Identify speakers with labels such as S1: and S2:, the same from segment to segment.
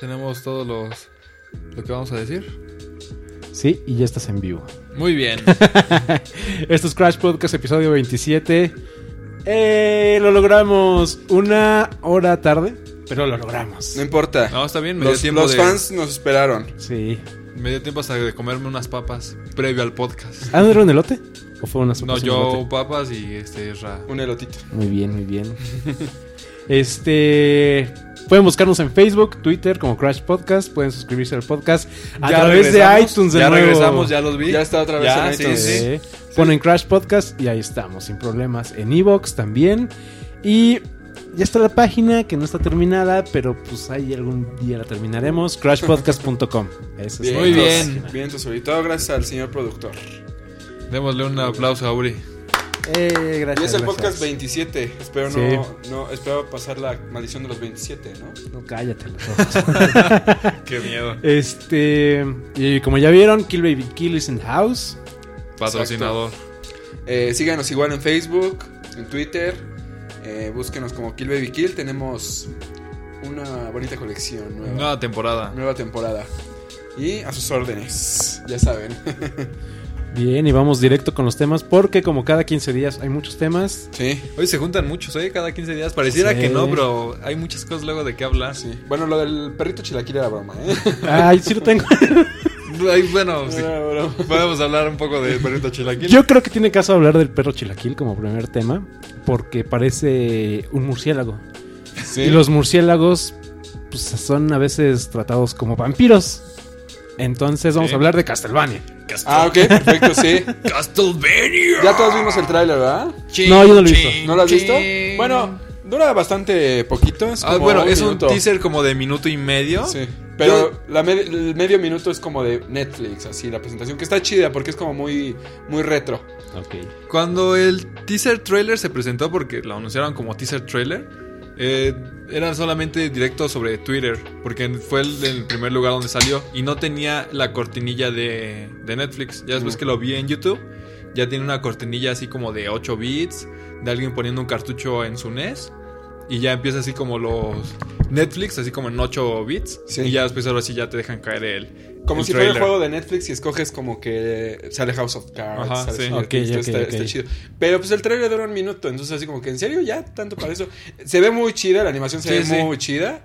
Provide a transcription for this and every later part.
S1: Tenemos todos los lo que vamos a decir.
S2: Sí, y ya estás en vivo.
S1: Muy bien.
S2: Esto es Crash Podcast, episodio 27. ¡Eh! Lo logramos una hora tarde, pero lo logramos.
S3: No importa.
S1: No, está bien, me dio
S3: los
S1: tiempo
S3: los
S1: de
S3: fans nos esperaron.
S2: Sí.
S1: me dio tiempo hasta de comerme unas papas previo al podcast.
S2: ¿Ah, no era un elote? ¿O fue una sopa
S1: No,
S2: sin
S1: yo
S2: elote?
S1: papas y este ra.
S3: Un elotito.
S2: Muy bien, muy bien. este. Pueden buscarnos en Facebook, Twitter como Crash Podcast. Pueden suscribirse al podcast a
S1: Ya
S2: través de
S1: regresamos,
S2: iTunes de
S1: Ya
S2: nuevo.
S1: regresamos, ya los vi.
S3: Ya está otra vez
S1: Ya,
S3: en
S1: sí,
S3: iTunes.
S1: sí.
S2: Sí. Ponen Crash Podcast y ahí estamos, sin problemas. En Evox también. Y ya está la página que no está terminada, pero pues ahí algún día la terminaremos. Crashpodcast.com. Esa es la
S1: Muy bien.
S2: página.
S3: Bien, entonces, sobre todo gracias al señor productor.
S1: Démosle un aplauso a Uri.
S2: Eh, gracias.
S3: Y es
S2: gracias.
S3: el podcast 27. Espero no,
S2: Sí.
S3: no espero pasar la maldición de los 27, ¿no?
S2: No, cállate los ojos.
S1: Qué miedo.
S2: este. Y como ya vieron, Kill Baby Kill is in the house.
S1: Patrocinador.
S3: Eh, síganos igual en Facebook, en Twitter. eh, búsquenos como Kill Baby Kill. Tenemos una bonita colección nueva.
S1: Nueva temporada.
S3: Nueva temporada. Y a sus órdenes, ya saben.
S2: Bien, y vamos directo con los temas, porque como cada 15 días hay muchos temas.
S3: sí,
S1: Hoy se juntan muchos, ¿eh? Cada 15 días. Pareciera
S2: Sí.
S1: que no, pero hay muchas cosas luego de qué hablar.
S3: sí. Bueno, lo del perrito chilaquil era broma, ¿eh?
S2: Ay, sí lo tengo.
S1: Ay, bueno, sí.
S3: Era broma.
S1: Podemos hablar un poco de perrito chilaquil.
S2: Yo creo que tiene caso hablar del perro chilaquil como primer tema, porque parece un murciélago.
S3: Sí.
S2: Y los murciélagos pues, son a veces tratados como vampiros. Entonces vamos
S1: Sí.
S2: a hablar de Castlevania.
S1: Castel-
S3: Ah, ok, perfecto, sí.
S1: Castlevania.
S3: Ya todos vimos el tráiler, ¿verdad?
S1: Chin,
S2: No, yo no lo he visto.
S1: chin,
S3: ¿No lo has visto?
S1: chin.
S3: Bueno, dura bastante poquito. Es
S1: Ah,
S3: como
S1: bueno, es
S3: minuto.
S1: un teaser como de minuto y medio.
S3: Sí. Pero la me- el medio minuto es como de Netflix, así la presentación, que está chida porque es como muy, muy retro.
S1: Cuando el teaser trailer se presentó, porque lo anunciaron como teaser trailer, eh, era solamente directo sobre Twitter, porque fue el, el primer lugar donde salió y no tenía la cortinilla de, de Netflix. Ya
S3: Mm.
S1: después que lo vi en YouTube, ya tiene una cortinilla así como de 8 bits, de alguien poniendo un cartucho en su NES. Y ya empieza así como los Netflix, así como en 8 bits.
S3: Sí.
S1: Y ya después ahora sí ya te dejan caer el.
S3: Como
S1: el
S3: si fuera
S1: trailer.
S3: el juego de Netflix y escoges como que sale House of Cards.
S1: Ajá,
S3: sale
S1: sí.
S3: Stranger
S2: Ok,
S3: Things,
S2: ok,
S3: entonces está,
S2: ok.
S3: está chido. Pero pues el trailer dura un minuto, entonces así como que en serio ya tanto para eso. Se ve muy chida, la animación se
S1: Sí,
S3: ve
S1: sí.
S3: muy chida.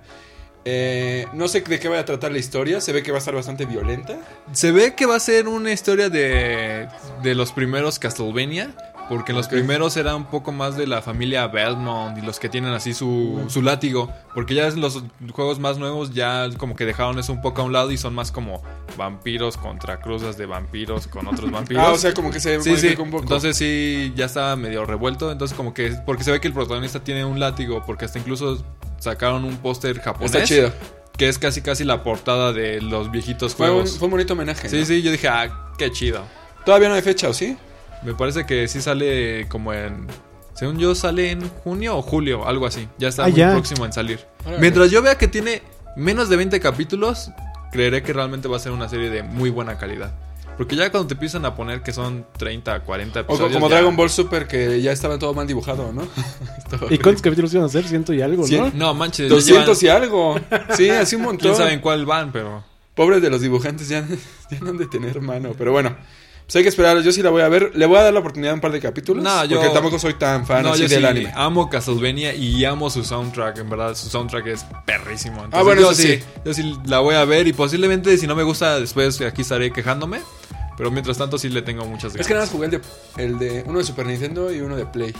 S3: Eh, no sé de qué va a tratar la historia, se ve que va a estar bastante violenta.
S1: Se ve que va a ser una historia de, de los primeros Castlevania, porque en los primeros era un poco más de la familia Belmont y los que tienen así su, su látigo, porque ya en los juegos más nuevos ya como que dejaron eso un poco a un lado y son más como vampiros contra cruzas de vampiros con otros vampiros.
S3: Ah, o sea, como que se
S1: Sí, sí.
S3: modifica un poco.
S1: Entonces sí, ya estaba medio revuelto. Entonces como que... Porque se ve que el protagonista tiene un látigo. Porque hasta incluso sacaron un póster japonés.
S3: está chido.
S1: Que es casi casi la portada de los viejitos
S3: Fue un,
S1: juegos.
S3: fue un bonito homenaje.
S1: Sí,
S3: ¿no?
S1: sí, yo dije, ah, qué chido.
S3: Todavía no hay fecha, ¿o sí?
S1: Me parece que sí sale como en. Según yo, sale en junio o julio, algo así. Ya está
S2: Ah,
S1: muy
S2: ya.
S1: próximo en salir.
S3: Órale.
S1: Mientras yo vea que tiene menos de 20 capítulos, creeré que realmente va a ser una serie de muy buena calidad. Porque ya cuando te empiezan a poner que son 30, 40
S3: O
S1: episodios.
S3: como
S1: ya-
S3: Dragon Ball Super, que ya estaba todo mal dibujado, ¿no? Estaba
S2: ¿Y cuántos capítulos iban a hacer? Ciento y algo,
S3: Cien.
S2: ¿no?
S1: No, manches. ya
S3: 200
S1: llevan-
S3: y algo. Sí, así un montón.
S1: Quién sabe en cuál van, pero.
S3: Pobres de los dibujantes, ya, ya no han de tener mano. Pero bueno, pues hay que esperar. Yo sí la voy a ver. Le voy a dar la oportunidad a un par de capítulos.
S1: No, yo-
S3: Porque tampoco soy tan fan
S1: no,
S3: así
S1: yo
S3: del
S1: sí Ah,
S3: anime.
S1: amo Castlevania y amo su soundtrack. En verdad, su soundtrack es perrísimo. Entonces,
S3: Ah, bueno,
S1: yo
S3: eso
S1: sí,
S3: sí.
S1: Yo sí la voy a ver y posiblemente si no me gusta, después aquí estaré quejándome. Pero mientras tanto, sí le tengo muchas ganas.
S3: Es que nada más jugué el de, el de uno de Super Nintendo y uno de Play.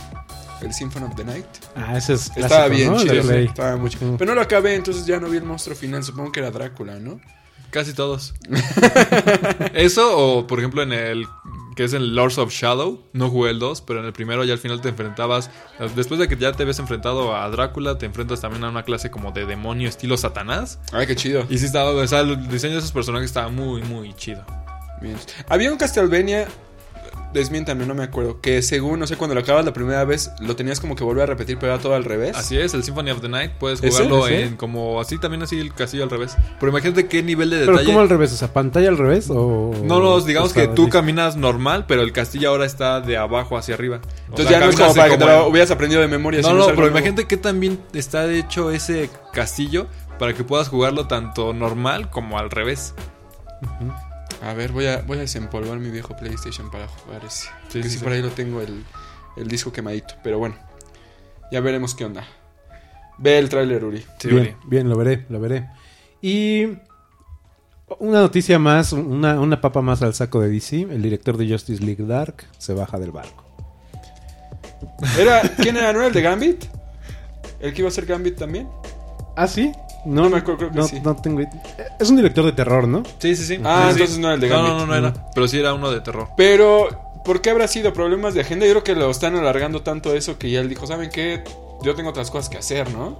S3: El Symphony of the Night.
S2: Ah, ese es clásico,
S3: Estaba bien
S2: ¿no? De
S3: chido.
S2: Play.
S3: Estaba mucho.
S2: Mm.
S3: Pero no lo acabé, entonces ya no vi el monstruo final. Supongo que era Drácula, ¿no?
S1: Casi todos. Eso, o por ejemplo, en el que es el Lords of Shadow, no jugué el 2, pero en el primero ya al final te enfrentabas. Después de que ya te ves enfrentado a Drácula, te enfrentas también a una clase como de demonio estilo Satanás.
S3: Ay, qué chido.
S1: Y sí estaba, o sea, el diseño de esos personajes estaba muy, muy chido.
S3: Bien. Había un Castlevania, desmiéntame, no me acuerdo, que según, no sé, cuando lo acabas la primera vez, lo tenías como que volver a repetir, pero era todo al revés.
S1: Así es, el Symphony of the Night puedes
S3: ¿Ese?
S1: jugarlo
S2: ¿Ese?
S1: en como así también así el castillo al revés. Pero imagínate qué nivel de
S2: Pero
S1: detalle.
S2: ¿cómo al revés? O sea, pantalla al revés o...
S1: No, no, digamos
S2: o sea,
S1: que tú
S2: así.
S1: caminas normal, pero el castillo ahora está de abajo hacia arriba. O
S3: Entonces
S1: sea,
S3: ya no es
S1: caminas
S3: como para que te
S1: como
S3: lo
S1: en-
S3: hubieras aprendido de memoria.
S1: No,
S3: sino
S1: no,
S3: es algo
S1: pero
S3: nuevo.
S1: imagínate que también está hecho ese castillo para que puedas jugarlo tanto normal como al revés.
S3: A ver, voy a, voy a desempolvar mi viejo PlayStation para jugar ese.
S1: Sí,
S3: que
S1: sí,
S3: sí,
S1: sí.
S3: por ahí lo tengo el, el disco quemadito. Pero bueno, ya veremos qué onda. Ve el tráiler, Uri.
S1: Sí,
S2: bien,
S1: Uri.
S2: bien, lo veré, lo veré. Y una noticia más, una, una papa más al saco de DC. El director de Justice League Dark se baja del barco.
S3: Era, ¿Quién era? ¿No era el de Gambit? ¿El que iba a ser Gambit también?
S2: ¿Ah, sí? No,
S3: No me acuerdo, creo que
S2: no,
S3: sí.
S2: no tengo... Es un director de terror, ¿no?
S1: Sí, sí, sí.
S3: Ah,
S1: Sí, sí.
S3: entonces no era el de
S1: No,
S3: Gambit.
S1: no, no, no era. Pero sí era uno de terror.
S3: Pero, ¿por qué habrá sido problemas de agenda? Yo creo que lo están alargando tanto eso que ya él dijo, ¿saben qué? Yo tengo otras cosas que hacer, ¿no?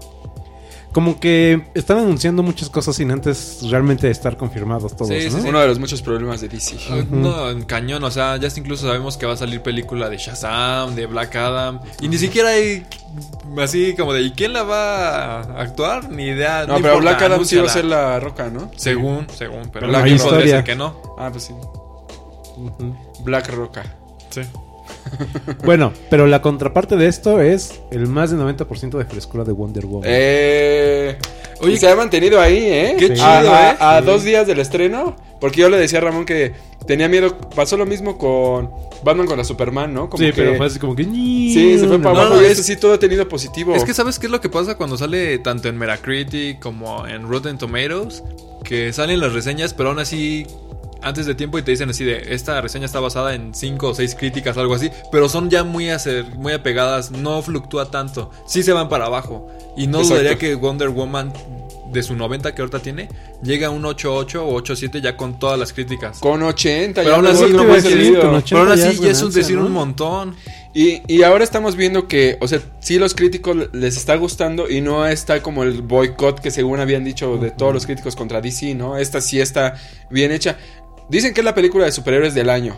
S2: Como que están anunciando muchas cosas sin antes realmente estar confirmados todos,
S1: Sí, sí,
S2: ¿no?
S1: sí.
S3: Uno de los muchos problemas de DC.
S1: No, en cañón, o sea, ya hasta incluso sabemos que va a salir película de Shazam, de Black Adam, y ni siquiera hay así como de, ¿y quién la va a actuar? Ni idea.
S3: No, pero
S1: importa,
S3: Black Adam sí iba a
S1: anúnciala.
S3: ser la roca, ¿no?
S1: Según, según, pero
S2: Pero
S1: la
S2: no hay
S1: podría
S2: historia.
S1: ser que no.
S3: Ah, pues sí.
S2: Ujú.
S3: Black Roca.
S1: Sí.
S2: Bueno, pero la contraparte de esto es el más de 90% de frescura de Wonder Woman.
S3: Eh.
S1: Oye,
S3: Oye, se ha mantenido ahí, ¿eh?
S1: Qué
S3: A-
S1: chido,
S3: a,
S1: ¿eh?
S3: a
S2: Sí.
S3: dos días del estreno, porque yo le decía a Ramón que tenía miedo. Pasó lo mismo con Batman con la Superman, ¿no? Como
S2: sí,
S3: que-
S2: pero fue así como que...
S3: Sí, se fue para
S1: No,
S3: abajo.
S1: no,
S3: y
S1: es-
S3: eso sí, todo ha tenido positivo.
S1: Es que sabes qué es lo que pasa cuando sale tanto en Metacritic como en Rotten Tomatoes, que salen las reseñas, pero aún así antes de tiempo y te dicen así de esta reseña está basada en cinco o seis críticas, algo así, pero son ya muy acer- muy apegadas, no fluctúa tanto, sí se van para abajo y no
S3: Exacto.
S1: dudaría que Wonder Woman de su 90 que ahorita tiene llega a un 88 o 87 ya con todas las críticas.
S3: Con 80,
S1: Pero
S3: ya
S1: aún
S3: no
S1: así,
S3: no
S1: te iba
S3: me
S1: a
S3: ha
S1: decir,
S3: servido.
S2: con 80
S1: Pero aún
S2: ya
S1: así
S2: es
S1: ya es un
S2: ganancia,
S1: decir
S2: ¿no?
S1: un montón.
S3: Y, y ahora estamos viendo que, o sea, sí los críticos les está gustando y no está como el boicot que según habían dicho de todos los críticos contra DC, ¿no? Esta sí está bien hecha. Dicen que es la película de superhéroes del año.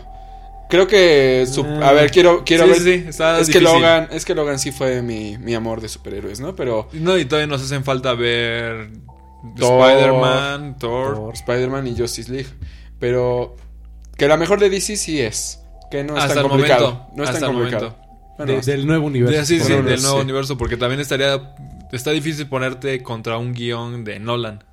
S3: Creo que... su-
S2: Ah.
S3: a ver, quiero,
S1: Mm.
S3: quiero
S1: Sí,
S3: ver...
S1: sí, sí, está
S3: es, que
S1: difícil.
S3: Logan, es que Logan sí fue mi, mi amor de superhéroes, ¿no? Pero
S1: No, y todavía nos hacen falta ver
S3: Thor.
S1: Spider-Man, Thor.
S2: Thor.
S3: Spider-Man y Justice League. Pero que la mejor de DC sí es. Que no es
S1: Hasta
S3: tan
S1: el
S3: complicado.
S1: momento,
S3: no es
S1: hasta
S3: tan
S1: el
S3: complicado. Bueno,
S2: De- del nuevo universo.
S1: De- sí,
S3: por
S1: sí,
S3: lo
S1: del
S3: menos,
S1: nuevo
S3: sí.
S1: universo, porque también estaría. Está difícil ponerte contra un guión de Nolan.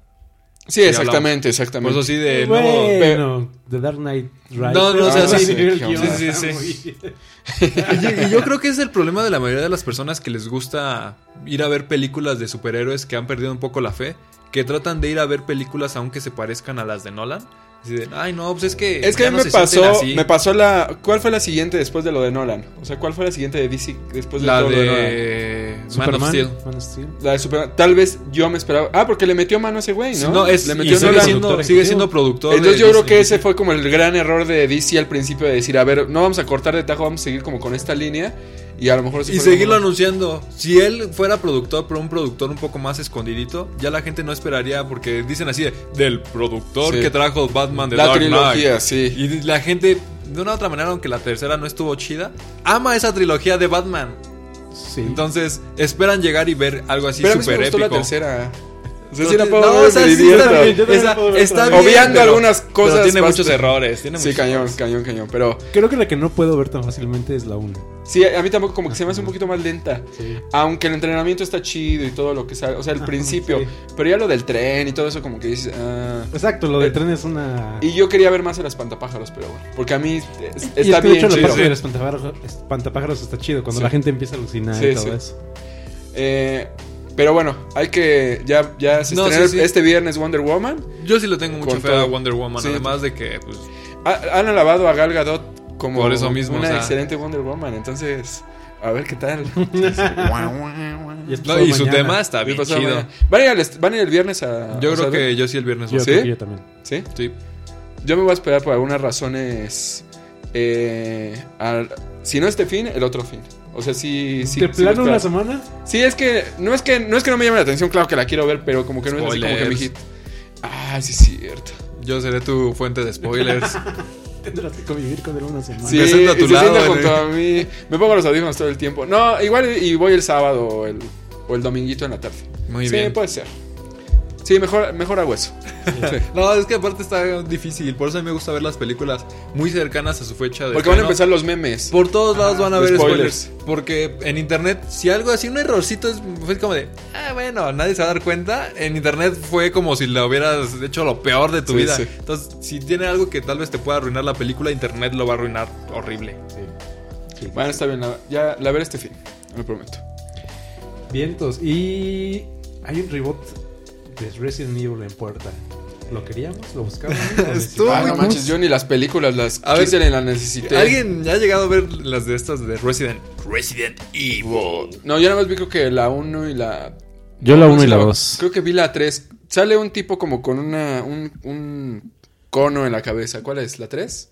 S3: sí, exactamente, exactamente.
S1: Por eso Pues, sí,
S3: Este,
S1: de nuevo.
S2: Eh, Bueno, The Dark Knight Rises.
S1: No, no,
S3: o sea,
S2: Ah,
S3: sí,
S2: el
S3: sí,
S2: guion
S1: sí,
S2: está
S1: sí.
S2: muy-
S1: Y- y yo creo que es el problema de la mayoría de las personas que les gusta ir a ver películas de superhéroes que han perdido un poco la fe, que tratan de ir a ver películas aunque se parezcan a las de Nolan. Y dicen, ay, no, pues es que.
S3: Es que
S1: ya
S3: a mí
S1: no
S3: me
S1: se sienten
S3: pasó,
S1: así".
S3: me pasó la... ¿Cuál fue la siguiente después de lo de Nolan? O sea, ¿cuál fue la siguiente de DC después de
S1: la
S3: todo lo de Nolan?
S1: de. Man of
S2: Superman,
S1: Steel.
S2: Man of Steel.
S3: La de Superman. Tal vez yo me esperaba... Ah, porque le metió mano a ese güey,
S1: Sí,
S3: ¿no?
S1: No, es,
S3: Le
S1: y
S3: metió
S1: sigue,
S3: Nolan.
S1: siendo, sigue siendo productor.
S3: Entonces
S1: de
S3: yo creo
S1: Disney.
S3: que ese fue como el gran error de DC al principio de decir, a ver, no vamos a cortar de tajo, vamos a seguir como con esta línea y a lo mejor...
S1: Y seguirlo anunciando. Si él fuera productor, pero un productor un poco más escondidito, ya la gente no esperaría porque dicen así de, del productor
S3: Sí.
S1: que trajo Batman de
S3: La
S1: Dark
S3: trilogía,
S1: Knight.
S3: sí.
S1: Y la gente, de una u otra manera, aunque la tercera no estuvo chida, ama esa trilogía de Batman.
S2: Sí.
S1: Entonces, esperan llegar y ver algo así
S3: Pero a mí sí
S1: súper
S3: me gustó
S1: épico.
S3: la tercera. O sea,
S1: No
S3: sí la
S1: te-
S3: puedo
S1: no,
S3: ver,
S1: o sea,
S3: me
S1: sí
S3: divierto.
S1: está bien,
S2: Yo también la
S1: esa-
S2: puedo ver
S1: está
S2: también.
S1: bien,
S3: Obviando
S1: pero-
S3: algunas
S1: pero
S3: cosas
S1: tiene
S3: bastante-
S1: muchos errores. Tiene
S3: Sí,
S1: muchos
S3: cañón,
S1: errores.
S3: cañón, cañón. Pero
S2: Creo que la que no puedo ver tan fácilmente es la 1.
S3: sí, a mí tampoco como que se me hace un poquito más lenta. Aunque el entrenamiento está chido y todo lo que sale, o sea, el
S2: Ajá,
S3: principio,
S2: sí.
S3: pero ya lo del tren y todo eso como que dices, ah.
S2: Exacto, lo del
S3: Eh,
S2: tren es una...
S3: Y yo quería ver más el espantapájaros, pero bueno, porque a mí es-
S2: Y
S3: está
S2: es que de
S3: bien
S2: hecho la
S3: chido.
S2: parte de los espantapájaros, espantapájaros está chido cuando
S3: Sí.
S2: la gente empieza a alucinar
S3: Sí,
S2: y todo
S3: sí.
S2: eso.
S3: Eh, pero bueno, hay que ya ya se
S1: No,
S3: estrena
S1: sí, sí.
S3: este viernes Wonder Woman.
S1: Yo sí le tengo mucha
S3: Con
S1: fe a
S3: todo.
S1: Wonder Woman,
S3: Sí.
S1: además de que pues,
S3: Ha- han alabado a Gal Gadot como
S1: Por eso mismo,
S3: una
S1: o sea.
S3: excelente Wonder Woman, entonces a ver qué tal.
S2: Y, es
S1: no,
S2: pasado
S1: y su
S2: mañana.
S1: tema está bien
S3: Pasado
S1: chido.
S3: mañana. Van a ir, al est- van a ir el viernes a
S1: Yo
S3: o
S1: creo
S3: sea,
S1: que yo sí el viernes.
S2: Yo
S1: voy.
S3: ¿Sí?
S2: creo que yo también.
S3: sí.
S1: Sí.
S3: Yo me voy a esperar por algunas razones. eh, al- si no este fin, el otro fin. O sea, sí. sí
S2: ¿Te
S3: sí me
S2: plano una
S3: espero.
S2: semana?
S3: Sí, es que no, es que no es que no me llame la atención, claro que la quiero ver, pero como que no es así como que
S1: Spoilers.
S3: mi hit. Ah, sí, es cierto.
S1: Yo seré tu fuente de spoilers.
S2: Tendrás que convivir con él una semana.
S3: Sí,
S1: Me siento a tu
S3: y se
S1: lado, eh.
S3: sienta
S1: güey.
S3: junto a mí. Me pongo los audífonos todo el tiempo. No, igual y voy el sábado o el, o el dominguito en la tarde.
S1: Muy
S3: sí,
S1: bien.
S3: puede ser. Sí, mejor, mejor hago eso.
S1: No, es que aparte está difícil. Por eso a mí me gusta ver las películas muy cercanas a su fecha de
S3: Porque van a
S1: estreno.
S3: empezar los memes.
S1: Por todos lados van a haber
S3: spoilers.
S1: spoilers. Porque en internet, si algo así, un errorcito es, fue como de, ah, bueno, nadie se va a dar cuenta. En internet fue como si le hubieras hecho lo peor de tu
S3: Sí,
S1: vida.
S3: sí.
S1: Entonces, si tiene algo que tal vez te pueda arruinar la película, internet lo va a arruinar horrible.
S3: Bueno, está bien, la- ya la veré este fin, lo prometo.
S2: Vientos. Y hay un reboot de Resident Evil en puerta. ¿Lo queríamos? ¿Lo buscamos?
S1: Estuvo
S2: ¿Lo
S3: Ah, no
S2: necesitamos?
S3: manches, yo ni las películas las
S1: A
S3: quise
S1: ver,
S3: ni las necesité.
S1: ¿Alguien ya ha llegado a ver las de estas de Resident, Resident Evil?
S3: No, yo nada más vi creo que la 1 y la...
S2: Yo la
S3: no,
S2: 1 y
S3: sí,
S2: la 2.
S3: Creo que vi la 3. Sale un tipo como con una, un, un cono en la cabeza. ¿Cuál es? ¿La 3?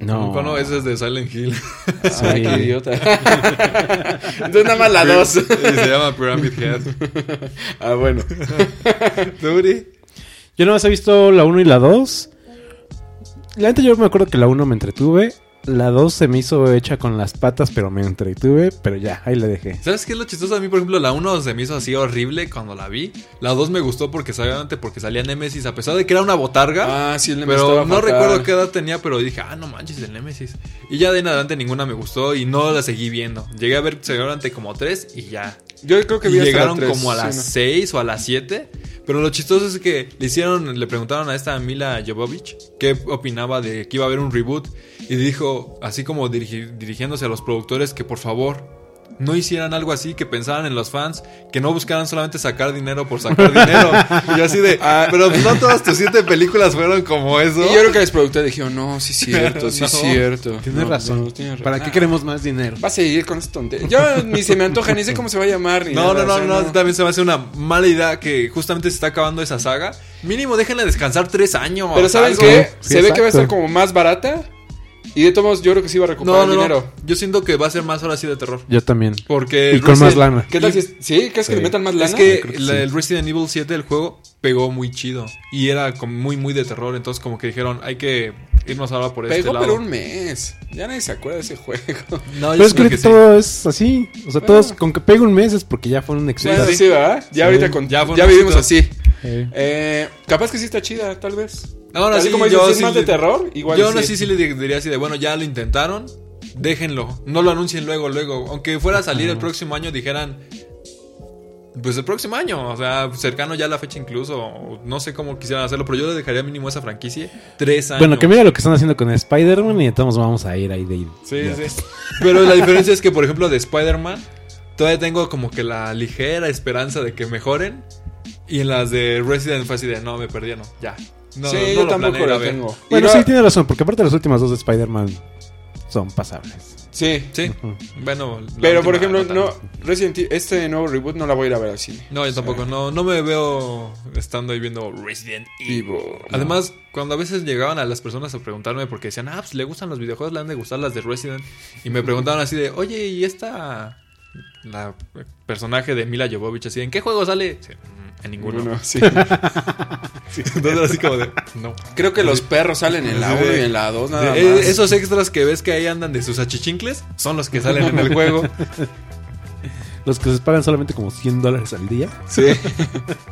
S2: No.
S1: No, no, esa es de Silent Hill.
S3: Ay, qué idiota. Entonces nada más la 2.
S1: Y se llama Pyramid Head.
S3: ah, bueno.
S1: Duri.
S2: Yo nada más he visto la 1 y la 2. La neta yo me acuerdo que la 1 me entretuve. La 2 se me hizo hecha con las patas, pero me entretuve. Pero ya, ahí la dejé.
S1: ¿Sabes qué es lo chistoso? A mí, por ejemplo, la 1 se me hizo así horrible cuando la vi. La 2 me gustó porque obviamente porque salía Nemesis, a pesar de que era una botarga.
S3: Ah, sí, el Nemesis
S1: pero
S3: estaba
S1: no
S3: fatal.
S1: recuerdo qué edad tenía, pero dije, ah, no manches, el Nemesis. Y ya de en adelante ninguna me gustó y no la seguí viendo. Llegué a ver seguramente como 3 y ya.
S3: Yo creo que
S1: Y
S3: vi hasta
S1: llegaron
S3: la 3.
S1: como a las 6 o a las 7. Pero lo chistoso es que le hicieron, le preguntaron a esta Mila Jovovich qué opinaba de que iba a haber un reboot. Y dijo, así como dirigi- dirigiéndose a los productores, que por favor no hicieran algo así, que pensaran en los fans, que no buscaran solamente sacar dinero por sacar dinero. y yo así de,
S3: Ah.
S1: pero no todas tus siete películas fueron como eso.
S3: Y yo creo que los productores dijeron, no, sí es cierto, sí es
S1: No.
S3: cierto.
S2: Tienes
S3: No,
S2: razón.
S3: no, tienes razón.
S2: ¿Para qué queremos más dinero?
S3: Va a seguir con esta tontería. Yo ni se me antoja, ni sé cómo se va a llamar. Ni
S1: No,
S3: nada,
S1: no, no,
S3: o sea,
S1: no, también se me hace una mala idea que justamente se está acabando esa saga. Mínimo déjenla descansar tres años.
S3: Pero ¿saben
S1: algo.
S3: qué?
S2: Sí,
S3: se ve que va a
S2: exacto.
S3: estar como más barata. Y de todos modos, yo creo que sí va a recuperar
S1: No,
S3: el
S1: no,
S3: dinero.
S1: no. Yo siento que va a ser más ahora sí de terror.
S2: Yo también.
S1: Porque.
S2: Y con más
S1: Resident-
S2: lana.
S3: ¿Qué tal si es- sí? ¿Crees que
S2: Sí.
S3: le metan más lana?
S1: Es que,
S2: que
S1: la-
S2: sí.
S1: el Resident Evil 7 del juego pegó muy chido. Y era como muy, muy de terror. Entonces, como que dijeron, hay que irnos ahora por este
S3: Pegó
S1: lado.
S3: pero un mes. Ya nadie se acuerda de ese juego.
S1: No,
S2: Pero
S1: yo
S2: es
S1: creo
S2: que
S1: que
S2: ahorita
S1: sí.
S2: todo es así. O sea, todos
S3: Bueno.
S2: con que pegue un mes es porque ya fueron
S3: Bueno,
S2: exitazos.
S3: sí, ¿verdad? Ya ahorita con,
S1: Ya
S3: ya,
S1: fue un
S3: vivimos
S1: éxito.
S3: así.
S2: Eh.
S3: Eh, capaz que sí está chida, tal vez.
S1: No, no,
S3: Así
S1: sí,
S3: como dices,
S1: yo
S3: si es
S1: sí
S3: más
S1: le-
S3: de terror, igual
S1: Yo
S3: sí.
S1: no sé si le di- diría así de, bueno, ya lo intentaron, déjenlo, no lo anuncien luego, luego. Aunque fuera a
S2: Ah.
S1: salir el próximo año, dijeran, pues el próximo año, o sea, cercano ya a la fecha incluso, o no sé cómo quisieran hacerlo, pero yo le dejaría mínimo a esa franquicia tres años.
S2: Bueno, que mira lo que están haciendo con Spider-Man y entonces vamos a ir ahí de
S1: Sí, sí. Pero la diferencia es que, por ejemplo, de Spider-Man, todavía tengo como que la ligera esperanza de que mejoren. Y en las de Resident fue así de, no, me perdí, no, ya. No,
S3: sí,
S1: no
S3: yo
S1: lo
S3: tampoco
S1: planeo ir a
S3: la
S1: ver.
S3: tengo. Y
S2: Bueno,
S3: no-
S2: sí, tiene razón, porque aparte las últimas dos de Spider-Man son pasables.
S3: Sí.
S1: Sí,
S2: Ujú.
S1: bueno. la
S3: Pero por
S1: última
S3: ejemplo,
S1: tanto.
S3: no, Resident Evil- este nuevo reboot no la voy a ir a ver al cine.
S1: No, yo tampoco. No, no me veo estando ahí viendo Resident Evil.
S3: Vivo.
S1: Además, cuando a veces llegaban a las personas a preguntarme porque decían, ah, pues le gustan los videojuegos, le han de gustar las de Resident. Y me preguntaban así de, oye, ¿y esta la personaje de Mila Jovovich así, ¿en qué juego sale? Sí, "Mm, en ninguno.
S3: Uno, sí.
S1: Entonces así como de, no.
S3: Creo que los perros salen en la
S1: Sí,
S3: 1
S1: de-
S3: y en la 2 nada
S1: Eh,
S3: más.
S1: esos extras que ves que ahí andan de sus achichincles son los que salen en el juego.
S2: Los que se pagan solamente como 100 dólares al día.
S3: Sí.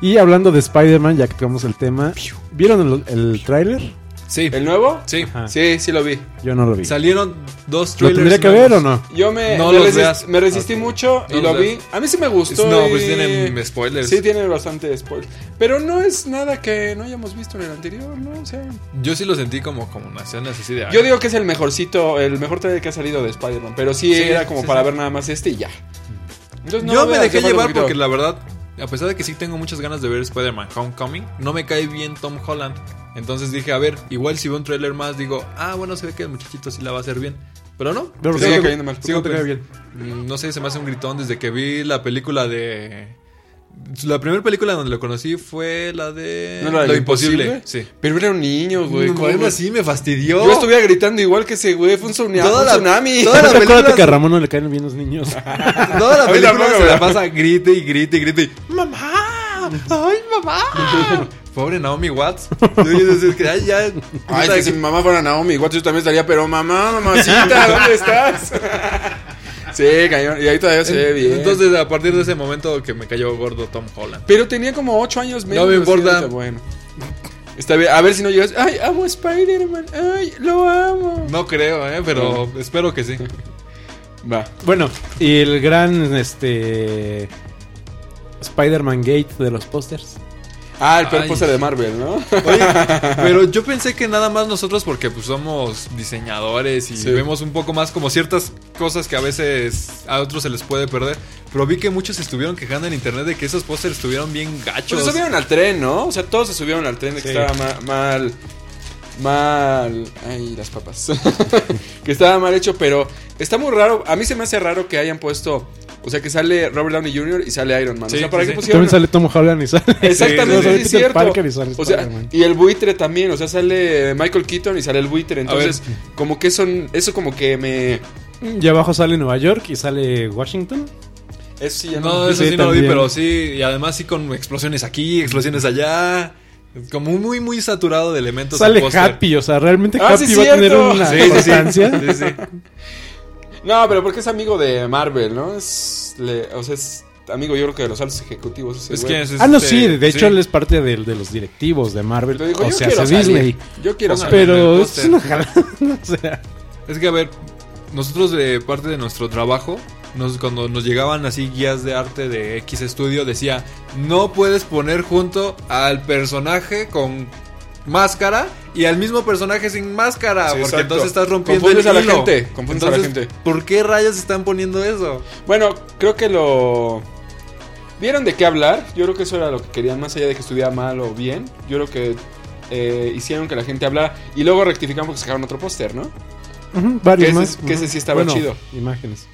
S2: Y hablando de Spider-Man, ya que tocamos el tema, ¿vieron el, el tráiler?
S1: Sí, Ah.
S3: ¿El nuevo?
S1: sí.
S2: Ajá.
S3: Sí, sí lo vi.
S2: Yo no lo vi.
S1: Salieron dos
S2: ¿Lo
S1: trailers.
S2: tendría que ver o no?
S3: Yo me,
S1: No
S3: me,
S1: los
S3: resist-
S1: veas.
S3: me resistí
S1: Ok.
S3: mucho
S1: No
S3: y lo
S1: los
S3: vi. A mí sí me gustó.
S1: No,
S3: y-
S1: pues tienen spoilers.
S3: Sí, tiene bastante spoiler. Pero no es nada que no hayamos visto en el anterior, ¿no? O sea,
S1: Yo sí lo sentí como, como una escena así de. "Ah,
S3: yo digo que es el mejorcito, el mejor trailer que ha salido de Spider-Man. Pero sí,
S1: Sí,
S3: era como
S1: sí,
S3: para
S1: sí.
S3: ver nada más este y ya. Entonces, Pues no,
S1: Yo me
S3: veas,
S1: dejé
S3: falta
S1: llevar
S3: poquito.
S1: porque la verdad, a pesar de que sí tengo muchas ganas de ver Spider-Man Homecoming, no me cae bien Tom Holland. Entonces dije, a ver, igual si veo un trailer más, digo, ah, bueno, se ve que el muchachito sí la va a hacer bien. Pero no.
S2: Pero
S3: Sigue
S2: sigo-
S3: cayendo mal.
S2: sigo
S3: Sigo
S2: cayendo
S3: bien.
S1: Mm, No sé, se me hace un gritón desde que vi la película de. La primera película donde lo conocí fue la de.
S3: ¿No era
S1: lo
S3: lo
S1: imposible. Sí.
S3: Pero era un niño, güey. ¿cómo?
S1: Bueno, sí, me fastidió.
S3: Yo estuviera gritando igual que ese güey. Fue un tsunami.
S1: Toda
S3: un
S1: la-
S3: tsunami.
S1: toda la-
S2: Acuérdate
S1: película
S2: que a
S1: se-
S2: Ramón no le caen bien los niños.
S1: Toda la
S3: A mí
S1: película
S3: tampoco,
S1: se la
S3: ¿verdad?
S1: pasa grite y grite y grite. y, ¡Mamá! ¡Ay, mamá! Pobre Naomi Watts. Yo iba a decir que, ay, ya.
S3: Ay, que si mi mamá fuera Naomi, igual yo también estaría, pero mamá, mamacita, ¿dónde estás? Sí, cañón. Y ahí todavía se ve bien.
S1: Entonces, a partir de ese momento que me cayó gordo Tom Holland.
S3: Pero tenía como 8 años menos.
S1: me importa.
S3: sí, Bueno. Está bien. A ver si no llegas. Ay, amo a Spider-Man. Ay, lo amo.
S1: No creo, ¿eh? Pero espero que sí.
S3: Va.
S2: Bueno, y el gran este Spider-Man Gate de los pósters.
S3: Ah, el peor
S1: Ay.
S3: póster de Marvel, ¿no?
S1: Oye, pero yo pensé que nada más nosotros, porque pues somos diseñadores y
S3: Sí.
S1: vemos un poco más como ciertas cosas que a veces a otros se les puede perder. Pero vi que muchos estuvieron quejando en internet de que esos pósters estuvieron bien
S3: Pues
S1: gachos.
S3: se subieron al tren, ¿no? O sea, todos se subieron al tren de que
S2: Sí.
S3: estaba ma- mal. Mal. Ay, las papas. que estaba mal hecho, pero está muy raro. A mí se me hace raro que hayan puesto. O sea, que sale Robert Downey Jr. y sale Iron Man.
S1: Sí,
S3: o sea, ¿para
S1: sí,
S3: qué
S1: sí.
S3: pusieron?
S2: También sale Tom Holland y sale.
S3: Exactamente,
S1: Sí, sí, sí.
S3: sí, es
S2: Peter
S3: cierto.
S2: Parker y sale
S3: o sea,
S2: Spider-Man.
S3: y el buitre también, o sea, sale Michael Keaton y sale el buitre. Entonces,
S1: ver.
S3: como que son, eso como que me.
S2: Y Mm, abajo sale Nueva York y sale Washington.
S3: Eso sí, ya no.
S1: No, eso sí,
S2: Sí,
S1: no lo vi,
S2: también.
S1: pero sí. Y además sí con explosiones aquí, explosiones allá. Como muy, muy saturado de elementos.
S2: sale
S1: el póster.
S2: Happy, o sea, realmente
S3: Ah,
S2: Happy
S3: sí, Este,
S2: va a tener
S3: cierto.
S2: una
S1: Sí, sí, sí.
S2: importancia.
S1: Sí, sí.
S3: No, pero porque es amigo de Marvel, ¿no? Es, le- o sea, es amigo yo creo que de los altos ejecutivos. ese
S1: Es
S3: güey.
S1: que es,
S2: Ah, no,
S1: este,
S2: sí, de hecho
S1: sí.
S2: él es parte del- de, los directivos de Marvel.
S3: Pero digo,
S2: o
S3: yo
S2: sea,
S3: quiero
S2: hace
S3: salir.
S2: Disney.
S3: Yo quiero
S1: Póngame.
S3: salir.
S1: En el
S2: Pero
S1: póster.
S2: es una jalada. o sea,
S1: Es que a ver, nosotros de parte de nuestro trabajo, nos, cuando nos llegaban así guías de arte de X Studio, decía, no puedes poner junto al personaje con máscara y al mismo personaje sin máscara,
S3: Sí,
S1: porque
S3: exacto.
S1: entonces estás rompiendo
S3: Confundes
S1: el
S3: a la
S1: hilo".
S3: gente, confundes a la
S1: Entonces,
S3: gente.
S1: ¿Por qué rayas están poniendo eso?
S3: Bueno, creo que lo. ¿Vieron de qué hablar? Yo creo que eso era lo que querían, más allá de que estuviera mal o bien. Yo creo que eh, hicieron que la gente hablara y luego rectificaron porque sacaron otro póster, ¿no?
S2: ujú, varios
S3: Que ese-
S2: más.
S3: que ese
S2: ujú.
S3: sí estaba chido.
S2: Imágenes.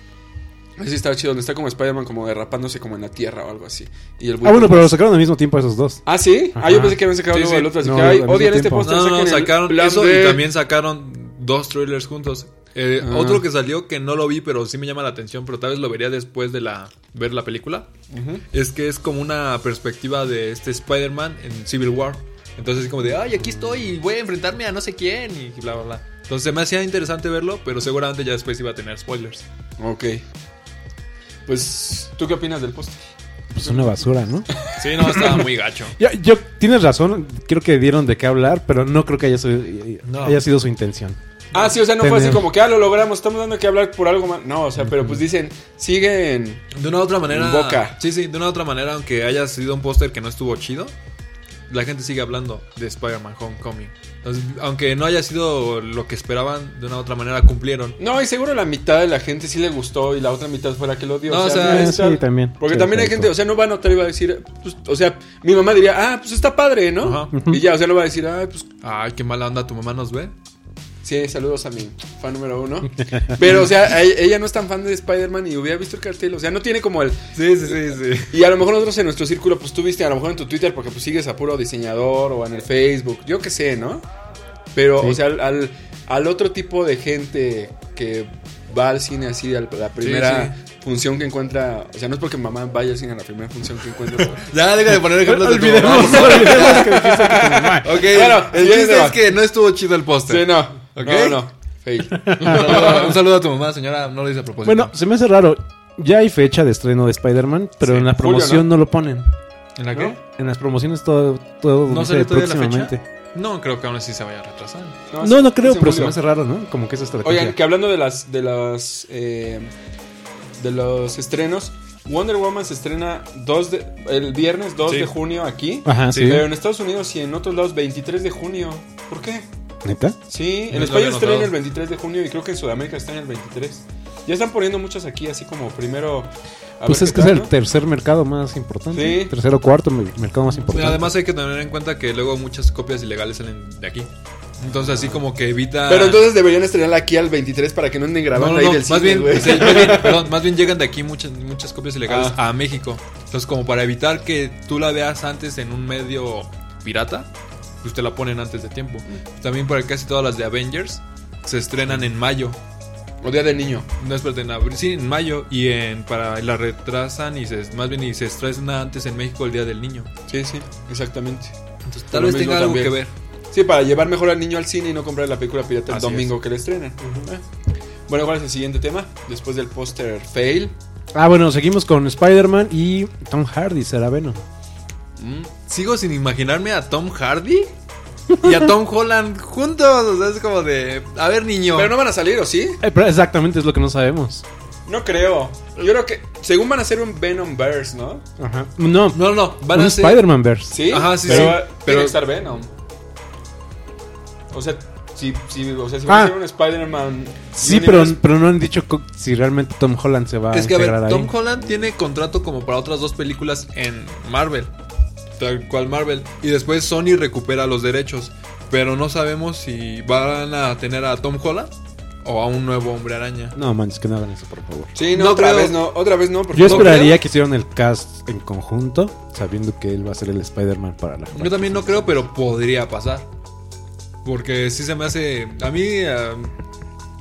S3: Ese estaba chido, donde está como Spider-Man como derrapándose como en la tierra o algo así. Y el
S2: Ah, bueno,
S3: buitre-
S2: pero lo sacaron al mismo tiempo esos dos.
S3: Ah, sí. Ah, yo
S2: Ajá.
S3: pensé que habían sacado
S1: Sí,
S3: uno
S1: sí.
S3: del otro. Así
S2: No,
S3: que, ay,
S2: al mismo
S3: odian este
S2: tiempo.
S3: póster.
S1: No, no,
S3: saquen el
S1: Pues sacaron
S3: plan
S1: eso
S3: B.
S1: y también sacaron dos trailers juntos. Eh,
S3: Ah.
S1: Otro que salió que no lo vi, pero sí me llama la atención, pero tal vez lo vería después de la ver la película.
S3: Ujú.
S1: Es que es como una perspectiva de este Spider-Man en Civil War. Entonces es como de, ay, aquí estoy y voy a enfrentarme a no sé quién y bla, bla, bla. Entonces me hacía interesante verlo, pero seguramente ya después iba a tener spoilers.
S3: Ok. Pues, ¿tú qué opinas del póster?
S2: Pues una basura, ¿no?
S1: Sí, no, estaba muy gacho.
S2: Yo, yo- tienes razón, creo que dieron de qué hablar, pero no creo que haya, sido-
S1: No.
S2: haya sido su intención.
S3: Ah, sí, o sea, no fue así
S2: Tener-
S3: como que ah, lo logramos, estamos dando que hablar por algo más. No, o sea, pero pues dicen, siguen.
S1: De una u otra manera...
S3: En boca.
S1: Sí, sí, de una u otra manera, aunque haya sido un póster que no estuvo chido, la gente sigue hablando de Spider-Man Homecoming. Entonces, aunque no haya sido lo que esperaban, de una u otra manera cumplieron.
S3: No, y seguro la mitad de la gente sí le gustó y la otra mitad fue la que lo dio.
S1: No,
S3: o
S1: o
S3: sea,
S1: sea,
S3: debe
S2: eh,
S3: estar-
S2: sí, también.
S3: Porque
S2: Sí,
S3: también hay
S2: exacto.
S3: gente, o sea, no va a notar y va a decir, pues, o sea, mi mamá diría, ah, pues está padre, ¿no?
S1: Ajá.
S3: Y ya, o sea, no va a decir, ah, pues
S1: Ay, qué mala onda, tu mamá nos ve.
S3: Sí, saludos a mi fan número uno. Pero, o sea, e- ella no es tan fan de Spider-Man y hubiera visto el cartel. O sea, no tiene como el.
S1: Sí, sí, sí, sí.
S3: Y a lo mejor nosotros en nuestro círculo, pues tú viste, a lo mejor en tu Twitter, porque pues sigues a puro diseñador o en el Facebook, yo qué sé, ¿no? Pero,
S2: Sí.
S3: o sea, al, al, al otro tipo de gente que va al cine así, a la primera función que encuentra. O sea, no es porque mamá vaya al cine a la primera función que encuentra.
S1: Ya, deja de poner ejemplos de tu mamá.
S2: Olvidemos, olvidemos que dijiste que tu mamá.
S1: Ok,
S3: Bueno,
S1: el
S3: siguiente
S1: chiste
S3: tema.
S1: es que no estuvo chido el póster.
S3: sí, no.
S1: Ok.
S3: No, no. Fake.
S1: Un saludo- un saludo a tu mamá, señora, no lo hice a propósito.
S2: Bueno, se me hace raro. Ya hay fecha de estreno de Spider-Man, pero
S1: Sí,
S2: en la
S3: julio,
S2: promoción ¿no? lo ponen.
S1: ¿en la qué?
S2: En las promociones todo, todo
S1: ¿No
S2: dice
S1: salió todavía la
S2: próximamente.
S1: fecha? No, creo que aún así se vaya a retrasar.
S2: No, no creo,
S3: sí,
S2: pero
S3: sí,
S2: se me hace raro, ¿no? Como que esa estrategia.
S3: Oigan, que hablando de las de las eh, de los estrenos, Wonder Woman se estrena dos de- el viernes 2
S1: Sí.
S3: de junio aquí.
S2: Ajá, sí.
S3: Pero en Estados Unidos y en otros lados 23 de junio. ¿Por qué?
S2: ¿Neta?
S3: Sí, en
S1: No
S3: España
S1: lo había
S3: estrena
S1: notado.
S3: el 23 de junio y creo que en Sudamérica estrena el 23. Ya están poniendo muchas aquí así como primero a
S2: Pues
S3: ver
S2: es
S3: qué
S2: que es
S3: tal,
S2: el
S3: ¿no?
S2: tercer mercado más importante.
S3: Sí.
S2: Tercero o cuarto mer- mercado más importante.
S1: Además hay que tener en cuenta que luego muchas copias ilegales salen de aquí. Entonces así como que evita...
S3: Pero entonces deberían estrenarla aquí al 23 para que no anden
S1: No,
S3: grabando
S1: no, no,
S3: ahí del
S1: más,
S3: cine,
S1: bien,
S3: güey.
S1: sí, más bien- perdón, más bien llegan de aquí muchas, muchas copias ilegales
S3: Ah.
S1: a México. Entonces como para evitar que tú la veas antes en un medio pirata, pues te la ponen antes de tiempo.
S3: Mm.
S1: También para casi todas las de Avengers se estrenan en mayo.
S3: O Día del Niño.
S1: No, espérate, en abril, sí, en mayo y en para y la retrasan y se más bien y se estrena antes en México el Día del Niño.
S3: Sí, sí, exactamente.
S1: Entonces,
S3: Por
S1: tal
S3: lo
S1: vez
S3: mismo
S1: tenga algo
S3: también.
S1: que ver.
S3: Sí, para llevar mejor al niño al cine y no comprar la película pirata el
S1: Así
S3: domingo que le estrenan. Ah. Bueno, ¿cuál es el siguiente tema? Después del póster fail.
S2: Ah, bueno, seguimos con Spider-Man y Tom Hardy será Venom.
S3: Mm.
S1: Sigo sin imaginarme a Tom Hardy y a Tom Holland juntos. O sea, es como de. A ver, niño.
S3: Pero no van a salir, ¿o sí?
S2: Eh, pero exactamente es lo que no sabemos.
S3: No creo. Yo creo que. Según van a ser un Venom Verse, ¿no?
S2: Ajá. No,
S1: no, no, no, Van
S2: un
S1: a ser.
S2: Spider-Man verse.
S3: Sí.
S1: Ajá, sí, sí.
S3: pero, Pero tiene
S1: Pero-
S3: que estar Venom. O sea, si, si, o sea, si
S2: Ah.
S3: van a ser un Spider-Man.
S2: Sí, pero,
S3: Universe-
S2: pero no han dicho co- si realmente Tom Holland se va a
S1: Es que a
S2: integrar
S1: ver, Tom
S2: ahí.
S1: Holland tiene contrato como para otras dos películas en Marvel. Tal cual Marvel. Y después Sony recupera los derechos. Pero no sabemos si van a tener a Tom Holland o a un nuevo hombre araña.
S2: No manches, que no hagan eso, por favor.
S3: Sí, no,
S1: No
S3: otra
S1: creo.
S3: vez no. Otra vez no. Porque
S2: Yo
S3: no
S2: esperaría que hicieran el cast en conjunto, sabiendo que él va a ser el Spider-Man para la
S1: Yo también no creo, pero podría pasar. Porque sí se me hace. A mí. eh,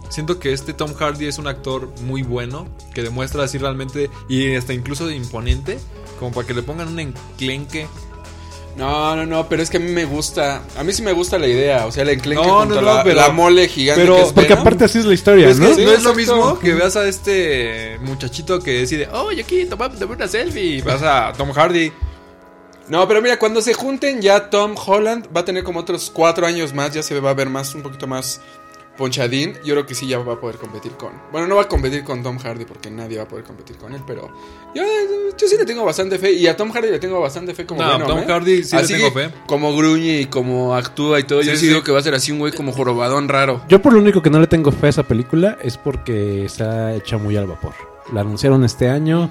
S1: siento que este Tom Hardy es un actor muy bueno. Que demuestra así realmente. Y hasta incluso de imponente. Como para que le pongan un enclenque.
S3: No, no, no, pero es que a mí me gusta. A mí sí me gusta la idea. O sea, el enclenque
S1: No,
S3: contra
S1: no, no,
S3: la,
S1: pero-
S3: la mole gigante
S1: pero-
S3: que es
S2: Porque
S3: Venom.
S2: aparte así es la historia,
S1: Pues
S2: ¿no?
S1: que
S3: Sí,
S1: no es lo
S3: exacto.
S1: mismo que veas a este muchachito que decide, oh, yo aquí tomame tomé una selfie. Vas a Tom Hardy.
S3: No, pero mira, cuando se junten ya Tom Holland va a tener como otros cuatro años más. Ya se va a ver más, un poquito más ponchadín. Yo creo que sí ya va a poder competir con. Bueno, no va a competir con Tom Hardy porque nadie va a poder competir con él, pero. Yo, yo sí le tengo bastante fe. Y a Tom Hardy le tengo bastante fe como.
S1: No,
S3: Venom,
S1: Tom
S3: ¿eh?
S1: Hardy sí le
S3: Así
S1: tengo fe.
S3: Como gruñe y como actúa y todo. yo
S1: Sí,
S3: sí,
S1: sí.
S3: digo que va a ser así un güey como jorobadón raro.
S2: Yo por lo único que no le tengo fe a esa película es porque está hecha muy al vapor. La anunciaron este año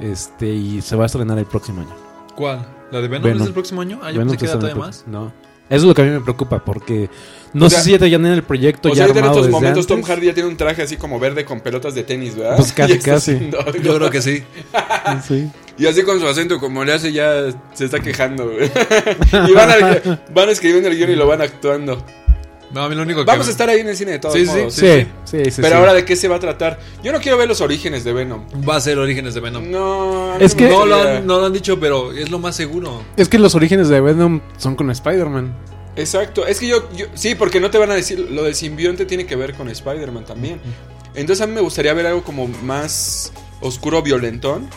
S2: este y se va a estrenar el próximo año.
S1: ¿Cuál? ¿La de Venom,
S2: Venom.
S1: es el próximo año? Ah, yo
S2: Venom
S1: pensé que
S2: se
S1: era
S2: estrena
S1: todavía
S2: el
S1: más.
S2: pro- No. Eso es lo que a mí me preocupa porque no
S3: O
S2: sé
S3: sea-
S2: si ya tenían el proyecto
S3: O
S2: ya
S3: sea, ahorita en
S2: armado
S3: estos
S2: desde
S3: momentos Tom
S2: antes.
S3: Hardy ya tiene un traje así como verde con pelotas de tenis, ¿verdad?
S2: Pues casi,
S3: Y está
S2: casi.
S3: haciendo algo.
S1: Yo creo que sí.
S2: Sí.
S3: Y así con su acento, como le hace, ya se está quejando, güey. y van, al- van escribiendo el guión y lo van actuando.
S1: No, a mí lo único que.
S3: Vamos a estar ahí en el cine de todos
S1: Sí, sí.
S3: modos.
S2: Sí,
S3: ¿eh?
S2: sí, sí, sí,
S3: Pero
S2: sí.
S3: ahora, ¿de qué se va a tratar? Yo no quiero ver los orígenes de Venom.
S1: Va a ser Orígenes de Venom.
S3: No, a mí
S2: Es
S3: me
S2: que-
S1: No lo,
S3: gustaría.
S1: han, no lo han dicho, pero es lo más seguro.
S2: es que los orígenes de Venom son con Spider-Man.
S3: Exacto, es que yo, yo- sí, porque no te van a decir lo del simbionte tiene que ver con Spider-Man también. Entonces a mí me gustaría ver algo como más oscuro, violentón.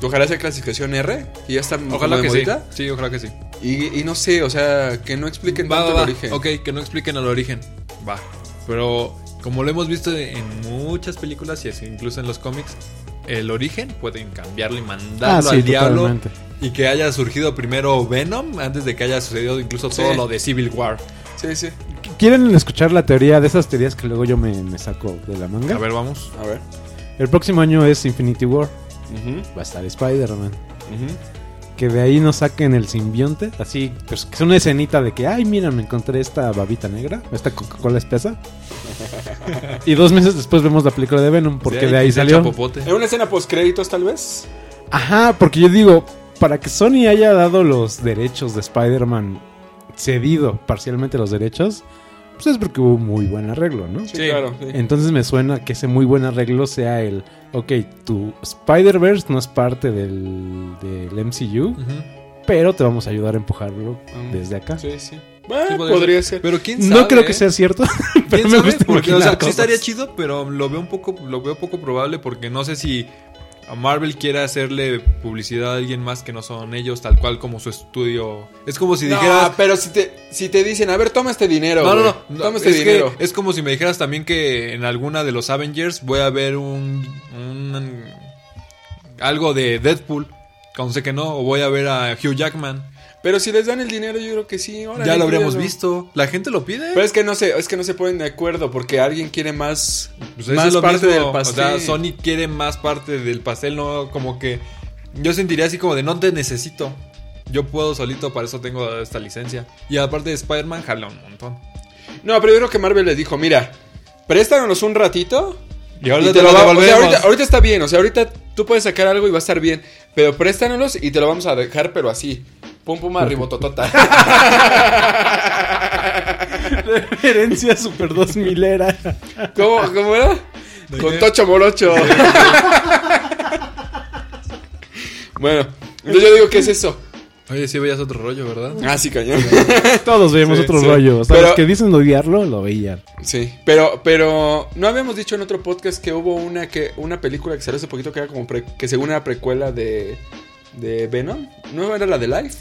S3: Ojalá sea clasificación R y ya está
S1: Ojalá
S3: como
S1: que
S3: de
S1: sí.
S3: modita.
S1: Sí, ojalá que sí.
S3: Y, y no sé, o sea, que no expliquen
S1: Va,
S3: tanto
S1: va,
S3: el
S1: va.
S3: origen.
S1: Ok, que no expliquen el origen. Va. Pero como lo hemos visto en muchas películas y así, incluso en los cómics, el origen pueden cambiarlo y mandarlo
S2: Ah, sí,
S1: al diablo.
S2: totalmente.
S1: Y que haya surgido primero Venom antes de que haya sucedido incluso todo
S3: Sí.
S1: lo de Civil War.
S3: Sí, sí.
S2: Qu- ¿Quieren escuchar la teoría de esas teorías que luego yo me, me saco de la manga?
S1: A ver, vamos.
S3: A ver.
S2: El próximo año es Infinity War.
S3: Ujú,
S2: Va a estar Spider-Man.
S3: ujú.
S2: Que de ahí nos saquen el simbionte. Así, pues que es una escenita de que, ay, mira, me encontré esta babita negra, esta Coca-Cola espesa. y dos meses después vemos la película de Venom, porque de ahí
S1: quita el
S2: salió.
S1: chapopote.
S3: ¿En una escena post créditos tal vez?
S2: Ajá, porque yo digo, para que Sony haya dado los derechos de Spider-Man, cedido parcialmente los derechos, pues es porque hubo un muy buen arreglo, ¿no?
S3: Sí,
S1: Sí.
S3: claro. sí.
S2: Entonces me suena que ese muy buen arreglo sea el, ok, tu Spider-Verse no es parte del, del MCU,
S1: Ujú.
S2: pero te vamos a ayudar a empujarlo
S3: Mm.
S2: desde acá.
S3: Sí, sí. Bueno,
S1: Sí,
S3: podría, ser.
S1: Pero quién sabe. eh?
S2: No creo que sea cierto, pero
S1: ¿Quién
S2: me
S1: sabe?
S2: gusta
S1: Porque, o
S2: imaginar
S1: sea, sí
S2: cosas.
S1: estaría chido, pero lo veo un poco, lo veo poco probable porque no sé si a Marvel quiere hacerle publicidad a alguien más que no son ellos, tal cual como su estudio. Es como si
S3: No,
S1: dijeras.
S3: pero si te, si te dicen, a ver, toma este dinero.
S1: No, no,
S3: güey.
S1: no. no,
S3: Toma
S1: es,
S3: este
S1: que
S3: dinero.
S1: es como si me dijeras también que en alguna de los Avengers voy a ver un. un- algo de Deadpool. Como sé que no, o voy a ver a Hugh Jackman.
S3: Pero si les dan el dinero, yo creo que sí. órale,
S1: ya lo habríamos
S3: incluyelo.
S1: visto. La gente lo pide.
S3: Pero es que no se, es que no se ponen de acuerdo porque alguien quiere más,
S1: Pues eso
S3: más
S1: es lo
S3: parte
S1: mismo.
S3: del pastel.
S1: O sea, Sony quiere más parte del pastel, no como que yo sentiría así como de no te necesito. Yo puedo solito, para eso tengo esta licencia. Y aparte de Spider-Man, jala un montón.
S3: No, pero yo creo que Marvel les dijo, mira, préstanos un ratito.
S1: Y
S3: y te lo va- o sea, ahorita, ahorita está bien, o sea, ahorita tú puedes sacar algo y va a estar bien, pero préstanos y te lo vamos a dejar, pero así. Pum pum arribototota.
S2: Referencia super 2000 era.
S3: ¿Cómo, ¿Cómo era?
S1: De
S3: Con
S1: qué?
S3: tocho morocho. bueno, entonces yo digo que es eso.
S1: Oye, sí veías otro rollo, ¿verdad?
S3: Ah, sí, cañón.
S2: Todos veíamos
S3: Sí,
S2: otro
S3: sí.
S2: rollo. O sea,
S3: Pero-
S2: los que dicen odiarlo, lo veían.
S3: Sí, pero, pero no habíamos dicho en otro podcast que hubo una que una película que salió hace poquito que era como pre- que según era precuela de, de Venom, no era la de Life.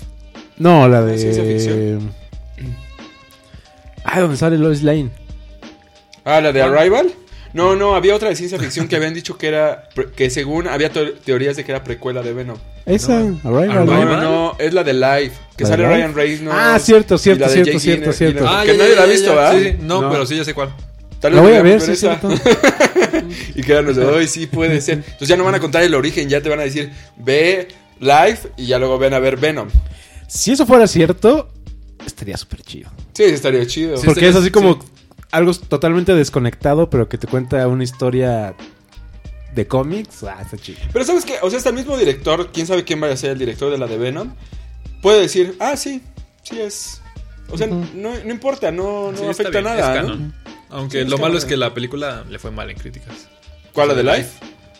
S2: No, la
S3: Ah, ciencia
S2: de.
S3: ficción.
S2: Ah, donde sale Lois Lane.
S3: Ah, la de Arrival. No, no, había otra de ciencia ficción que habían dicho que era pre- que según había to- teorías de que era precuela de Venom.
S2: Esa,
S1: No.
S2: Arrival.
S3: No,
S2: ¿no?
S1: Arrival.
S3: no, no, es la de Life, que
S2: ¿La de
S3: sale
S2: Life?
S3: Ryan Reynolds.
S2: Ah, cierto, cierto,
S3: y la de
S2: cierto,
S3: Jake
S2: cierto,
S3: Gyllenhaal-
S2: cierto.
S3: y la-
S2: Ah,
S3: que nadie la ha visto, ¿verdad?
S1: Sí, sí. No,
S2: No.
S1: pero sí ya sé cuál.
S3: Tal
S2: La voy a
S3: podríamos
S2: ver, sí, es
S3: esa.
S2: cierto.
S3: Y quedarnos de, hoy sí puede ser. Entonces ya no van a contar el origen, ya te van a decir, ve Life y ya luego ven a ver Venom.
S2: Si eso fuera cierto, estaría súper chido.
S3: Sí, estaría chido.
S1: Sí,
S2: Porque
S1: estaría-
S2: es así como
S1: sí.
S2: algo totalmente desconectado, pero que te cuenta una historia de cómics. Ah, está chido.
S3: Pero sabes que, o sea, hasta el mismo director, quién sabe quién vaya a ser el director de la de Venom, puede decir, ah, sí, sí es. O sea, no, no importa, no, no
S1: Sí, está
S3: afecta
S1: bien,
S3: nada.
S1: es
S3: ¿no?
S1: canon. Aunque
S3: Sí, es
S1: lo malo
S3: canon.
S1: es que la película le fue mal en críticas.
S3: ¿Cuál la de Life?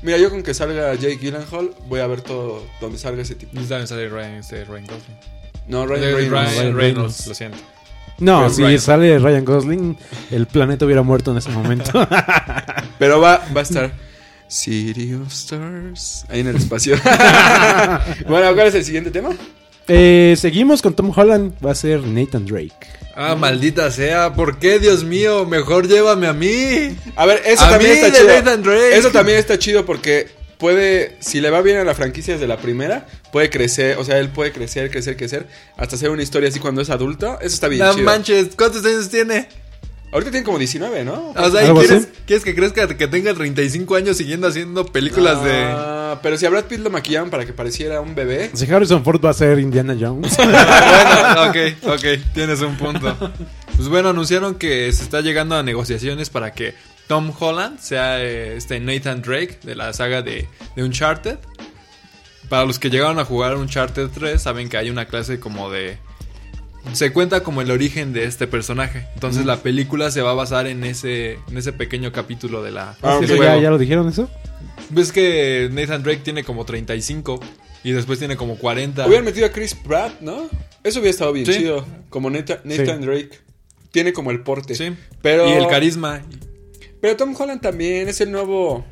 S3: Mira, yo con que salga Jake Gyllenhaal, voy a ver todo donde salga ese tipo.
S1: Y también sale Ryan, este, Ryan Gosling.
S3: No, Ryan
S1: De-
S3: Reynolds.
S1: Ryan
S2: Ryan
S1: Reynolds,
S2: Reynolds.
S1: lo siento.
S2: No,
S1: Pero
S2: si
S1: Pues Ryan.
S2: sale Ryan Gosling, el planeta hubiera muerto en ese momento.
S3: Pero va, va a estar City of Stars ahí en el espacio. bueno, ¿cuál es el siguiente tema?
S2: Eh, seguimos con Tom Holland. Va a ser Nathan Drake.
S1: Ah, maldita sea, ¿por qué, Dios mío? Mejor llévame a mí.
S3: A ver, eso
S1: A
S3: también
S1: mí,
S3: está
S1: de
S3: chido.
S1: Nathan Drake.
S3: Eso también está chido porque puede, si le va bien a la franquicia desde la primera, puede crecer, o sea, él puede crecer, crecer, crecer, hasta hacer una historia así cuando es adulto. Eso está bien
S1: No
S3: chido.
S1: manches, ¿cuántos años tiene?
S3: Ahorita tiene como 19, ¿no?
S1: O sea, ¿y
S2: ¿Algo
S1: ¿quieres,
S2: así?
S1: quieres que crezca que tenga 35 años siguiendo haciendo películas de.
S3: Ah, Pero si a Brad Pitt lo maquillaban para que pareciera un bebé.
S2: Si Harrison Ford va a ser Indiana Jones.
S1: Ah, bueno, ok, ok, tienes un punto. Pues bueno, anunciaron que se está llegando a negociaciones para que Tom Holland sea eh, este Nathan Drake de la saga de, de Uncharted. Para los que llegaron a jugar Uncharted 3, saben que hay una clase como de. Se cuenta como el origen de este personaje. Entonces la película se va a basar en ese, en ese pequeño capítulo de la.
S3: Ah,
S1: del
S2: ¿Eso
S3: ok.
S2: ya,
S1: juego.
S2: ya lo dijeron eso?
S1: Ves que Nathan Drake tiene como 35 y después tiene como 40.
S3: Hubieran metido a Chris Pratt, ¿no? Eso hubiera estado bien
S1: Sí.
S3: chido. Como Nathan, Nathan
S2: Sí.
S3: Drake. Tiene como el porte.
S1: Sí.
S3: Pero,
S1: Y el carisma.
S3: Pero Tom Holland también es el nuevo.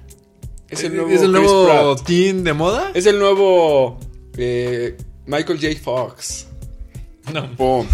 S3: Es el nuevo.
S1: ¿Es el
S3: Chris
S1: nuevo
S3: Pratt.
S1: teen de moda?
S3: Es el nuevo. eh, Michael J. Fox.
S1: No,
S3: Pum.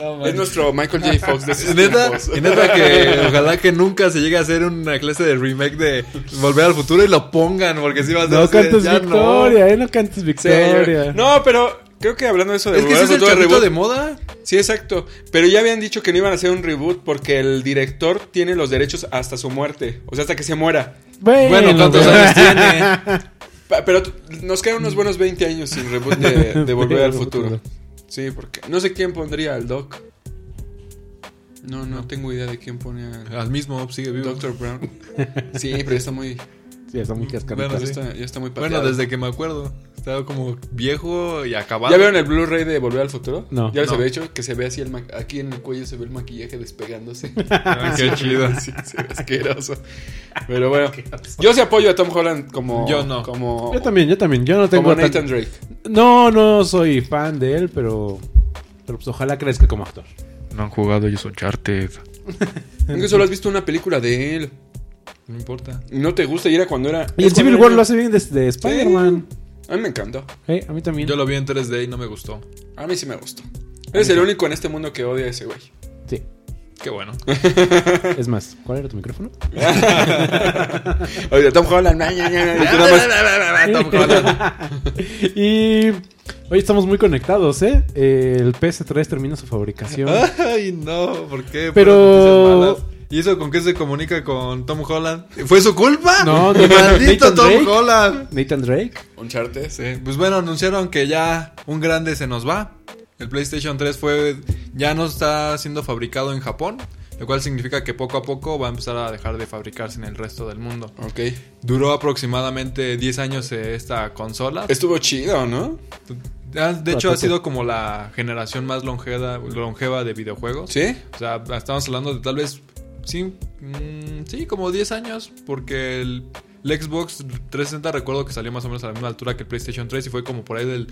S1: no, man.
S3: es nuestro Michael J. Fox de
S1: Y
S3: esos
S1: Neta,
S3: tiempos.
S1: y neta que ojalá que nunca se llegue a hacer una clase de remake de Volver al Futuro y lo pongan, porque si va a ser
S2: No
S1: así de,
S2: cantes
S1: ya no.
S2: victoria, eh, no cantes
S3: Sí,
S2: victoria.
S3: no, pero creo que hablando de eso de
S1: Es que ese es
S3: volver al
S1: el chapito
S3: futuro, reboot-
S1: de moda.
S3: Sí, exacto. Pero ya habían dicho que no iban a hacer un reboot porque el director tiene los derechos hasta su muerte. O sea, hasta que se muera.
S1: Bueno, ¿cuántos
S2: pero-
S1: años tiene?
S3: Pa- Pero t- nos quedan unos buenos 20 años sin reboot de, de Volver al
S2: Volver al
S3: Futuro.
S2: Futuro.
S3: Sí, porque no sé quién pondría al Doc. No, no Ah, tengo idea de quién pone al
S1: Al mismo, sigue vivo.
S3: Dr. Brown. Sí, pero ya está muy,
S2: Sí, está muy cascarita.
S1: Bueno,
S3: ya
S1: sí.
S3: está, ya está muy pateado.
S1: Bueno, desde que me acuerdo. Estaba como viejo y acabado.
S3: ¿Ya vieron el Blu-ray de Volver al Futuro?
S2: No.
S3: Ya les
S1: No.
S3: había hecho que se ve así el ma- aquí en el cuello se ve el maquillaje despegándose.
S1: Ah, qué chido.
S3: Sí, se ve asqueroso. Pero bueno, yo sí apoyo a Tom Holland como
S1: Yo no.
S3: como
S2: Yo también, yo también. Yo no tengo.
S3: como
S2: tan-
S3: Nathan Drake.
S2: No, no soy fan de él, pero. Pero pues ojalá crezca como actor.
S1: No han jugado ellos Uncharted.
S3: Nunca solo has visto una película de él.
S1: No importa.
S3: y no te gusta y era cuando era.
S2: Y
S3: es
S2: en Civil
S3: cuando
S2: War
S3: era-
S2: lo hace bien desde Spider-Man.
S3: A mí me encantó.
S2: Eh, a mí también.
S1: Yo lo vi en 3D y no me gustó.
S3: A mí sí me gustó. Eres el único en este mundo que odia a ese güey.
S2: Sí.
S1: Qué bueno.
S2: Es más, ¿cuál era tu micrófono?
S3: Oye, Tom Holland. na, na, na, na, y tú nada más-
S1: Tom Holland.
S2: y hoy estamos muy conectados, ¿eh? Eh, El PS3 termina su fabricación.
S1: Ah. Ay, no, ¿por qué?
S2: Pero-
S1: Puras noticias malas. ¿Y eso con qué se comunica con Tom Holland? ¿Fue su culpa?
S2: No, no,
S1: maldito
S2: Nathan
S1: Tom
S2: Drake.
S1: Holland.
S2: Nathan Drake.
S3: Uncharted, sí.
S1: Sí, pues bueno, anunciaron que ya un grande se nos va. El PlayStation 3 fue ya no está siendo fabricado en Japón, lo cual significa que poco a poco va a empezar a dejar de fabricarse en el resto del mundo.
S3: Ok.
S1: Duró aproximadamente 10 años eh, esta consola.
S3: Estuvo chido, ¿no?
S1: Ah, De hecho,
S2: Bastante.
S1: ha sido como la generación más longeva, longeva de videojuegos.
S3: Sí.
S1: O sea, estamos hablando de tal vez. Sí, mm, sí como 10 años. Porque el La Xbox 360 recuerdo que salió más o menos a la misma altura que el PlayStation 3 y fue como por ahí del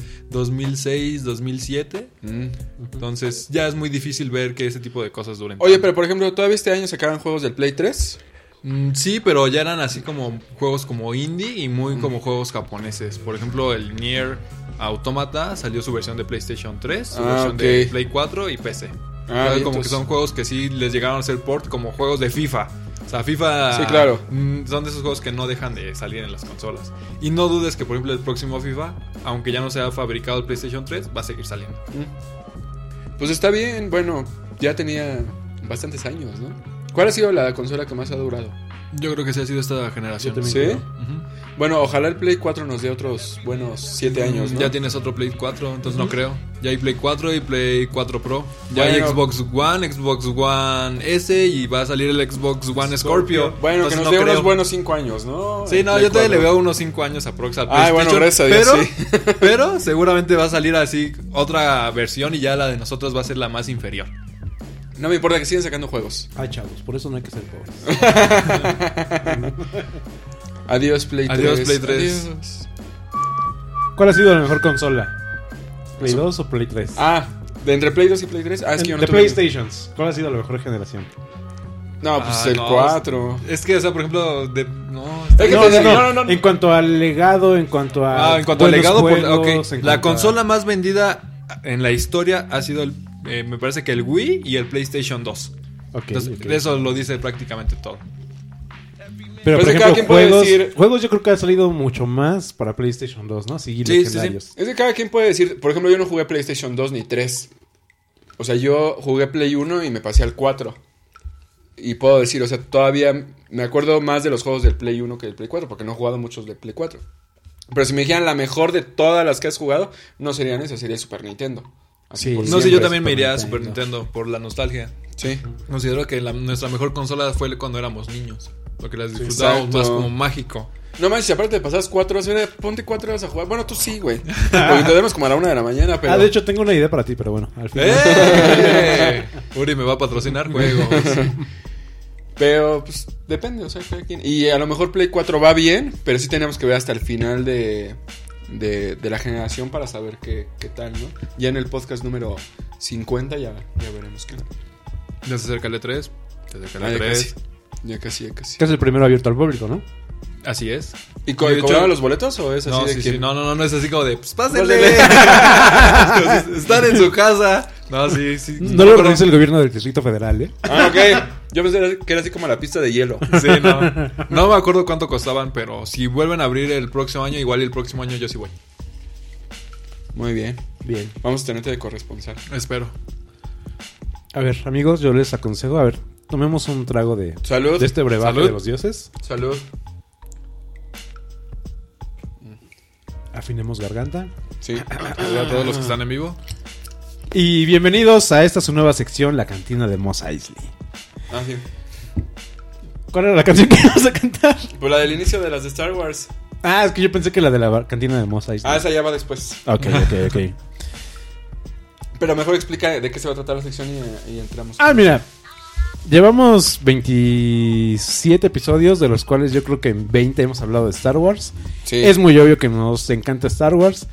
S1: 2006, 2007.
S3: Mm.
S1: Entonces ya es muy difícil ver que ese tipo de cosas duren.
S3: Oye, pero por ejemplo, ¿todavía este año sacaban juegos del Play 3?
S1: Mm, sí, pero ya eran así como juegos como indie y muy como juegos japoneses. Por ejemplo, el Nier Automata salió su versión de PlayStation 3, su
S3: Ah,
S1: versión de
S3: ok.
S1: Play 4 y PC.
S3: Ah,
S1: Entonces,
S3: bien,
S1: como que
S3: entonces-
S1: son juegos que sí les llegaron a ser port como juegos de FIFA. O sea, FIFA
S3: Sí, claro.
S1: mm, son de esos juegos que no dejan de salir en las consolas. Y no dudes que, por ejemplo, el próximo FIFA, aunque ya no sea fabricado el PlayStation 3, va a seguir saliendo.
S3: Mm. Pues está bien, bueno, ya tenía bastantes años, ¿no? ¿Cuál ha sido la consola que más ha durado?
S1: Yo creo que sí ha sido esta generación.
S2: Yo también.
S3: ¿Sí?
S2: creo.
S1: Ujú.
S3: Bueno, ojalá el Play 4 nos dé otros buenos
S2: Mm,
S3: 7 años, ¿no?
S1: Ya tienes otro Play 4, entonces no creo. Ya hay Play 4 y Play 4 Pro. Ya
S3: Bueno.
S1: hay Xbox One, Xbox One S y va a salir el Xbox One Scorpio.
S3: Bueno, que
S1: Entonces,
S3: nos
S1: no
S3: dé
S1: creo.
S3: unos buenos 5 años, ¿no?
S1: Sí,
S3: El
S1: no,
S3: Play
S1: yo todavía le
S3: 4.
S1: veo unos 5 años aprox al
S3: Ay, bueno,
S1: PlayStation,
S3: gracias a Dios,
S1: pero, pero seguramente va a salir así otra versión y ya la de nosotros va a ser la más inferior.
S3: No me importa que sigan sacando juegos.
S2: Ah, chavos, por eso no hay que ser pobres.
S3: Adiós, Play 3.
S1: Adiós, Play 3.
S3: Adiós.
S2: ¿Cuál ha sido la mejor consola? ¿Play 2 o Play 3?
S3: Ah, de entre Play 2 y Play 3. Ah, es que yo no
S2: de
S3: tuve-
S2: PlayStations, ¿cuál ha sido la mejor generación?
S3: No, pues
S1: Ah,
S3: el
S1: no,
S3: 4.
S1: Es que, o sea, por ejemplo, de, no, está-
S3: Hay que
S2: No,
S3: pensar-
S2: no, no,
S3: no, no, no.
S2: En cuanto al legado, en cuanto a.
S1: Ah, en cuanto al
S2: buenos
S1: legado, por- ok.
S2: juegos, en
S1: la
S2: cuanto a-
S1: consola más vendida en la historia ha sido, el, eh, me parece que el Wii y el PlayStation 2.
S2: Ok,
S1: Entonces,
S2: ok.
S1: Eso lo dice prácticamente todo.
S2: Pero,
S3: Pues
S2: por
S3: que cada
S2: ejemplo,
S3: quien puede
S2: juegos,
S3: decir-
S2: juegos yo creo que ha salido mucho más para PlayStation 2, ¿no? Sí,
S1: sí, sí.
S2: legendarios.
S3: Es que cada quien puede decir, por ejemplo, yo no jugué PlayStation 2 ni 3. O sea, yo jugué Play 1 y me pasé al 4. Y puedo decir, o sea, todavía me acuerdo más de los juegos del Play 1 que del Play 4, porque no he jugado muchos del Play 4. Pero si me dijeran la mejor de todas las que has jugado, no serían esas, sería el Super Nintendo.
S2: Sí.
S3: por
S2: No,
S1: No sé,
S3: siempre.
S1: yo también me iría a Super
S2: Super
S1: Nintendo por la nostalgia.
S3: Sí.
S1: Considero que la- nuestra mejor consola fue cuando éramos niños. Porque las disfrutábamos
S3: exacto.
S1: más como mágico.
S3: No manches, y aparte te pasas cuatro horas, era, ponte cuatro horas a jugar. Bueno, tú sí, güey. Porque te duermes como a la una de la mañana, pero.
S2: Ah, de hecho, tengo una idea para ti, pero bueno, al final.
S1: ¡Eh! Uri me va a patrocinar juegos.
S3: Pero, pues, depende, o sea, cada quien. Y a lo mejor Play 4 va bien, pero sí tenemos que ver hasta el final de, de, de la generación para saber qué, qué tal, ¿no? Ya en el podcast número 50 ya, ya veremos qué.
S1: Ya se acerca el E3. Se acerca
S3: Ah,
S1: el E
S3: ya casi.
S1: E3.
S3: Ya casi, ya casi.
S2: Que es el primero abierto al público, ¿no?
S1: Así es.
S3: ¿Y co
S1: Y de hecho-
S3: cobraban los boletos o es así
S1: No,
S3: de
S1: sí,
S3: que
S1: sí, no, no, no, no es así como de, pues pásenle. Están en su casa. No, sí, sí.
S2: No lo organiza el gobierno del Distrito Federal, ¿eh?
S3: Ah, ok. Yo pensé que era así como la pista de hielo.
S1: Sí, no. No me acuerdo cuánto costaban, pero si vuelven a abrir el próximo año, igual el próximo año yo sí voy.
S3: Muy bien.
S2: Bien.
S3: Vamos a tenerte de corresponsal.
S1: Espero.
S2: A ver, amigos, yo les aconsejo, a ver, tomemos un trago de,
S3: Salud.
S2: de este brebaje
S1: Salud.
S2: de los dioses.
S3: Salud.
S2: Afinemos garganta.
S3: Sí.
S1: A todos los que están en vivo.
S2: Y bienvenidos a esta su nueva sección, la cantina de Moss Eisley.
S3: Ah, sí.
S2: ¿Cuál era la canción que ibas a cantar?
S3: Pues la del inicio de las de Star Wars.
S2: Ah, es que yo pensé que la de la bar- cantina de Moss Eisley.
S3: Ah, esa ya va después.
S2: Ok, ok, ok.
S3: Pero mejor explica de qué se va a tratar la sección y, y entramos.
S2: Ah, mira. Llevamos 27 episodios, de los cuales yo creo que en 20 hemos hablado de Star Wars.
S3: Sí.
S2: Es muy obvio que nos encanta Star Wars.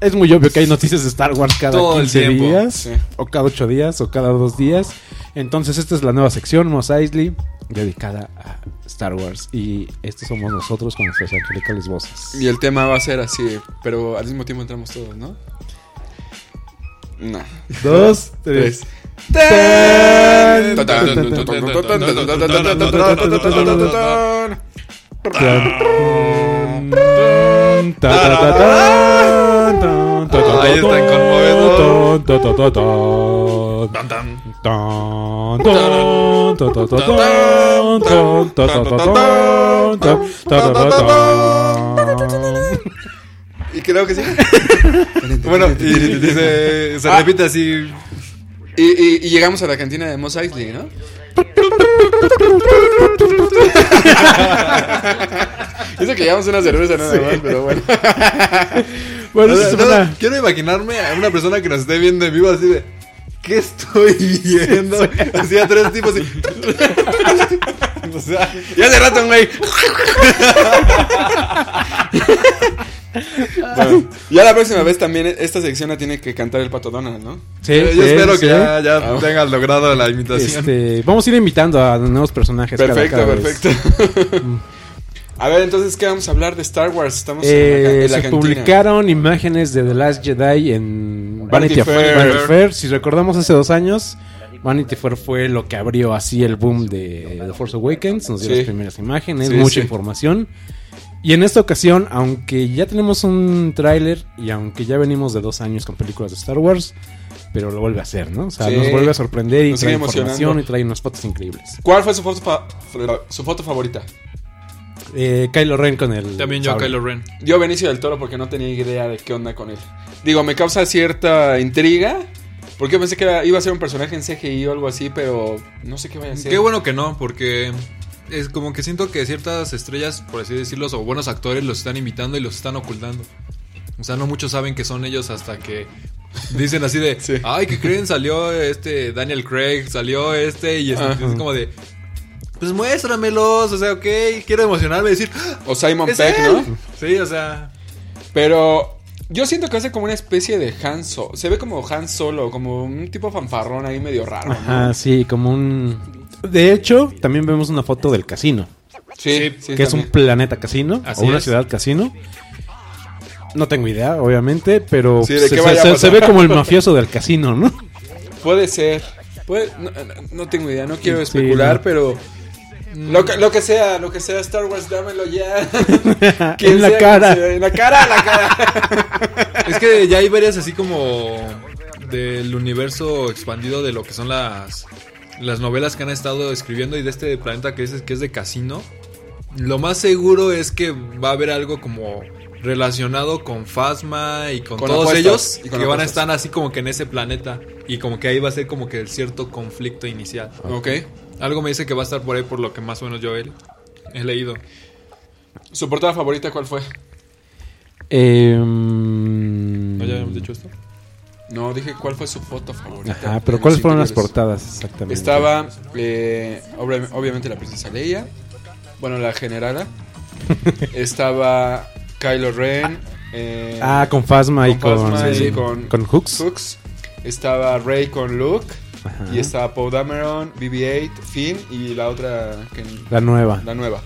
S2: Es muy obvio que hay noticias de Star Wars cada
S1: Todo el
S2: 15
S1: tiempo,
S2: días,
S3: sí.
S2: o cada 8 días, o cada 2 días. Entonces, esta es la nueva sección, Mos Eisley, dedicada a Star Wars. Y estos somos nosotros con nuestras angelicales voces.
S3: Y el tema va a ser así, pero al mismo tiempo entramos todos, ¿no? No.
S2: Dos, tres.
S3: Tan.
S2: Tan, tan, tan, tan,
S1: Ah. Ahí
S2: Ahí
S1: está, conmovedor. Tan, tan.
S3: Y creo que sí.
S1: Bueno, y, y se, se
S3: Ah.
S1: repite así.
S3: Y, y- y llegamos a la cantina de Mos Eisley, ¿no? Dice que llevamos una cerveza nada más, pero bueno.
S2: Bueno,
S1: O
S2: esta
S1: sea, nada,
S2: semana-
S1: quiero imaginarme a una persona que nos esté viendo en vivo así de.
S2: Eh,
S1: ¿Qué estoy viendo? Hacía tres tipos así.
S2: o sea,
S3: Y hace rato, güey. Bueno, ya la próxima vez también esta sección la tiene que cantar el pato Donald, ¿no?
S2: sí,
S1: yo
S2: sí,
S1: espero
S2: eh, sí.
S1: que ya, ya
S3: Ah.
S1: tengas logrado la imitación.
S2: Este, vamos a ir invitando a nuevos personajes. cada-
S3: perfecto,
S2: cada vez. Mm.
S3: perfecto. a ver, entonces, ¿qué vamos a hablar de Star Wars? Estamos en la, ca-
S2: Eh,
S3: en la
S2: se
S3: cantina.
S2: publicaron imágenes de The Last Jedi en Vanity,
S3: Vanity
S2: Fair.
S3: Fair.
S2: Vanity Fair. Si recordamos hace dos años, Vanity Fair fue lo que abrió así el boom de The Force Awakens. Nos dio
S3: Sí.
S2: las primeras imágenes,
S3: Sí,
S2: mucha
S3: sí.
S2: información. Y en esta ocasión, aunque ya tenemos un tráiler y aunque ya venimos de dos años con películas de Star Wars, pero lo vuelve a hacer, ¿no? O sea,
S3: Sí.
S2: nos vuelve a sorprender y
S3: Nos
S2: trae
S3: sigue emocionando.
S2: información y trae unas fotos increíbles.
S3: ¿Cuál fue su foto, fa- su foto favorita?
S2: Eh, Kylo Ren con el.
S1: También yo,
S2: sable.
S1: Kylo Ren.
S3: Yo Benicio del Toro porque no tenía idea de qué onda con él. Digo, me causa cierta intriga. Porque yo pensé que era- iba a ser un personaje en CGI o algo así, pero no sé qué vaya a ser.
S1: Qué bueno que no, porque es como que siento que ciertas estrellas, por así decirlo, o buenos actores los están invitando y los están ocultando. O sea, no muchos saben que son ellos hasta que dicen así de,
S3: Sí.
S1: ay, que creen, salió este Daniel Craig, salió este, y es,
S3: Ajá.
S1: es como de, pues muéstramelos, o sea, ok, quiero emocionarme y decir, "¡Ah!
S3: O Simon
S1: es
S3: Peck,
S1: él".
S3: ¿no?
S1: Sí, o sea,
S3: Pero yo siento que hace como una especie de Han Solo. Se ve como Han Solo, como un tipo fanfarrón ahí medio raro. ¿no?
S2: Ajá, sí, como un... De hecho, también vemos una foto del casino,
S3: Sí, sí,
S2: que es
S3: también.
S2: un planeta casino,
S1: Así
S2: o una
S1: es.
S2: ciudad casino. No tengo idea, obviamente, pero
S3: Sí, ¿de
S2: se,
S3: qué
S2: se-
S3: vaya a
S2: se- se
S3: pasar?
S2: ve como el mafioso del casino, ¿no?
S3: Puede ser. Puede- no, no- no tengo idea, no quiero
S2: Sí,
S3: especular,
S2: no.
S3: pero. Lo que, lo que sea, lo que sea, Star Wars, dámelo ya. Quien
S2: en la
S3: sea que
S2: cara.
S3: sea, en la cara, en la cara.
S1: es que ya hay varias así como del universo expandido de lo que son las, las novelas que han estado escribiendo y de este planeta que dices que es de casino. Lo más seguro es que va a haber algo como relacionado con Fasma y con,
S3: Con
S1: todos
S3: apuestas,
S1: ellos
S3: y con
S1: que van a
S3: apuestas.
S1: estar así como que en ese planeta y como que ahí va a ser como que el cierto conflicto inicial.
S3: ok.
S1: Algo me dice que va a estar por ahí por lo que más o menos yo he, he leído.
S3: ¿Su portada favorita cuál fue?
S2: Eh, Em,
S1: ¿No ya habíamos dicho esto?
S3: No, dije cuál fue su foto favorita.
S2: Ajá, pero
S3: En
S2: ¿cuáles
S3: los
S2: fueron las
S3: interiores.
S2: portadas exactamente?
S3: Estaba, eh, obra- obviamente, la princesa Leia. Bueno, la generala. Estaba Kylo Ren. eh,
S2: Ah, con Fasma y
S3: con
S2: con,
S3: Phasma y
S2: con,
S3: con-
S2: Hooks.
S3: Hux. Estaba Rey con Luke.
S2: Ajá.
S3: Y estaba Poe Dameron, BB-8, Finn y la otra, que,
S2: La nueva.
S3: la nueva.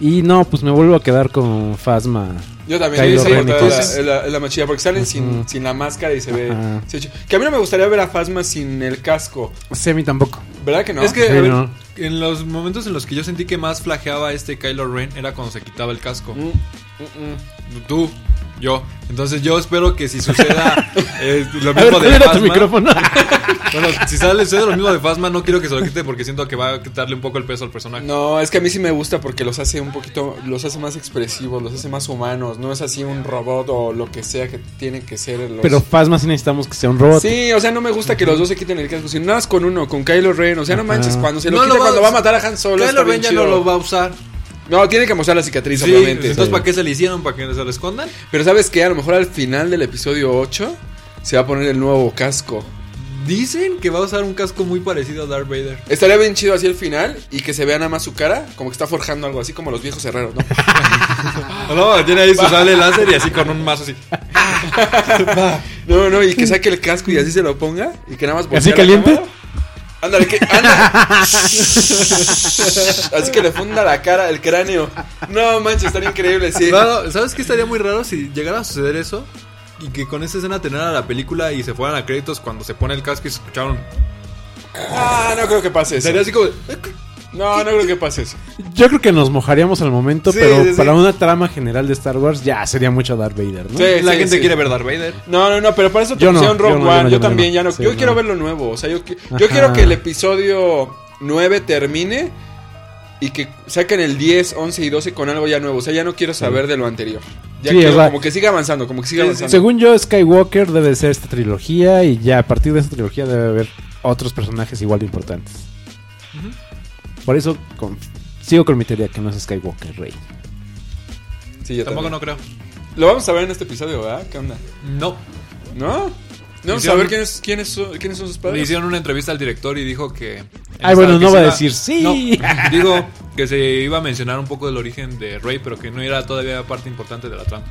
S2: Y no, pues me vuelvo a quedar con Fasma.
S3: Yo también
S2: Kylo
S3: esa
S2: Ren,
S3: portada
S2: entonces.
S3: es la, es la más chida, porque salen
S2: Ujú.
S3: sin, sin la máscara y se ve...
S2: Ajá.
S3: se ve chido. que a mí no me gustaría ver a Phasma sin el casco.
S2: Sí, a mí tampoco.
S3: ¿Verdad que no?
S1: Es que,
S2: Sí,
S1: a ver,
S2: no.
S1: en los momentos en los que yo sentí que más flajeaba este Kylo Ren era cuando se quitaba el casco.
S3: Mm, mm, mm.
S1: Tú, yo. Entonces yo espero que si suceda eh, lo
S2: A ver,
S1: mismo
S2: ¿cuál
S1: de
S2: era tu
S1: Phasma.
S2: micrófono?
S1: Bueno, si sale, sucede lo mismo de Phasma, no quiero que se lo quite porque siento que va a quitarle un poco el peso al personaje.
S3: No, es que a mí sí me gusta porque los hace un poquito, los hace más expresivos, los hace más humanos, no es así un robot o lo que sea que tiene que ser los...
S2: Pero Fasma sí necesitamos que sea un robot.
S3: Sí, o sea, no me gusta que los dos se quiten el casco, sino nada más con uno, con Kylo Ren, o sea, no manches,
S2: Ajá.
S3: cuando se lo
S1: No
S3: quita,
S1: lo va-
S3: cuando va a matar a Han Solo, está
S1: Kylo
S3: bien
S1: Ren ya
S3: chido.
S1: no lo va a usar.
S3: No, tiene que mostrar la cicatriz,
S1: Sí,
S3: obviamente.
S1: entonces
S2: Sí.
S1: ¿para qué se le hicieron? ¿Para que se lo escondan?
S3: Pero ¿sabes qué? A lo mejor al final del episodio 8 se va a poner el nuevo casco.
S1: Dicen que va a usar un casco muy parecido a Darth Vader.
S3: Estaría bien chido así el final y que se vea nada más su cara, como que está forjando algo así como los viejos herreros, ¿no?
S1: No, no, tiene ahí su sable láser y así con un mazo así.
S3: No, no, y que saque el casco y así se lo ponga y que nada más
S2: ¿Así
S3: voltee la
S2: caliente?
S3: cámara. Ándale, que ándale. así que le funda la cara, el cráneo. No manches, estaría increíble, sí.
S1: No, no, ¿Sabes qué estaría muy raro si llegara a suceder eso? Y que con esa escena terminara la película y se fueran a créditos cuando se pone el casco y se escucharon.
S3: Ah, no creo que pase eso.
S1: Sería así como. de,
S3: No, no creo que pase eso.
S2: Yo creo que nos mojaríamos al momento,
S3: Sí,
S2: pero
S3: sí, sí.
S2: para una trama general de Star Wars ya sería mucho Darth Vader, ¿no?
S3: Sí.
S1: la gente
S3: sí.
S1: quiere ver Darth Vader.
S3: No, no, no, pero para eso te
S2: Yo no,
S3: pusieron Rogue
S2: yo no, yo
S3: One.
S2: no,
S3: Yo,
S2: yo no,
S3: también
S2: yo
S3: ya
S2: no.
S3: no.
S2: Sí,
S3: yo
S2: no.
S3: quiero ver lo nuevo. O sea, yo, qui-
S2: Ajá.
S3: yo quiero que el episodio 9 termine y que saquen el 10, 11 y 12 con algo ya nuevo. O sea, ya no quiero saber de lo anterior. Ya
S2: Sí,
S3: quiero
S2: o sea-
S3: como que siga avanzando, como que siga
S1: Sí, sí,
S3: avanzando.
S2: Según yo, Skywalker debe de ser esta trilogía y ya a partir de esta trilogía debe haber otros personajes igual de importantes. Por eso con- sigo con mi teoría que no es Skywalker, Rey.
S3: Sí, yo
S1: Tampoco
S3: también.
S1: no creo.
S3: Lo vamos a ver en este episodio, ¿verdad? ¿Qué onda?
S1: No.
S3: ¿No? No,
S1: Hicieron-
S3: saber quién es- quién es su- quiénes son sus
S1: Le
S3: padres.
S1: hicieron una entrevista al director y dijo que.
S2: Ay, bueno,
S1: que
S2: no
S1: se
S2: va a
S1: iba-
S2: decir sí.
S1: No, digo que se iba a mencionar un poco del origen de Rey, pero que no era todavía parte importante de la trama.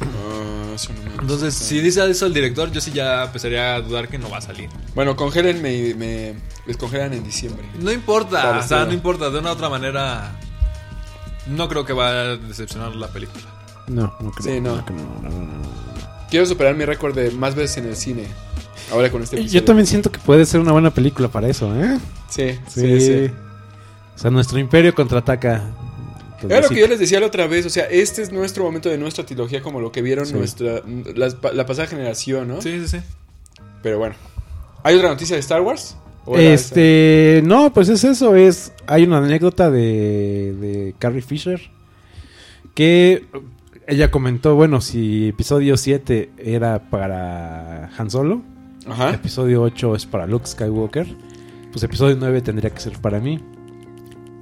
S3: Ah, eso no me gusta.
S1: Entonces, si dice eso el director, yo sí ya empezaría a dudar que no va a salir.
S3: Bueno, congelen, me, me- les congelan en diciembre.
S1: No importa,
S3: Claro,
S1: o sea,
S3: claro.
S1: no importa. De una u otra manera, no creo que va a decepcionar la película.
S2: No, no creo.
S3: Sí, no.
S2: creo que no, no, no, no.
S3: Quiero superar mi récord de más veces en el cine. Ahora con este episodio.
S2: Yo también siento que puede ser una buena película para eso, ¿eh?
S3: Sí, sí,
S2: Sí.
S3: sí.
S2: O sea, nuestro imperio contraataca. Pues
S3: Era lo que yo les decía la otra vez, o sea, este es nuestro momento de nuestra trilogía, como lo que vieron
S2: Sí.
S3: nuestra la, la pasada generación, ¿no?
S1: Sí, sí, sí.
S3: Pero bueno. ¿Hay otra noticia de Star Wars? ¿O era
S2: Este, no, pues es eso, es hay una anécdota de, de Carrie Fisher que ella comentó, bueno, si episodio 7 era para Han Solo,
S3: esa? Ajá.
S2: episodio 8 es para Luke Skywalker, pues episodio 9 tendría que ser para mí.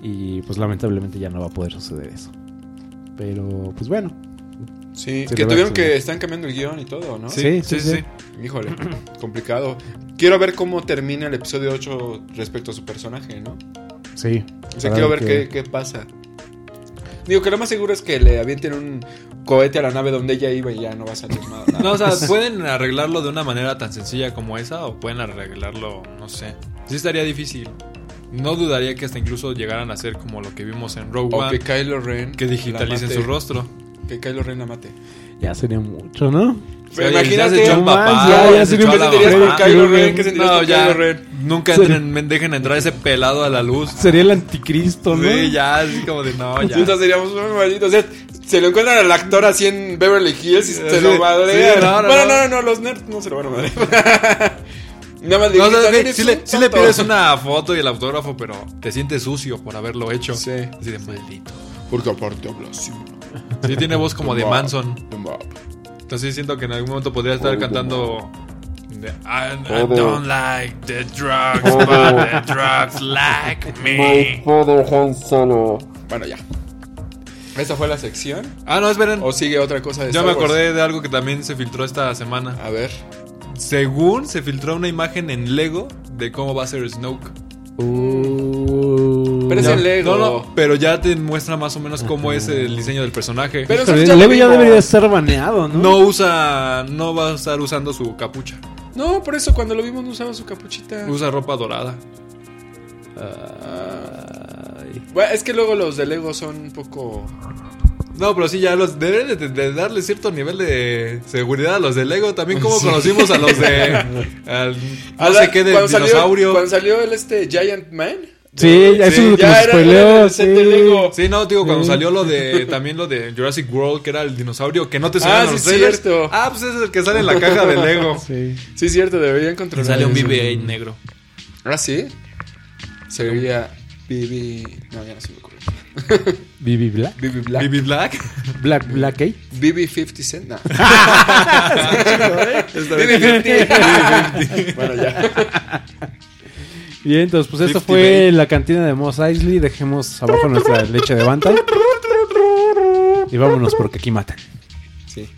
S2: Y pues lamentablemente ya no va a poder suceder eso. Pero pues bueno,
S3: Sí,
S2: Sí,
S3: que
S2: lo
S3: tuvieron
S2: veo, sí.
S3: que están cambiando el guión y todo, ¿no?
S2: Sí, sí, sí.
S3: Híjole, complicado. Quiero ver cómo termina el episodio 8 respecto a su personaje, ¿no?
S2: sí.
S3: O sea,
S2: la
S3: quiero ver
S2: verdad
S3: qué,
S2: que-
S3: qué pasa. Digo que lo más seguro es que le avienten un cohete a la nave donde ella iba y ya no va a salir nada. nada.
S1: No, o sea, pueden arreglarlo de una manera tan sencilla como esa o pueden arreglarlo, no sé. Sí estaría difícil. No dudaría que hasta incluso llegaran a hacer como lo que vimos en Rogue
S3: O
S1: One,
S3: que
S1: que,
S3: Kylo Ren.
S1: digitalicen
S3: la
S1: su
S3: mate.
S1: rostro.
S3: Que Kylo Ren la mate.
S2: Ya sería mucho, ¿no?
S3: Pero
S1: Oye,
S3: imagínate-
S1: ya se echó un
S2: No más,
S1: papá,
S2: ya- ya
S1: ya se
S2: se
S1: echó a la
S2: convertiría en
S1: mamá.
S2: Kylo Ren,
S3: ¿qué sentirías
S1: No,
S3: con
S1: ya,
S3: Kylo Ren?
S1: nunca entren- dejen entrar ese pelado a la luz.
S2: Sería el anticristo, ¿no?
S1: Sí, ya, así como de no, ya.
S3: Puta, seríamos muy malditos. O sea, se lo encuentran al actor así en Beverly Hills y se
S1: Sí,
S3: lo madrean.
S1: sí, no, no,
S3: bueno, no.
S1: no.
S3: no, no, los nerds no se lo van a madrear. Nada más le
S1: No, o sea,
S3: gritan,
S1: sí-
S3: "Eres
S1: sí
S3: un
S1: le, sí le
S3: tonto".
S1: pides una foto y el autógrafo, pero te sientes sucio por haberlo hecho.
S3: Sí.
S1: Así de maldito.
S3: Porque aparte habla así. ¿no?
S1: Sí, tiene voz como de
S3: Wow.
S1: Manson.
S3: Wow.
S1: Entonces siento que en algún momento podría estar
S3: Oh,
S1: cantando. de, I, I
S4: Oh,
S1: don't like the drugs,
S4: Oh,
S1: but
S4: no.
S1: the drugs like
S4: My
S1: me.
S4: father Han Solo.
S3: Bueno, ya. ¿Esa fue la sección?
S1: Ah, no, esperen.
S3: ¿O sigue otra cosa de
S1: Ya
S3: Star
S1: me
S3: Wars?
S1: acordé de algo que también se filtró esta semana.
S3: A ver.
S1: Según se filtró una imagen en Lego de cómo va a ser Snoke.
S2: Uh,
S3: Pero es
S2: ya.
S3: el Lego.
S1: No, no, pero ya te muestra más o menos cómo es el diseño del personaje.
S3: Pero
S2: Híjole,
S3: eso ya
S2: el
S3: lo
S2: Lego ya
S3: vimos.
S2: debería estar baneado, ¿no?
S1: no usa. No va a estar usando su capucha.
S3: No, por eso cuando lo vimos no usaba su capuchita.
S1: Usa ropa dorada.
S2: Ay.
S3: Bueno, es que luego los de Lego son un poco.
S1: No, pero sí, ya los deben de, de darle cierto nivel de seguridad a los de Lego. También como conocimos a los de... al-
S3: A
S1: no
S3: la-
S1: sé qué, del
S3: salió-
S1: dinosaurio.
S3: cuando salió el este Giant Man.
S2: Sí, ya
S1: Sí,
S2: eso es lo que
S3: ya
S2: nos
S3: era-
S2: spoileó,
S3: era el
S2: sí.
S3: set de Lego.
S1: Sí, no, digo, cuando
S2: Sí.
S1: salió lo de... También lo de Jurassic World, que era el dinosaurio, que no te salió
S3: Ah,
S1: en los
S3: sí,
S1: trailers.
S3: cierto.
S1: Ah, pues ese es el que sale en la caja de Lego.
S2: Sí.
S3: Sí, cierto, deberían controlar. eso.
S1: negro.
S3: Ah, sí. Sería BB. No, ya no se me ocurre.
S2: BB Black.
S3: BB Black. BB,
S1: BB Black.
S2: Black Black Eight.
S3: 50 Cent. No.
S1: Esta vez-
S3: BB 50. bueno, ya.
S2: Bien, entonces, pues esto
S1: 50
S2: fue la cantina de Moss Eisley. Dejemos abajo nuestra leche de banta. Y vámonos porque aquí matan.
S3: Sí.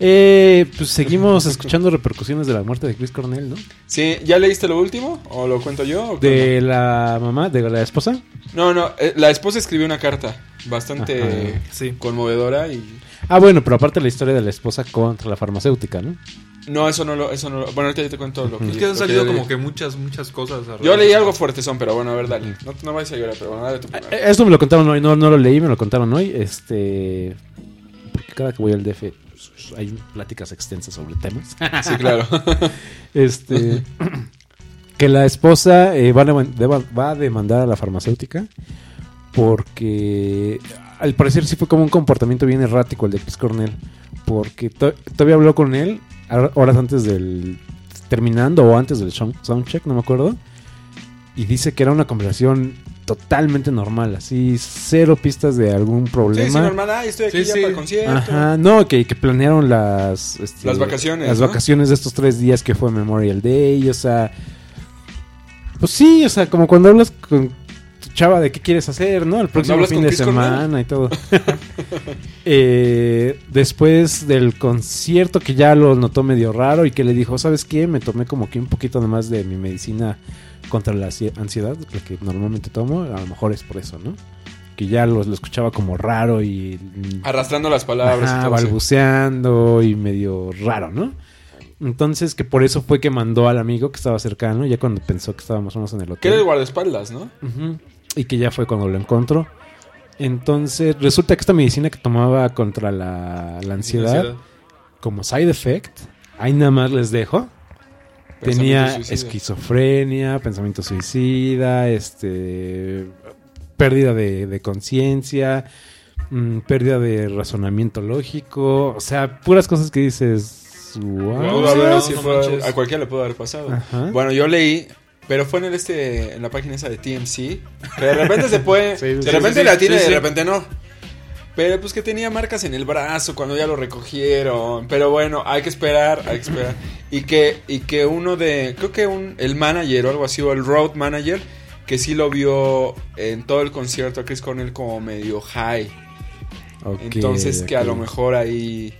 S2: Eh, pues seguimos escuchando repercusiones de la muerte de Chris Cornell, ¿no?
S3: Sí, ¿ya leíste lo último? ¿O lo cuento yo? o qué
S2: De la mamá, de la esposa.
S3: No, no, eh, la esposa escribió una carta bastante
S2: Ajá.
S1: Sí.
S3: conmovedora y
S2: Ah, bueno, pero aparte la historia de la esposa contra la farmacéutica, ¿no?
S3: no, eso no lo eso no lo, bueno, ahorita yo te cuento lo que
S1: Es que han
S3: lo
S1: salido
S3: yo leí.
S1: como que muchas, muchas cosas. alrededor.
S3: Yo leí algo fuertezón, pero bueno, a ver, dale. No, no vayas a llorar, pero bueno, dale tu
S2: Eh, Esto me lo contaron hoy, no, no lo leí, me lo contaron hoy. Este. Porque cada que voy al DF pues, hay pláticas extensas sobre temas.
S3: Sí, claro.
S2: Este. que la esposa eh, va, a, deman- deba- va a demandar a la farmacéutica. Porque al parecer sí fue como un comportamiento bien errático el de Chris Cornell. Porque to- todavía habló con él a- horas antes del. terminando o antes del sound- soundcheck, no me acuerdo. Y dice que era una conversación totalmente normal, así cero pistas de algún
S3: Sí,
S2: problema.
S3: sí, normal. Ay, estoy aquí
S1: Sí,
S3: ya
S1: sí.
S3: para el concierto.
S2: Ajá, no, que, que planearon las... este,
S3: Las vacaciones,
S2: Las
S3: ¿no?
S2: vacaciones de estos tres días que fue Memorial Day, o sea... Pues sí, o sea, como cuando hablas con tu chava de qué quieres hacer, ¿no? El próximo
S3: hablas
S2: fin
S3: con
S2: de
S3: Chris Cornell.
S2: semana y todo. eh, después del concierto que ya lo notó medio raro y que le dijo, ¿sabes qué? Me tomé como que un poquito nomás de mi medicina contra la ansi- ansiedad, la que normalmente tomo, a lo mejor es por eso, ¿no? Que ya lo, lo escuchaba como raro y...
S3: Arrastrando las palabras.
S2: Ajá,
S3: y todo, sí.
S2: balbuceando y medio raro, ¿no? Entonces, que por eso fue que mandó al amigo que estaba cercano, ya cuando pensó que estábamos en el hotel.
S3: Que era el guardaespaldas, ¿no?
S2: Ujú. Y que ya fue cuando lo encontró. Entonces, resulta que esta medicina que tomaba contra la, la ansiedad, como side effect, ahí nada más les dejo. Tenía
S3: Pensamiento suicida.
S2: esquizofrenia, pensamiento suicida, este pérdida de, de conciencia, mm, pérdida de razonamiento lógico, o sea, puras cosas que dices. "Wow".
S1: Wow,
S3: Pudo haber
S1: no,
S3: sido-
S1: no manches.
S3: a cualquiera le pudo haber pasado.
S2: Ajá.
S3: Bueno, yo leí, pero fue en el este, en la página esa de TMC. Que de repente se puede,
S2: Sí, sí,
S3: de repente
S1: sí,
S3: la
S1: sí,
S3: tiene,
S1: sí,
S3: de
S1: sí.
S3: repente no. Pero pues que tenía marcas en el brazo cuando ya lo recogieron. Pero bueno, hay que esperar, hay que esperar. Y que, y que uno de, creo que un, el manager o algo así, o el road manager, que sí lo vio en todo el concierto a Chris Cornell como medio high.
S2: Ok,
S3: Entonces que a
S2: ok.
S3: lo mejor ahí,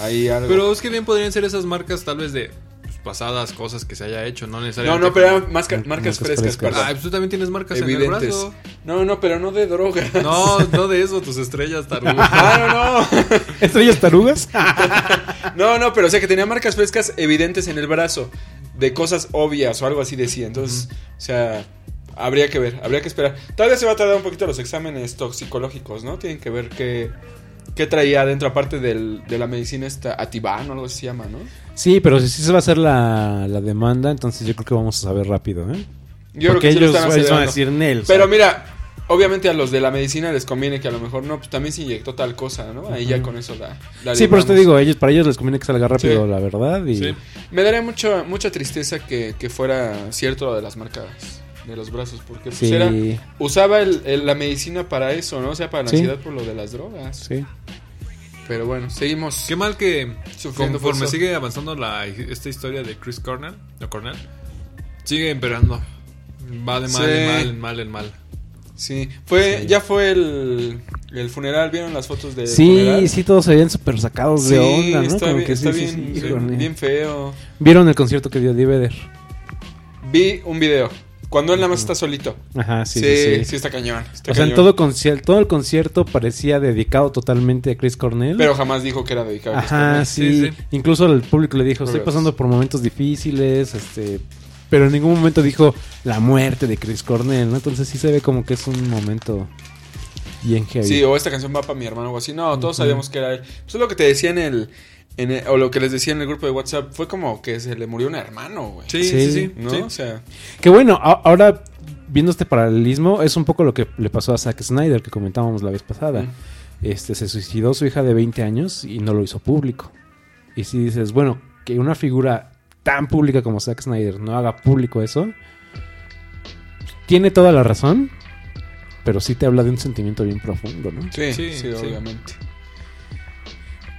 S3: ahí algo.
S1: Pero es que bien podrían ser esas marcas tal vez de pues, pasadas cosas que se haya hecho, no
S3: no,
S1: necesariamente.
S3: no, pero eran masca- marcas,
S2: Marcas
S3: frescas,
S2: frescas.
S3: perdón.
S1: Ah, pues tú también tienes marcas en el
S3: evidentes.
S1: brazo.
S3: No, no, pero no de drogas.
S1: No, no de eso, tus estrellas tarugas.
S3: Ah, no, no.
S2: ¿Estrellas tarugas?
S3: No, no, pero o sea que tenía marcas frescas evidentes en el brazo. De cosas obvias o algo así decía. Entonces, o sea, habría que ver, habría que esperar. Tal vez se va a tardar un poquito los exámenes toxicológicos, ¿no? Tienen que ver qué, qué traía adentro, aparte del- de la medicina esta Ativan o algo así se llama, ¿no?
S2: Sí, pero si sí se va a hacer la, la demanda, entonces yo creo que vamos a saber rápido, ¿eh?
S3: Yo
S2: Porque
S3: creo que sí lo
S2: ellos
S3: están
S2: ellos van a
S3: acelerando.
S2: decir Nel.
S3: Pero mira, obviamente a los de la medicina les conviene que a lo mejor no, pues también se inyectó tal cosa, ¿no? Ahí ya con eso da.
S2: sí, por eso te digo, ellos, para ellos les conviene que salga rápido,
S3: Sí.
S2: la verdad. Y...
S1: Sí.
S3: Me daría mucha mucha tristeza que, que fuera cierto lo de las marcas de los brazos, porque pues,
S2: Sí,
S3: era- usaba el- el- la medicina para eso, ¿no? O sea, para la
S2: Sí.
S3: ansiedad por lo de las drogas.
S2: sí.
S3: Pero bueno, seguimos.
S1: Qué mal que
S3: Sufriendo por
S1: conforme
S3: eso.
S1: sigue avanzando la, esta historia de Chris Cornell, no Cornell, sigue empeorando. Va de mal,
S3: Sí.
S1: en mal, en mal, en mal.
S3: Sí, fue, ya fue el, el funeral, ¿vieron las fotos de
S2: Sí, sí, todos se veían súper sacados de onda, ¿no?
S3: Está,
S2: Como
S3: bien,
S2: que sí,
S3: está
S2: sí,
S3: bien-
S2: sí,
S3: sí,
S2: híjole.
S3: bien feo.
S2: Vieron el concierto que dio Diveder.
S3: Vi un video. Cuando él nada más está solito.
S2: Ajá, sí,
S3: Sí,
S2: sí. sí.
S3: sí, está cañón. está
S2: o sea, en
S3: cañón.
S2: todo, concier- todo el concierto parecía dedicado totalmente a Chris Cornell.
S3: Pero jamás dijo que era dedicado a Chris
S2: Ajá,
S3: Cornell.
S2: sí.
S1: Sí, sí.
S2: Incluso el público le dijo, estoy
S3: Pobres.
S2: pasando por momentos difíciles, este... Pero en ningún momento dijo la muerte de Chris Cornell, ¿no? Entonces sí se ve como que es un momento bien heavy.
S3: Sí, o esta canción va para mi hermano o algo así. No, todos sabíamos que era él. Pues es lo que te decía en el, en el- O lo que les decía en el grupo de WhatsApp. Fue como que se le murió un hermano, güey.
S1: Sí,
S2: Sí.
S1: sí, sí.
S3: ¿No?
S1: sí.
S3: O sea,
S2: Que bueno, a- ahora viendo este paralelismo, es un poco lo que le pasó a Zack Snyder que comentábamos la vez pasada.
S3: Mm.
S2: Este se suicidó su hija de 20 años y no lo hizo público. Y si dices, bueno, que una figura tan pública como Zack Snyder no haga público eso, tiene toda la razón, pero sí te habla de un sentimiento bien profundo, ¿no?
S3: sí, sí,
S1: Sí, sí.
S3: obviamente.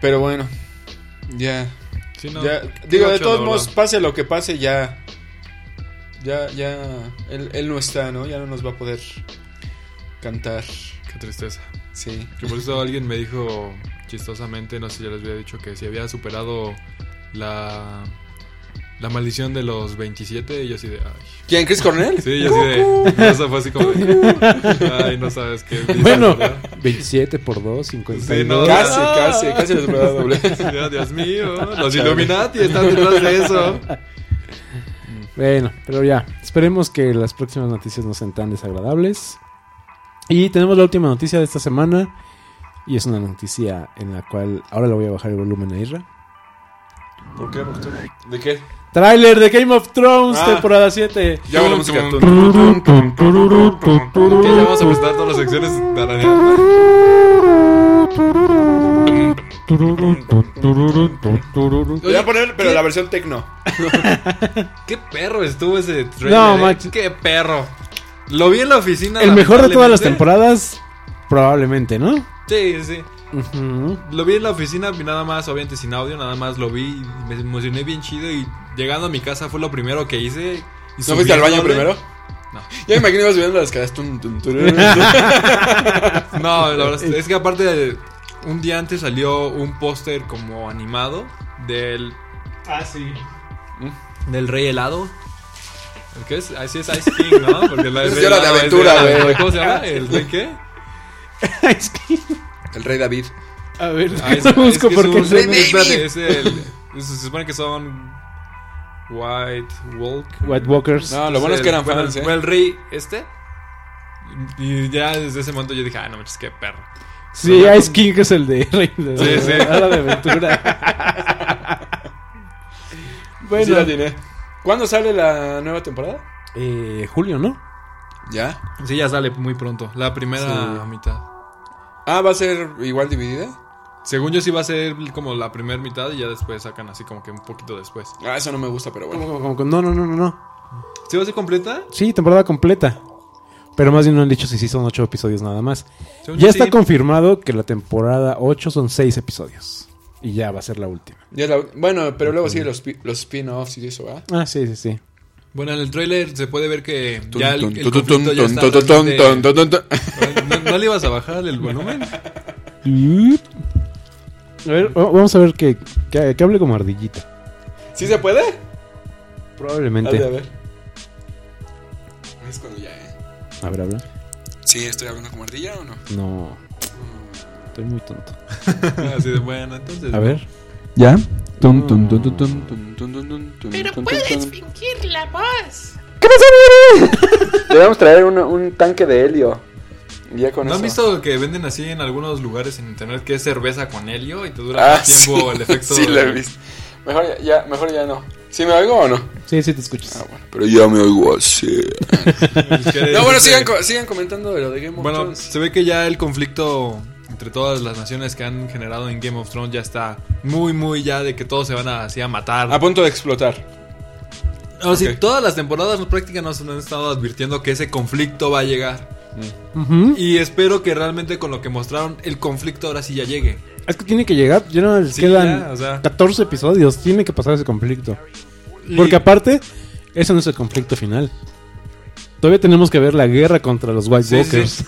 S3: Pero bueno, ya.
S1: Sí, no,
S3: ya
S1: qué
S3: digo, de
S1: gacho,
S3: todos
S1: la
S3: modos,
S1: verdad.
S3: pase lo que pase, ya. Ya, ya. Él, él no está, ¿no? Ya no nos va a poder cantar.
S1: Qué tristeza.
S3: Sí.
S1: Que por eso alguien me dijo chistosamente, no sé si ya les había dicho, que si había superado la, la maldición de los 27, y yo así de, ay.
S3: ¿Quién? ¿Chris Cornell?
S1: Sí, yo así de, eso fue así como de, ay, no sabes qué. dices,
S2: Bueno,
S1: ¿verdad?
S2: 27 por 2,
S1: Sí, no.
S2: 52.
S3: Casi, casi, casi les voy a dar doble.
S1: Ya, Dios mío, los Illuminati están detrás de eso.
S2: Bueno, pero ya, esperemos que las próximas noticias no sean tan desagradables. Y tenemos la última noticia de esta semana. Y es una noticia en la cual ahora le voy a bajar el volumen a Isra.
S3: ¿Por qué? ¿Por qué? ¿De qué?
S2: Tráiler de Game of Thrones,
S3: Ah.
S2: temporada 7.
S3: Ya hablamos de
S1: Que
S3: cartón.
S1: ya vamos a presentar todas las secciones tarareando.
S3: Voy a poner, pero la versión tecno.
S1: Qué perro estuvo ese trailer.
S2: No,
S1: eh.
S2: Max.
S1: Qué perro. Lo vi en la oficina.
S2: El mejor de todas las
S1: lamentablemente.
S2: temporadas, probablemente, ¿no?
S1: Sí, sí.
S2: Ujú.
S1: Lo vi en la oficina, nada más, obviamente sin audio, nada más lo vi y me emocioné bien chido. Y llegando a mi casa fue lo primero que hice. Y
S3: ¿No fuiste al baño
S1: subiéndole-
S3: primero?
S1: No.
S3: Ya me imagino ibas subiendo las caras. Tun, tun, turun. Eh,
S1: No, la verdad es que aparte un día antes salió un póster como animado del, ¿Mm?
S2: Ah, sí.
S1: del Rey Helado. ¿El qué es? Así es Ice King, ¿no? Porque la
S3: Es
S1: Rey
S3: de hora de
S1: Helado es
S3: aventura,
S1: helado.
S3: güey.
S1: ¿Cómo se llama? ¿El Rey qué?
S2: es que,
S3: El rey David.
S2: a ver,
S1: Ah, es-
S2: lo
S1: es
S2: busco
S1: que es
S2: porque
S1: un-
S2: suena-
S1: espérate, es el- se supone que son White Walk.
S2: White Walkers.
S3: No, lo bueno es que eran fans,
S1: Fue
S3: ¿eh?
S1: el, rey este. Y ya desde ese momento yo dije, ah, no manches, qué perro.
S2: sí, Ice King es el de Rey de
S1: Sí, sí.
S2: Hora de Aventura. bueno,
S3: Sí la tiene. ¿Cuándo sale la nueva temporada?
S2: eh, Julio, ¿no?
S3: Ya.
S1: Sí, ya sale muy pronto. La primera
S3: Sí.
S1: mitad.
S3: Ah, va a ser igual dividida.
S1: Según yo sí va a ser como la primera mitad y ya después sacan así como que un poquito después.
S3: Ah, eso no me gusta, pero
S2: Como-
S3: bueno.
S2: como- como- no, no, no, no, no.
S1: ¿Sí va a ser completa?
S2: Sí, temporada completa. Pero más bien no han dicho si sí son ocho episodios nada más.
S1: Según
S2: Ya
S1: yo,
S2: está
S1: sí.
S2: confirmado que la temporada 8 son seis episodios. Y ya va a ser la última.
S3: Ya es la- bueno, pero luego sí los, pi- los spin-offs y eso, ¿verdad?
S2: Ah, sí, sí, sí.
S1: Bueno, en el tráiler se puede ver que ya el,
S3: Tun,
S1: el
S3: tun, tun,
S1: conflicto ya
S3: tun,
S1: está
S3: tun, tun,
S1: realmente-
S3: tun, tun, tun, tun.
S1: ¿No, no le ibas a bajar el volumen?
S2: A ver, va- vamos a ver que, que, que hable como ardillita.
S3: ¿Sí se puede? A ver, a
S2: Probablemente.
S3: ver. Es cuando ya, ¿eh?
S2: A ver, habla.
S3: Sí, estoy hablando como ardilla o no.
S2: No. Estoy muy tonto.
S1: así de bueno, entonces...
S2: A ver.
S3: ¿Ya?
S2: Tum, tum, tum, tum, tum,
S4: Pero puedes fingir la voz.
S3: Debemos traer un, tanque de helio. Ya con
S1: ¿No
S3: eso.
S1: han visto que venden así en algunos lugares en internet que es cerveza con helio y te dura
S3: Ah,
S1: más tiempo el efecto?
S3: Sí,
S1: de-
S3: lo he visto. Mejor ya, ya- mejor ya no. ¿Sí me oigo o no? Ah,
S2: Sí, sí, te escuchas.
S3: bueno. Pero ya me oigo así.
S1: Es que-
S3: No, bueno,
S1: este-
S3: sigan, co- sigan comentando de lo de Game of
S1: Bueno,
S3: Thrones.
S1: se ve que ya el conflicto entre todas las naciones que han generado en Game of Thrones ya está muy, muy ya de que todos se van a, así a matar.
S3: A punto de explotar.
S1: O sea,
S3: ok.
S1: pues, todas las temporadas prácticas nos han estado advirtiendo que ese conflicto va a llegar.
S2: Ujú.
S1: Y espero que realmente con lo que mostraron, el conflicto ahora sí ya llegue.
S2: Es que tiene que llegar. Ya no les
S1: Sí,
S2: quedan
S1: ya, o sea.
S2: 14 episodios. Tiene que pasar ese conflicto. Porque
S1: Y-
S2: aparte, eso no es el conflicto final. Todavía tenemos que ver la guerra contra los White
S1: Sí,
S2: Walkers.
S1: sí.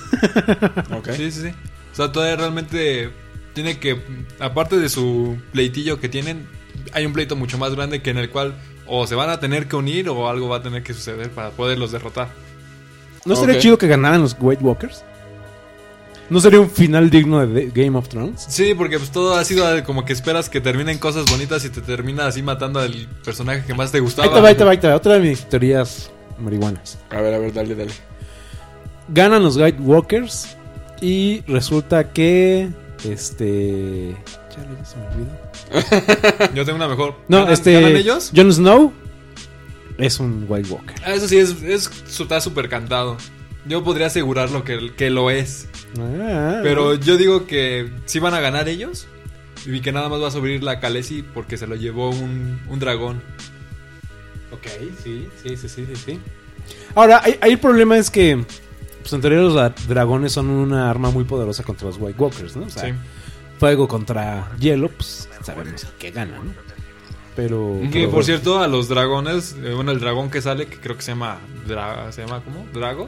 S3: Ok.
S1: Sí, sí, sí. O sea, todavía realmente tiene que, aparte de su pleitillo que tienen, hay un pleito mucho más grande que en el cual o se van a tener que unir o algo va a tener que suceder para poderlos derrotar.
S2: ¿No sería
S3: Ok.
S2: chido que ganaran los White Walkers? ¿No sería un final digno de The- Game of Thrones?
S1: Sí, porque pues todo ha sido como que esperas que terminen cosas bonitas y te termina así matando al personaje que más te gustaba.
S2: Ahí te va, ahí te va, ahí te va. Otra de mis teorías marihuanas.
S3: A ver, a ver, dale, dale.
S2: Ganan los White Walkers y resulta que... Este... Chale, ya se me olvidó.
S1: Yo tengo una mejor.
S2: No,
S1: ¿Ganan-
S2: este...
S1: ¿Ganan ellos?
S2: Jon Snow es un White Walker.
S1: Ah, eso sí, es, es, está súper cantado. Yo podría asegurarlo que, que lo es.
S2: Ah.
S1: Pero yo digo que sí van a ganar ellos. Y que nada más va a subir la Khaleesi porque se lo llevó un, un dragón.
S2: Ok, sí, sí, sí, sí, sí. sí. Ahora, ahí, ahí el problema es que... Pues en teoría los dra- dragones son una arma muy poderosa contra los White Walkers, ¿no? O sea,
S1: Sí.
S2: fuego contra hielo, pues sabemos que gana, ¿no? Pero.
S1: Que
S2: pero-
S1: por cierto, a los dragones, eh, bueno, el dragón que sale, que creo que se llama. Dra- ¿Se llama cómo? ¿Drago?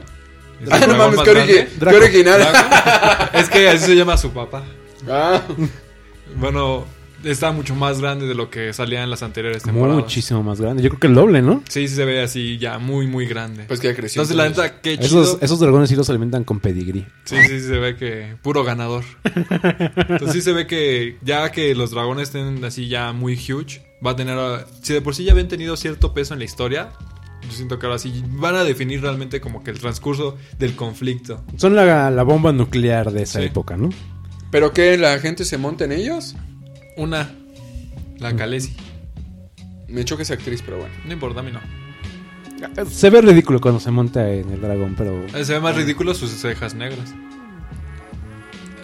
S1: Es el
S3: Ah, no
S1: dragón
S3: mames,
S1: más
S3: qué, origi-
S1: grande.
S3: qué original.
S1: Drago. Es que así se llama su papá.
S3: Ah,
S1: Bueno, está mucho más grande de lo que salía en las anteriores temporadas.
S2: Muchísimo más grande. Yo creo que el doble, ¿no?
S1: Sí, sí se ve así ya muy, muy grande.
S3: pues que ya creció.
S1: Entonces, la neta, qué chido.
S2: Esos, esos dragones sí los alimentan con pedigrí.
S1: Sí, sí, sí, se ve que puro ganador. Entonces sí se ve que ya que los dragones estén así ya muy huge, va a tener... ah, Si de por sí ya habían tenido cierto peso en la historia, yo siento que ahora sí van a definir realmente como que el transcurso del conflicto.
S2: Son la, la bomba nuclear de esa
S1: Sí.
S2: época, ¿no?
S3: ¿Pero qué? ¿La gente se monta en ellos?
S1: Una,
S3: Mm.
S1: la Khaleesi.
S3: Me choca esa actriz, pero bueno.
S1: No importa, a mí no.
S2: Se ve ridículo cuando se monta en el dragón, pero.
S1: Eh, Se ve
S3: Mm.
S1: más ridículo sus cejas negras.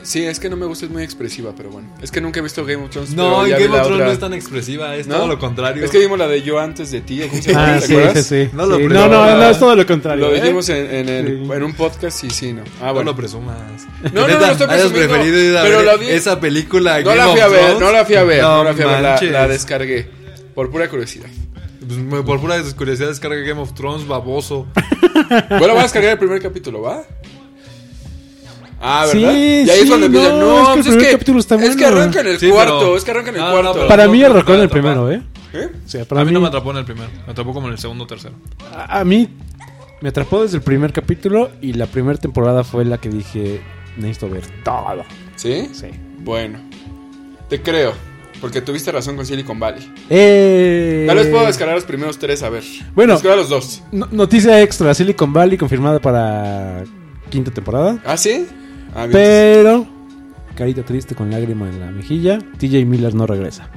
S3: Sí, es que no me gusta, es muy expresiva, pero bueno. Es que nunca he visto Game of Thrones.
S1: No,
S3: Pues, pero
S1: en
S3: ya
S1: Game
S3: vi la
S1: of Thrones
S3: otra.
S1: no es tan expresiva, es
S3: ¿No?
S1: todo lo contrario.
S3: Es que vimos la de Yo antes de ti. ¿o cómo se llama?
S2: Ah,
S3: ¿Te
S2: sí,
S3: acuerdas?
S2: sí, sí. Sí.
S1: No
S2: No,
S1: lo
S2: no,
S1: presumas.
S2: no, es todo lo contrario.
S3: Lo
S2: ¿eh?
S3: dijimos en, en el-
S2: Sí.
S3: en un podcast y sí, no. Ah,
S1: No
S3: bueno.
S1: lo presumas.
S3: no,
S1: Neta,
S3: no lo estoy
S1: hayas
S3: presumiendo,
S1: preferido ir a
S3: pero
S1: ver
S3: la vi-
S1: esa película.
S3: No
S1: Game
S3: la
S1: of
S3: fui a ver,
S1: Thrones.
S3: no la fui a ver. No,
S1: No
S3: la fui a ver, la,
S1: manches.
S3: la descargué. Por pura curiosidad.
S1: Pues, me- por pura curiosidad descarga Game of Thrones, baboso.
S3: Bueno, voy a descargar el primer capítulo, ¿va? Ah,
S2: Sí,
S3: ¿verdad? y ahí
S2: sí,
S3: es cuando empiezan,
S2: no,
S3: no,
S2: es que el
S3: pues es
S2: primer
S3: que,
S2: capítulo está
S3: es que
S2: bueno.
S3: arranca en el
S1: Sí,
S3: cuarto,
S1: pero-
S3: es que arranca en el
S1: Ah, no,
S3: cuarto.
S1: pero-
S2: Para mí
S1: no me
S2: arrancó en el
S1: atrapó.
S2: primero, ¿eh?
S3: ¿Eh?
S2: O sea, para
S1: A mí
S2: mí,
S1: no me atrapó en el primero. Me atrapó como en el segundo o tercero.
S2: a- a mí me atrapó desde el primer capítulo y la primera temporada fue la que dije, necesito ver todo.
S3: ¿Sí?
S2: Sí.
S3: Bueno, te creo, porque tuviste razón con Silicon Valley.
S2: ¡Eh!
S3: Tal vez puedo descargar los primeros tres, a ver.
S2: Bueno.
S3: Descarga los dos.
S2: No- noticia extra, Silicon Valley confirmada para quinta temporada.
S3: ¿Ah, sí? Ah, bien.
S2: Pero, carita triste con lágrima en la mejilla, TJ Miller no regresa.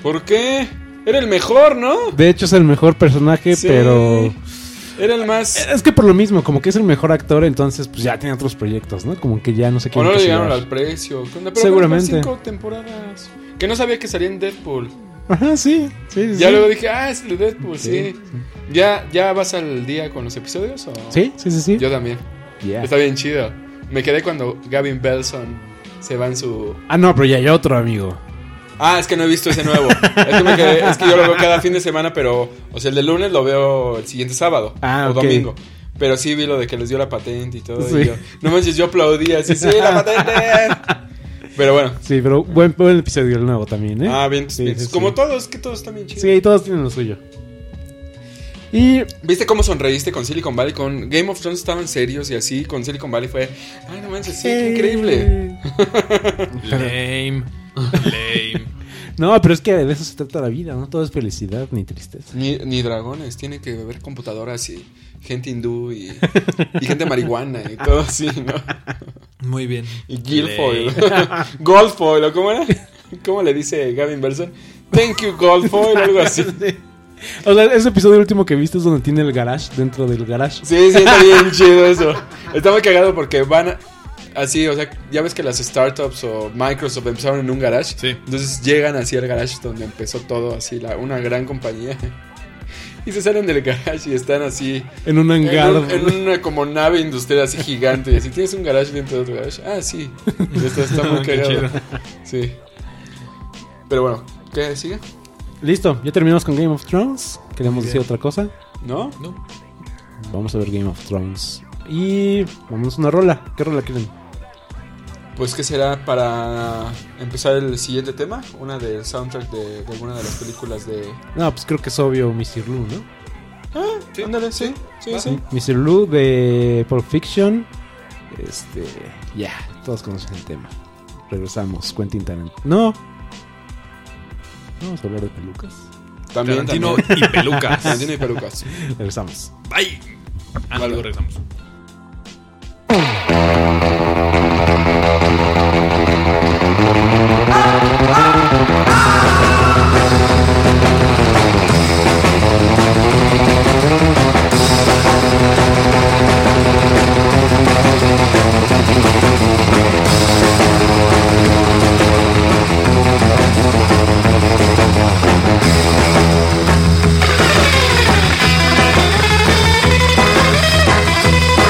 S3: ¿Por qué? Era el mejor, ¿no?
S2: De hecho es el mejor personaje,
S3: Sí.
S2: pero...
S3: Era el más...
S2: Es que por lo mismo, como que es el mejor actor, entonces pues ya tiene otros proyectos, ¿no? Como que ya no sé qué...
S3: O no le llegaron al precio. ¿Qué onda? Pero
S2: Seguramente.
S3: fueron Cinco temporadas. Que no sabía que salía en Deadpool.
S2: Ajá, sí, sí, sí.
S3: Ya
S2: sí.
S3: luego dije, ah, es el de Deadpool, sí.
S2: Sí,
S3: ¿Ya, ¿Ya vas al día con los episodios o...?
S2: Sí, sí, sí, sí.
S3: Yo también.
S2: Yeah.
S3: Está bien chido. Me quedé cuando Gavin Belson se va en su...
S2: Ah, no, pero ya hay otro amigo.
S3: Ah, es que no he visto ese nuevo. es, que me quedé- es que yo lo veo cada fin de semana, pero... O sea, el de lunes lo veo el siguiente sábado.
S2: Ah,
S3: o
S2: ok.
S3: domingo. Pero sí vi lo de que les dio la patente y todo. y
S2: Sí.
S3: yo- no manches, yo aplaudía. así, sí, la patente. pero bueno.
S2: Sí, pero buen, buen episodio el nuevo también, ¿eh?
S3: Ah, bien.
S2: Sí,
S3: bien.
S2: sí,
S3: Como
S2: sí.
S3: todos, que todos también chidos.
S2: Sí, todos tienen lo suyo. Y
S3: ¿Viste cómo sonreíste con Silicon Valley? Con Game of Thrones estaban serios y así. Con Silicon Valley fue... Ay, no manches, sí, qué increíble.
S2: eh,
S1: Lame. Lame.
S2: No, pero es que de eso se trata la vida, no todo es felicidad ni tristeza.
S3: Ni, ni dragones, tiene que haber computadoras y gente hindú y, y gente marihuana y todo así, ¿no?
S1: Muy bien.
S3: Y Guilfoyle. Goldfoyle, ¿o ¿cómo era? ¿Cómo le dice Gavin Belson? Thank you, Goldfoyle, algo así.
S2: O sea, ese episodio último que viste es donde tiene el garage dentro del garage.
S3: Sí, sí, está bien chido eso. Está muy cagado porque van a- así, o sea, ya ves que las startups o Microsoft empezaron en un garage.
S1: Sí.
S3: Entonces llegan así al garage donde empezó todo, así, la, una gran compañía. Y se salen del garage y están así
S2: En un
S3: En,
S2: hangar.
S3: un- en una como nave industrial así gigante. Si tienes un garage dentro de otro garage. Ah, sí. Está, está
S2: Ah,
S3: muy
S1: Qué
S3: cagado.
S1: chido.
S3: Sí. Pero bueno, ¿qué sigue?
S2: Listo, ya terminamos con Game of Thrones. Queremos decir otra cosa.
S3: ¿No?
S1: No.
S2: Vamos a ver Game of Thrones. Y vamos a una rola. ¿Qué rola quieren?
S3: Pues ¿qué será para empezar el siguiente tema? Una del soundtrack de, de alguna de las películas de...
S2: No, pues creo que es obvio Mr. Lou, ¿no?
S3: Ah, sí. Ándale, sí. Sí, sí.
S2: Mr. Lou de Pulp Fiction. Este. Ya, todos conocen el tema. Regresamos, Quentin Tarantino. No. No, Vamos a hablar de pelucas.
S3: También,
S1: Tarantino
S3: también.
S1: y pelucas.
S3: Tarantino y pelucas.
S2: Regresamos.
S1: Bye. Ah,
S3: Vale.
S1: luego regresamos.
S4: Thank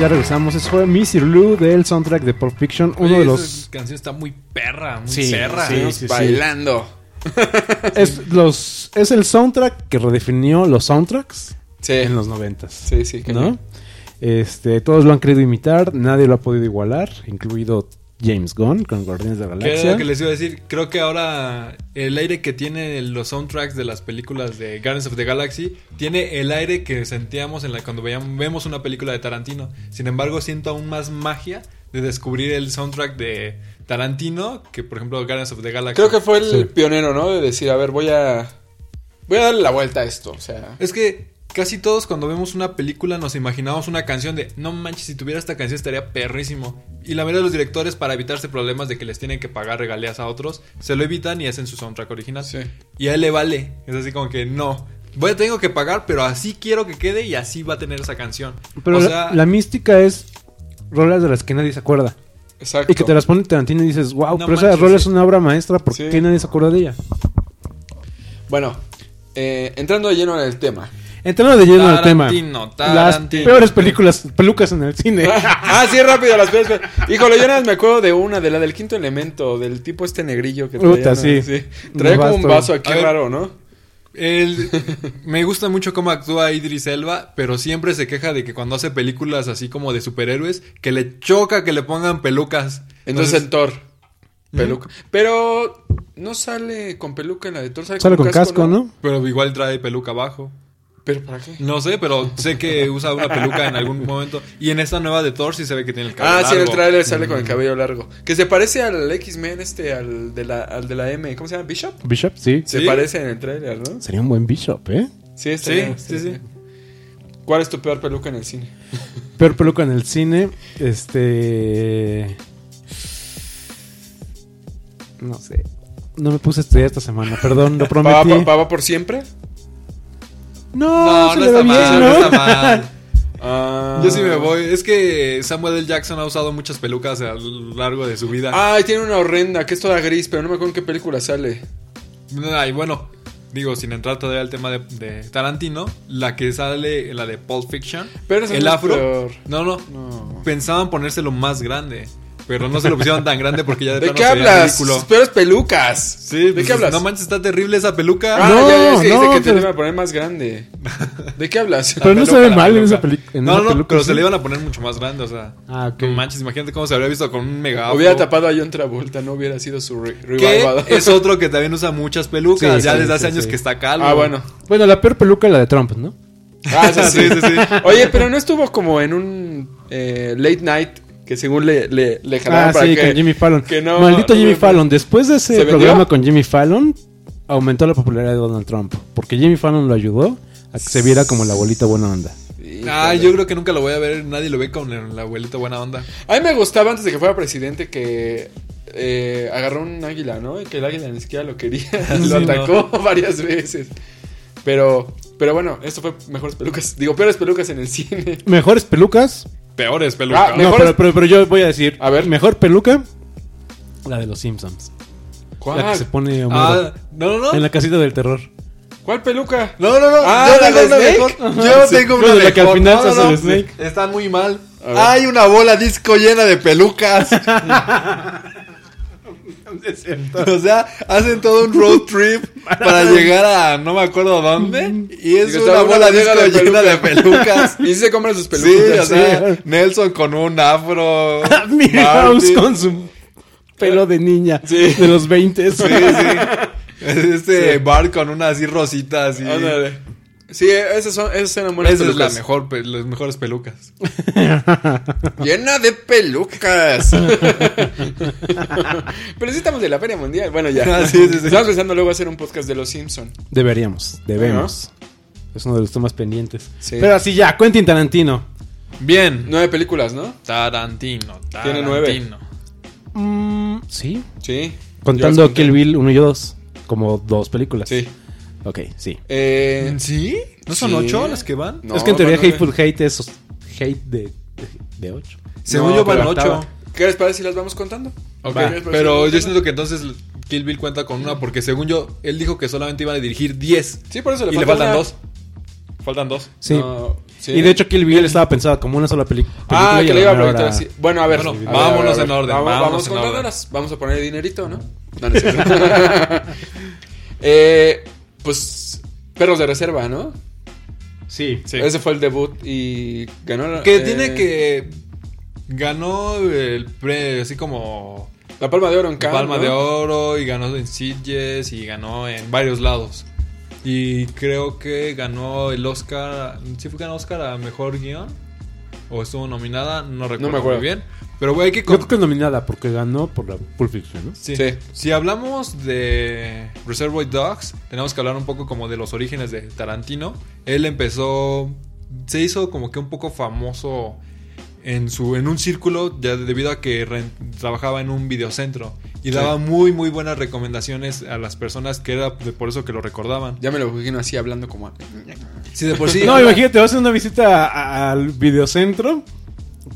S2: ya regresamos. Eso fue Missy Lou del soundtrack de Pulp Fiction. Uno de los.
S1: Esa canción está muy perra, muy
S2: Sí,
S1: perra.
S2: sí.
S1: ¿no?
S3: Bailando.
S2: Es, los, es el soundtrack que redefinió los soundtracks
S3: Sí.
S2: en los noventas.
S3: Sí, sí,
S2: ¿no?
S3: cañón.
S2: Este, todos lo han querido imitar, nadie lo ha podido igualar, incluido James Gunn con Guardianes de la
S1: ¿Qué era
S2: Galaxia.
S1: lo que les iba a decir? Creo que ahora el aire que tiene los soundtracks de las películas de Guardians of the Galaxy tiene el aire que sentíamos en la, cuando veíamos, vemos una película de Tarantino. Sin embargo, siento aún más magia de descubrir el soundtrack de Tarantino que, por ejemplo, Guardians of the Galaxy.
S3: Creo que fue el
S2: Sí.
S3: pionero, ¿no? De decir, a ver, voy a. Voy a darle la vuelta a esto. O sea.
S1: Es que casi todos cuando vemos una película nos imaginamos una canción de no manches, si tuviera esta canción estaría perrísimo. Y la mayoría de los directores, para evitarse problemas de que les tienen que pagar regalías a otros, se lo evitan y hacen su soundtrack original.
S3: Sí.
S1: Y a él le vale. Es así como que no. Voy, tengo que pagar, pero así quiero que quede y así va a tener esa canción.
S2: Pero
S1: o
S2: la-
S1: sea,
S2: la, mística es rolas de las que nadie se acuerda.
S3: Exacto.
S2: Y que te las pone Tarantino y dices, wow,
S1: No
S2: pero esa
S1: manches,
S2: rola es
S1: sí.
S2: una obra maestra, ¿por
S3: Sí.
S2: qué nadie se acuerda de ella?
S3: Bueno, eh, entrando de lleno en el tema.
S2: Entrando de lleno al tema.
S1: Tarantino,
S2: Las
S1: Tarantino.
S2: peores películas, pelucas en el cine.
S3: ah, sí, rápido, las peores. pe- Híjole, yo nada más me acuerdo de una, de la del quinto elemento, del tipo este negrillo que traía.
S2: Puta,
S3: ¿no?
S2: sí.
S3: Traía
S2: Nefasto.
S3: como un vaso aquí
S1: A ver.
S3: raro, ¿no?
S1: El- me gusta mucho cómo actúa Idris Elba, pero siempre se queja de que cuando hace películas así como de superhéroes, que le choca que le pongan pelucas.
S3: Entonces, en Thor.
S1: ¿Mm?
S3: Peluca. Pero no sale con peluca en la de Thor, sale,
S2: Sale con casco, ¿no?
S1: Pero igual trae peluca abajo.
S3: ¿Pero para qué?
S1: No sé, pero sé que usa una peluca en algún momento. Y en esta nueva de Thor sí se ve que tiene el cabello.
S3: Ah, sí, en el
S1: largo. Mm.
S3: trailer sale con el cabello largo. Que se parece al X-Men, este, al de, la, al de la M. ¿Cómo se llama? ¿Bishop?
S2: Bishop, sí.
S3: Se
S1: Sí.
S3: parece en el trailer, ¿no?
S2: Sería un buen Bishop, ¿eh?
S3: Sí,
S1: Sí,
S3: este.
S1: sí, sí.
S3: ¿Cuál es tu peor peluca en el cine?
S2: Peor peluca en el cine. Este. No sé. No me puse a estudiar esta semana, perdón, lo
S3: ¿Pava,
S2: prometí.
S3: pa- pava por siempre?
S1: No,
S2: No, se
S1: no
S2: le
S1: está
S2: va bien,
S1: mal, no
S2: ¿no?
S1: está mal.
S3: Ah.
S1: Yo sí me voy. Es que Samuel L. Jackson ha usado muchas pelucas a lo largo de su vida.
S3: Ay, tiene una horrenda que es toda gris, pero no me acuerdo en qué película sale.
S1: Y bueno, digo, sin entrar todavía al tema de, de Tarantino, la que sale, la de Pulp Fiction,
S3: Pero esa
S1: el
S3: no es
S1: afro.
S3: peor.
S1: No, no,
S3: No.
S1: Pensaban ponérselo más grande, pero no se lo pusieron tan grande porque ya de,
S3: ¿De,
S1: plano
S3: qué
S1: se veía
S3: hablas?
S1: ridículo.
S3: Tus peores pelucas.
S1: Sí,
S3: ¿De
S1: pues,
S3: qué hablas?
S1: No manches, está terrible esa peluca.
S3: Ah,
S2: No,
S3: ya, ya, es que dice
S2: no,
S3: que te
S2: pero-
S3: lo iban a poner más grande. ¿De qué hablas?
S2: Pero no
S1: peluca,
S2: se ve
S1: la
S2: mal en
S1: peluca.
S2: esa película.
S1: No, no, no, pero se le iban a poner mucho más grande, o sea.
S2: Ah, ok.
S1: No manches, imagínate cómo se habría visto con un mega.
S3: Hubiera
S1: afro,
S3: tapado a John Travolta, no hubiera sido su re-
S1: Que
S3: revival.
S1: es otro que también usa muchas pelucas.
S2: Sí,
S1: ya
S2: sí,
S1: desde hace
S2: sí,
S1: años
S2: sí.
S1: que está calvo.
S3: Ah, bueno.
S2: Bueno, la peor peluca es la de Trump, ¿no?
S3: Ah, sí,
S1: Sí,
S3: sí,
S1: sí, sí.
S3: Oye, pero no estuvo como en un eh, late night que según le, le, le jalaron
S2: ah,
S3: para
S2: sí,
S3: que...
S2: con Jimmy Fallon.
S3: que no-
S2: Maldito
S3: no-
S2: Jimmy
S3: no-
S2: Fallon. Después de ese
S3: ¿Se vendió?
S2: programa con Jimmy Fallon, aumentó la popularidad de Donald Trump. Porque Jimmy Fallon lo ayudó a que se viera como la abuelita buena onda.
S3: Híjole.
S1: Ah, yo creo que nunca lo voy a ver. Nadie lo ve con el abuelito buena onda.
S3: A mí me gustaba antes de que fuera presidente que eh, agarró un águila, ¿no? Y que el águila ni siquiera lo quería. lo
S1: Sí,
S3: atacó varias veces. Pero, pero bueno, esto fue mejores pelucas. Digo, peores pelucas en el cine.
S2: Mejores pelucas.
S1: Peores pelucas.
S3: Ah,
S2: No,
S3: Mejores-
S2: pero, pero- pero yo voy a decir.
S3: A ver.
S2: Mejor peluca. La de los Simpsons. La que se pone Homero.
S1: Ah, no, no,
S2: En
S1: no.
S2: la casita del terror.
S3: ¿Cuál peluca?
S1: No, no, no.
S3: Ah,
S1: yo
S3: ¿la
S1: tengo
S3: de
S1: una
S3: Snake?
S1: mejor.
S3: Ajá.
S1: Yo
S2: Sí.
S1: tengo
S2: No,
S1: una
S2: de la que al
S1: mejor.
S2: final
S1: No,
S2: se
S1: no,
S2: hace
S1: no.
S2: el Snake.
S1: Están muy mal.
S3: ver.
S1: Hay una bola disco llena de pelucas. O sea, hacen todo un road trip para llegar a no me acuerdo dónde. Y es
S3: Y
S1: una
S3: que está una
S1: bola
S3: bodega
S1: disco
S3: de
S1: llena de pelucas.
S3: Y sí se compran sus
S1: Sí,
S3: pelucas.
S1: o sea, Nelson con un afro.
S2: Milhouse
S1: Marty.
S2: con su pelo de niña
S3: Sí.
S2: de los 20.
S1: Sí, sí. Este bar con una así rosita así.
S3: Ándale. Sí, esas son, esas eran buenas
S1: Esa es la
S3: pelucas.
S1: mejor, pe- las mejores pelucas.
S3: Llena de pelucas. Pero sí estamos de la Feria Mundial. Bueno, ya.
S1: Ah, sí, sí, sí.
S3: Estamos pensando luego hacer un podcast de los Simpson.
S2: Deberíamos, debemos. Es uno de los temas pendientes.
S3: Sí.
S2: Pero así ya, Quentin Tarantino.
S1: Bien.
S3: Nueve películas, ¿no?
S1: Tarantino, Tarantino.
S3: Tiene nueve.
S2: Mm, sí.
S3: Sí. Yo las
S2: Contando
S3: conté.
S2: Kill Bill 1 y 2. Como dos películas.
S3: Sí.
S2: Ok, sí.
S3: Eh,
S1: ¿Sí? ¿No son
S3: Sí.
S1: ocho las que van?
S3: No, eh.
S2: es que en teoría
S3: van nueve.
S2: Hateful Hate es hate de, de, 8.
S1: Según
S3: No,
S1: yo van
S3: pero
S1: ocho.
S3: octava. ¿Qué les parece si las vamos contando?
S1: Ok,
S3: Va. ¿Qué les parece
S1: pero
S3: si
S1: yo
S3: las vamos
S1: siento que entonces Kill Bill cuenta con una porque según yo, él dijo que solamente iban a dirigir 10.
S3: Sí, por eso le
S1: y le
S3: falta
S1: faltan
S3: una.
S1: dos. Faltan dos.
S2: Sí.
S3: No, sí.
S2: Y de hecho Kill Bill estaba pensado como una sola peli- película.
S3: Ah,
S2: y
S3: que
S2: a
S3: le iba a
S2: la mera
S3: preguntar
S2: hora-
S3: así. Bueno, a ver.
S1: Bueno,
S3: a ver, a
S1: vámonos
S3: ver, a ver.
S1: en orden,
S3: Vamos,
S1: vámonos
S3: vamos
S1: en
S3: con
S1: orden.
S3: dólares. Vamos a poner dinerito, ¿no? No, no es cierto. eh, pues, perros de reserva, ¿no?
S2: Sí.
S1: Sí.
S3: Ese fue el debut y ganó. la-
S1: Que
S3: eh,
S1: tiene que. Ganó el pre. Así como.
S3: La palma de oro en Cannes.
S1: Palma
S3: ¿no?
S1: de Oro y ganó en Sitges y ganó en varios lados. Y creo que ganó el Oscar. ¿Sí fue ganó Oscar a mejor guión? ¿O estuvo nominada? No recuerdo
S3: acuerdo.
S1: muy bien. Pero, güey, hay que.
S2: Yo
S1: con-
S2: creo que es nominada porque ganó por la Pulp Fiction, ¿no?
S1: Sí.
S3: Sí.
S1: Si hablamos de Reservoir Dogs, tenemos que hablar un poco como de los orígenes de Tarantino. Él empezó, se hizo como que un poco famoso en su en un círculo ya debido a que ren- trabajaba en un videocentro y daba muy muy buenas recomendaciones a las personas que era de- por eso que lo recordaban.
S3: Ya me lo imagino así hablando como.
S1: Sí, de por sí.
S2: no, imagínate, vas a una visita a- al videocentro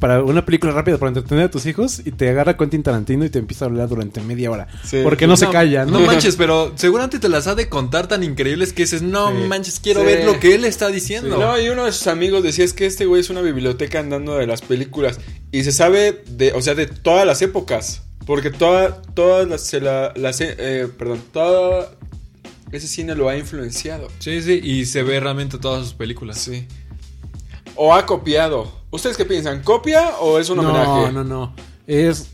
S2: para una película rápida para entretener a tus hijos y te agarra Quentin Tarantino y te empieza a hablar durante media hora.
S3: Sí.
S2: Porque no, se calla, ¿no?
S1: Pues No manches, pero seguramente te las ha de contar tan increíbles que dices, no
S2: Sí.
S1: manches, quiero
S3: Sí.
S1: ver lo que él está
S3: Sí.
S1: diciendo.
S3: No, y uno de sus amigos decía es que este güey es una biblioteca andando de las películas. Y se sabe de, o sea, de todas las épocas. Porque toda, todas las, se la- las eh, eh, perdón, todo ese cine lo ha influenciado.
S1: Sí, sí, y se ve realmente todas sus películas.
S3: Sí. O ha copiado. ¿Ustedes qué piensan? ¿Copia o es un
S2: No,
S3: homenaje?
S2: no, no. Es.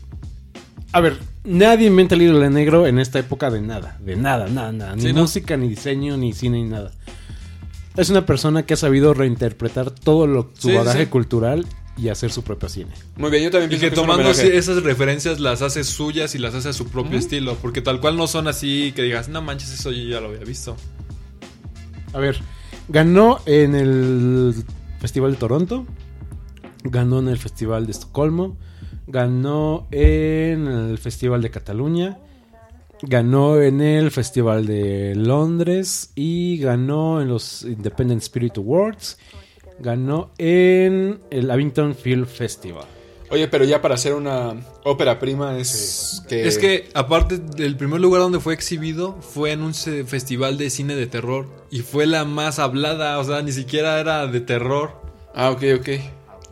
S2: A ver, nadie inventa el hilo negro en esta época de nada. De nada, nada, nada. Ni
S1: Sí, ¿no?
S2: música, ni diseño, ni cine, ni nada. Es una persona que ha sabido reinterpretar todo lo, su
S1: Sí, sí.
S2: bagaje cultural y hacer su propio cine.
S3: Muy bien, yo
S1: Y
S3: también pienso
S1: que
S3: que, es un
S1: tomando
S3: homenaje.
S1: esas referencias las hace suyas y las hace a su propio estilo. Porque tal cual no son así que digas, no manches, eso yo ya lo había visto.
S2: A ver, ganó en el Festival de Toronto, ganó en el Festival de Estocolmo, ganó en el Festival de Cataluña, ganó en el Festival de Londres y ganó en los Independent Spirit Awards, ganó en el Abington Film Festival.
S3: Oye, pero ya para hacer una ópera prima es que...
S1: Es que, aparte, el primer lugar donde fue exhibido fue en un ce- festival de cine de terror. Y fue la más hablada, o sea, ni siquiera era de terror.
S3: Ah, ok, ok.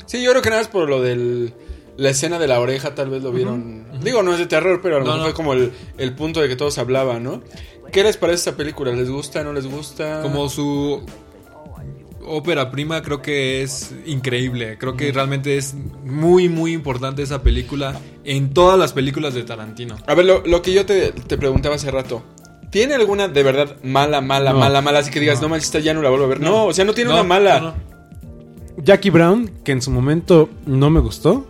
S3: Sí, yo creo que nada es por lo del. La escena de la oreja, tal vez lo vieron. Digo, no es de terror, pero a lo
S1: No,
S3: mejor
S1: no.
S3: fue como el, el punto de que todos hablaban, ¿no? ¿Qué les parece esta película? ¿Les gusta? ¿No les gusta?
S1: Como su ópera prima, creo que es increíble. Creo que realmente es muy, muy importante esa película en todas las películas de Tarantino.
S3: A ver, lo, lo que yo te, te preguntaba hace rato. ¿Tiene alguna de verdad mala, mala,
S2: No.
S3: mala, mala? Así que digas, no, manches, esta ya no la vuelvo a ver. No, o sea, no tiene una mala.
S1: no, no.
S2: Jackie Brown, que en su momento no me gustó,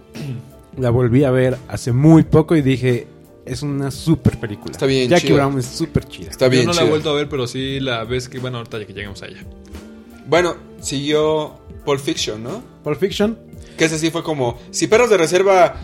S2: la volví a ver hace muy poco y dije, es una super película.
S3: Está bien
S2: Jackie
S3: chida.
S2: Brown es súper chida.
S3: Está bien.
S1: Yo no la
S3: chida.
S1: he vuelto a ver, pero sí la ves que, bueno, ahorita ya que lleguemos allá.
S3: Bueno, siguió Pulp Fiction, ¿no?
S2: Pulp Fiction.
S3: Que ese sí fue como. Si Perros de Reserva.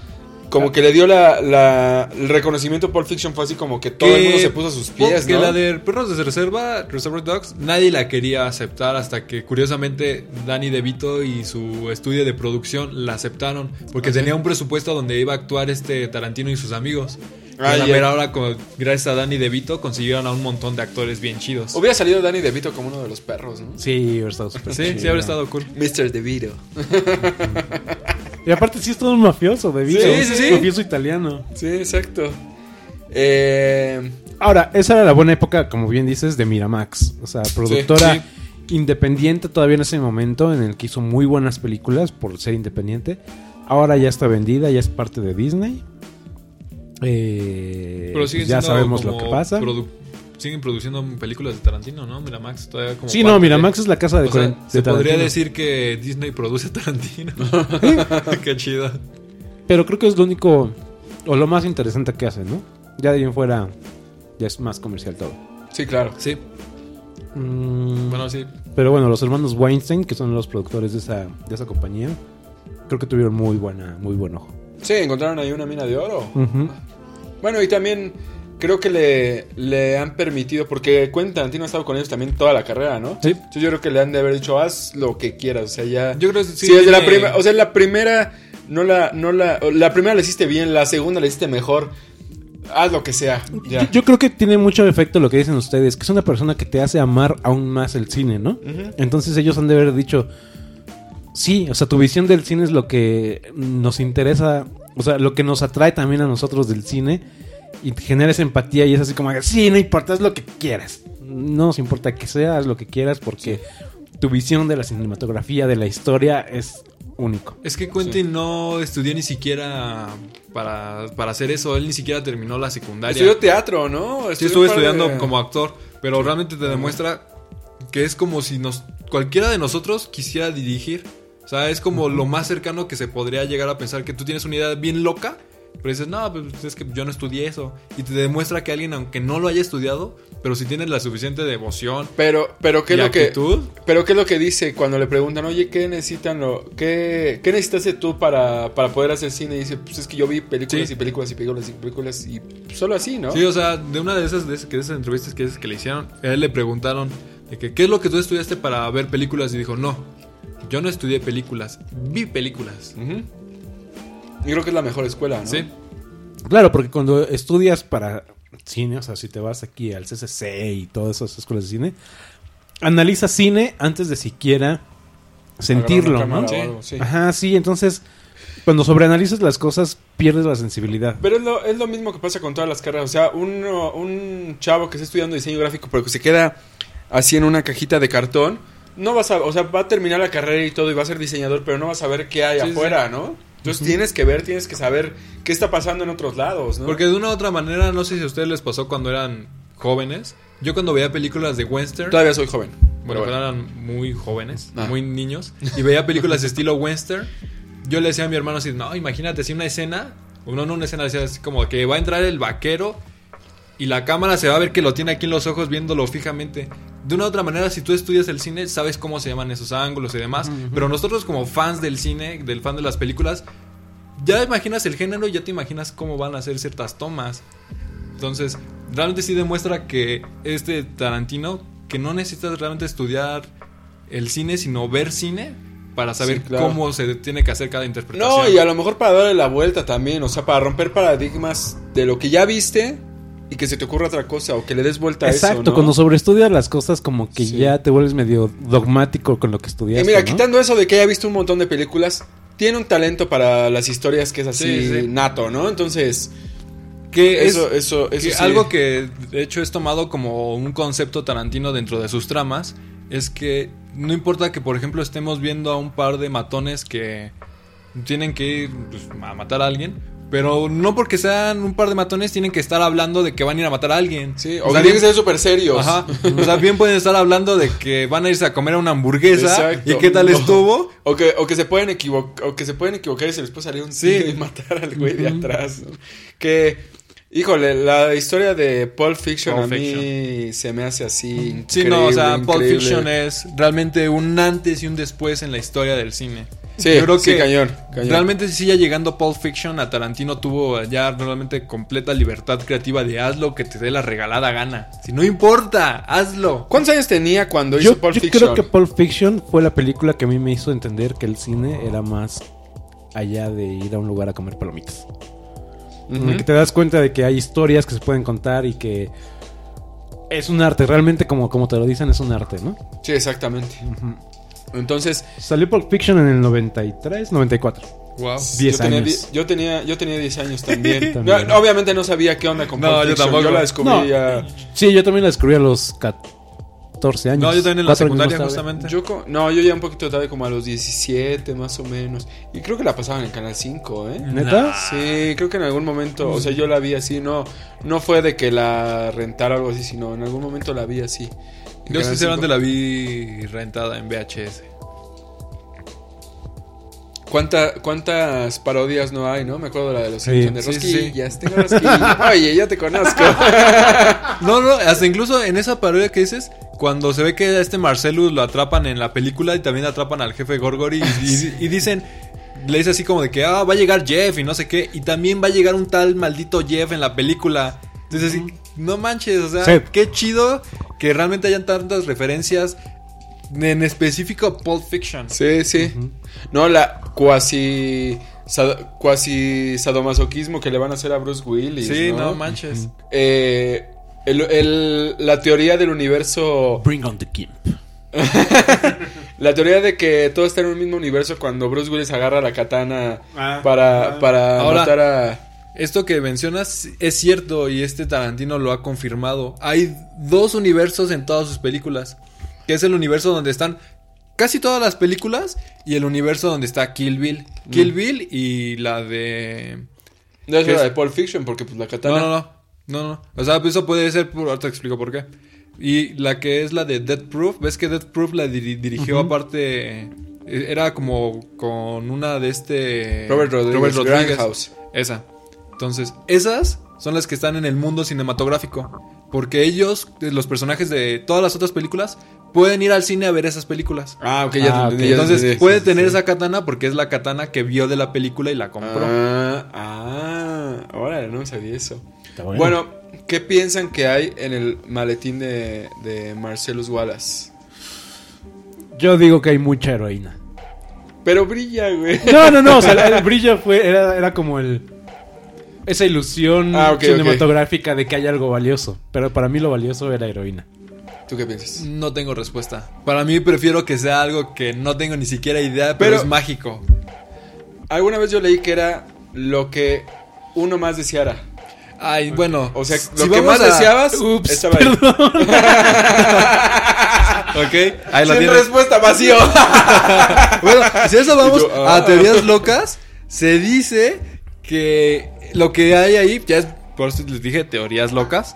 S3: Como que le dio la, la- el reconocimiento a Pulp Fiction fue así como que todo el mundo se puso a sus pies,
S1: Que
S3: ¿no?
S1: la de Perros de Reserva, Reservoir Dogs, nadie la quería aceptar hasta que curiosamente Danny DeVito y su estudio de producción la aceptaron
S3: ¿Ah,
S1: porque tenía un presupuesto donde iba a actuar este Tarantino y sus amigos. Y
S3: Ah,
S1: a la
S3: ya.
S1: mera hora, con- gracias a Danny DeVito, consiguieron a un montón de actores bien chidos.
S3: Hubiera salido Danny DeVito como uno de los perros, ¿no?
S2: Sí, hubiera estado súper
S1: Sí,
S2: chido.
S1: sí, habría estado cool.
S3: Mr. DeVito.
S2: Y aparte sí es todo un mafioso, de vida.
S3: Sí, sí, sí.
S2: Mafioso italiano.
S3: Sí, exacto. Eh,
S2: Ahora, esa era la buena época, como bien dices, de Miramax. O sea, productora
S3: sí.
S2: independiente todavía en ese momento en el que hizo muy buenas películas por ser independiente. Ahora ya está vendida, ya es parte de Disney. Eh,
S1: Pero siguen
S2: ya
S1: siendo
S2: sabemos lo
S1: como
S2: que pasa.
S1: produ- siguen produciendo películas de Tarantino, ¿no? Miramax todavía como
S2: Sí,
S1: parte
S2: no,
S1: de-
S2: Miramax es la casa de,
S1: O sea,
S2: cuaren- de
S1: se podría
S2: Tarantino.
S1: decir que Disney produce a Tarantino. Qué chido.
S2: Pero creo que es lo único o lo más interesante que hacen, ¿no? Ya de ahí en fuera ya es más comercial todo.
S3: sí, claro.
S1: Sí,
S2: Mm,
S1: bueno, sí.
S2: Pero bueno, los hermanos Weinstein, que son los productores de esa, de esa compañía, creo que tuvieron muy buena, muy buen ojo.
S3: Sí, encontraron ahí una mina de oro. Bueno, y también creo que le, le han permitido, porque Quentin Tarantino ha estado con ellos también toda la carrera, ¿no?
S2: Sí.
S3: Entonces yo creo que le han de haber dicho, haz lo que quieras. O sea, ya.
S1: Yo creo que sí
S3: sí. es de la
S1: tiene-
S3: primera. O sea, la primera. No la. No la. La primera la hiciste bien, la segunda la hiciste mejor. haz lo que sea. Ya.
S2: Yo, yo creo que tiene mucho efecto lo que dicen ustedes, que es una persona que te hace amar aún más el cine, ¿no? Entonces ellos han de haber dicho, sí, o sea, tu visión del cine es lo que nos interesa, o sea, lo que nos atrae también a nosotros del cine y genera esa empatía y es así como, sí, no importa, haz lo que quieras. No nos importa que sea, haz lo que quieras porque tu visión de la cinematografía, de la historia es único.
S1: Es que Quentin no estudió ni siquiera para, para hacer eso. Él ni siquiera terminó la secundaria.
S3: Estudió teatro, ¿no?
S1: Sí, estuve estudiando
S3: eh.
S1: como actor, pero realmente te demuestra que es como si nos cualquiera de nosotros quisiera dirigir. O sea, es como lo más cercano que se podría llegar a pensar que tú tienes una idea bien loca, pero dices, no, pues es que yo no estudié eso. Y te demuestra que alguien, aunque no lo haya estudiado, pero si tienes la suficiente devoción
S3: Pero, pero qué
S1: y
S3: es lo que.
S1: actitud,
S3: Pero qué es lo que dice cuando le preguntan, oye, ¿qué necesitan lo, qué, qué necesitaste tú para, para poder hacer cine? Y dice, pues es que yo vi películas
S1: Sí.
S3: y películas y películas y películas y solo así, ¿no?
S1: Sí, o sea, de una de esas, de esas, que de esas entrevistas que, que le hicieron, a él le preguntaron de que, qué es lo que tú estudiaste para ver películas y dijo, no, yo no estudié películas, vi películas.
S3: Ujú. Yo creo que es la mejor escuela, ¿no?
S1: Sí,
S2: Claro, porque cuando estudias para cine, o sea, si te vas aquí al CCC y todas esas escuelas de cine, analiza cine antes de siquiera sentirlo,
S3: Agarrar una
S2: ¿no?
S3: cámara o algo, sí.
S2: Ajá, sí, entonces cuando sobreanalizas las cosas pierdes la sensibilidad.
S3: Pero es lo, es lo mismo que pasa con todas las carreras. O sea, uno- un chavo que está estudiando diseño gráfico, pero que se queda así en una cajita de cartón, no vas a. O sea, va a terminar la carrera y todo y va a ser diseñador, pero no va a saber qué hay
S1: Sí, sí,
S3: afuera, ¿no? Entonces tienes que ver, tienes que saber qué está pasando en otros lados, ¿no?
S1: porque de una u otra manera, no sé si a ustedes les pasó cuando eran jóvenes. Yo cuando veía películas de western,
S3: todavía soy joven.
S1: bueno,
S3: Pero
S1: cuando eran muy jóvenes,
S3: Ah.
S1: muy niños, y veía películas de estilo western, yo le decía a mi hermano así, no, imagínate así una escena, o no, no una escena, decía así como que va a entrar el vaquero y la cámara se va a ver que lo tiene aquí en los ojos viéndolo fijamente. De una u otra manera, si tú estudias el cine, sabes cómo se llaman esos ángulos y demás, pero nosotros como fans del cine, del fan de las películas, ya imaginas el género, ya te imaginas cómo van a hacer ciertas tomas. Entonces, realmente sí demuestra que este Tarantino, que no necesitas realmente estudiar el cine, sino ver cine para saber
S3: Sí, claro.
S1: cómo se tiene que hacer cada interpretación.
S3: No, y a lo mejor para darle la vuelta también, o sea, para romper paradigmas de lo que ya viste y que se te ocurra otra cosa o que le des vuelta a eso.
S2: Exacto,
S3: ¿no?
S2: cuando sobreestudias las cosas como que
S3: Sí.
S2: ya te vuelves medio dogmático con lo que
S3: Y
S2: estudiaste.
S3: mira,
S2: ¿no?
S3: quitando eso de que haya visto un montón de películas, tiene un talento para las historias que es así
S1: Sí, sí.
S3: nato, ¿no? Entonces,
S1: que es
S3: eso, eso, eso
S1: que
S3: sí.
S1: algo que de hecho es tomado como un concepto Tarantino dentro de sus tramas es que no importa que por ejemplo estemos viendo a un par de matones que tienen que ir pues, a matar a alguien, pero no porque sean un par de matones tienen que estar hablando de que van a ir a matar a alguien.
S3: Sí, o
S1: O sea,
S3: que tienen
S1: bien-
S3: que ser súper serios.
S1: Ajá. O sea, bien pueden estar hablando de que van a irse a comer a una hamburguesa
S3: Exacto.
S1: y qué tal
S3: No.
S1: estuvo.
S3: O que, o que se pueden equivocar, o que se pueden equivocar y se les puede salir un
S1: Sí.
S3: tiro y matar al güey de atrás. ¿no? Que, híjole, la historia de Pulp Fiction
S1: Pulp
S3: a mí se me hace así.
S1: Sí, no, o sea,
S3: increíble,
S1: Pulp
S3: increíble.
S1: Fiction es realmente un antes y un después en la historia del cine.
S3: Sí, sí, cañón, cañón.
S1: realmente sí ya llegando Pulp Fiction a Tarantino tuvo ya realmente completa libertad creativa de hazlo que te dé la regalada gana. Si no importa, hazlo.
S3: ¿Cuántos años tenía cuando
S2: Yo,
S3: hizo Pulp
S2: yo
S3: Fiction?
S2: creo que Pulp Fiction fue la película que a mí me hizo entender que el cine era más allá de ir a un lugar a comer palomitas. En el que te das cuenta de que hay historias que se pueden contar y que es un arte, realmente como, como te lo dicen es un arte, ¿no?
S3: Sí, exactamente. Entonces,
S2: Salió Pulp Fiction en el 93, 94.
S1: Wow.
S2: Diez
S3: yo tenía,
S2: años.
S3: die- yo tenía yo tenía 10 años también.
S2: También.
S3: No, obviamente no sabía qué onda con
S1: No,
S3: Pulp
S1: yo
S3: Fiction.
S1: tampoco.
S3: la descubrí
S2: No.
S3: ya-
S2: Sí, yo también la descubrí a los 14 años.
S1: No, yo también en la
S2: cuatro años más
S1: secundaria
S2: tarde.
S1: justamente.
S3: Yo co- no, yo ya un poquito tarde, como a los 17 más o menos. Y creo que la pasaban en Canal 5, ¿eh?
S1: Mm.
S2: ¿Neta?
S3: Sí, creo que en algún momento, o sea, yo la vi así, no no fue de que la rentara o algo así, sino en algún momento la vi así. En
S1: Yo
S3: Canal
S1: sinceramente
S3: 5.
S1: la vi rentada en VHS.
S3: ¿Cuánta- ¿Cuántas parodias no hay, no? Me acuerdo la de los
S2: Sí,
S3: Simpsons,
S1: sí,
S3: de
S1: sí.
S3: rosquillas, tengo rosquillas. Oye, ya te conozco.
S1: No, no, hasta incluso en esa parodia que dices, cuando se ve que a este Marcellus lo atrapan en la película y también atrapan al jefe Gorgory y, y- y dicen, le dice así como de que, ah, va a llegar Jeff y no sé qué, y también va a llegar un tal maldito Jeff en la película. Entonces, sí, no manches, o sea,
S2: Sí.
S1: qué chido que realmente hayan tantas referencias, en específico Pulp Fiction.
S3: Sí, sí. No, la cuasi sad- cuasi sadomasoquismo que le van a hacer a Bruce Willis.
S1: Sí,
S3: ¿no?
S1: no, manches.
S3: Eh, el- el- la teoría del universo.
S2: Bring on the Gimp.
S3: La teoría de que todo está en un mismo universo cuando Bruce Willis agarra la katana
S2: Ah,
S3: para,
S2: ah.
S3: para
S1: Ahora-
S3: matar a.
S1: Esto que mencionas es cierto y este Tarantino lo ha confirmado. Hay dos universos en todas sus películas, que es el universo donde están casi todas las películas y el universo donde está Kill Bill. Kill Bill y la de
S3: No es
S1: ¿Qué
S3: la de
S1: es?
S3: Pulp Fiction, porque pues la katana.
S1: No, no, no. No, no. O sea, pues, eso puede ser. Por, ahora te explico por qué. Y la que es la de Death Proof. ¿Ves que Death Proof la diri- dirigió aparte? eh, Era como con una de este.
S3: Robert Rodríguez, Grindhouse.
S1: Esa. Entonces, esas son las que están en el mundo cinematográfico. Porque ellos, eh, los personajes de todas las otras películas, pueden ir al cine a ver esas películas.
S3: Ah, ok, ya
S2: Ah,
S3: te entendí,
S2: ok.
S3: ya te
S1: Entonces,
S3: entendí.
S1: puede tener esa katana porque es la katana que vio de la película y la compró.
S3: Ah, ah, órale, no sabía eso.
S2: Está
S3: Bueno.
S2: bueno.
S3: ¿qué piensan que hay en el maletín de, de Marcellus Wallace?
S2: Yo digo que hay mucha heroína.
S3: Pero brilla, güey.
S2: No, no, no. O sea, el brillo fue, era, era como el. Esa ilusión
S3: Ah, ok, ok.
S2: cinematográfica de que hay algo valioso. Pero para mí lo valioso era heroína.
S3: ¿Tú qué piensas?
S1: No tengo respuesta. Para mí prefiero que sea algo que no tengo ni siquiera idea, pero,
S3: Pero-
S1: es mágico.
S3: Alguna vez yo leí que era lo que uno más deseara.
S1: Ay, bueno.
S3: O sea,
S1: si
S3: lo que
S1: vamos
S3: más
S1: a-
S3: deseabas eh,
S2: Ups,
S3: estaba ahí.
S1: Ok, ahí lo
S3: Sin
S1: tienes.
S3: respuesta, vacío.
S1: Bueno, si a eso vamos
S3: Y yo, ah.
S1: a teorías locas, se dice que lo que hay ahí, ya es por eso les dije teorías locas,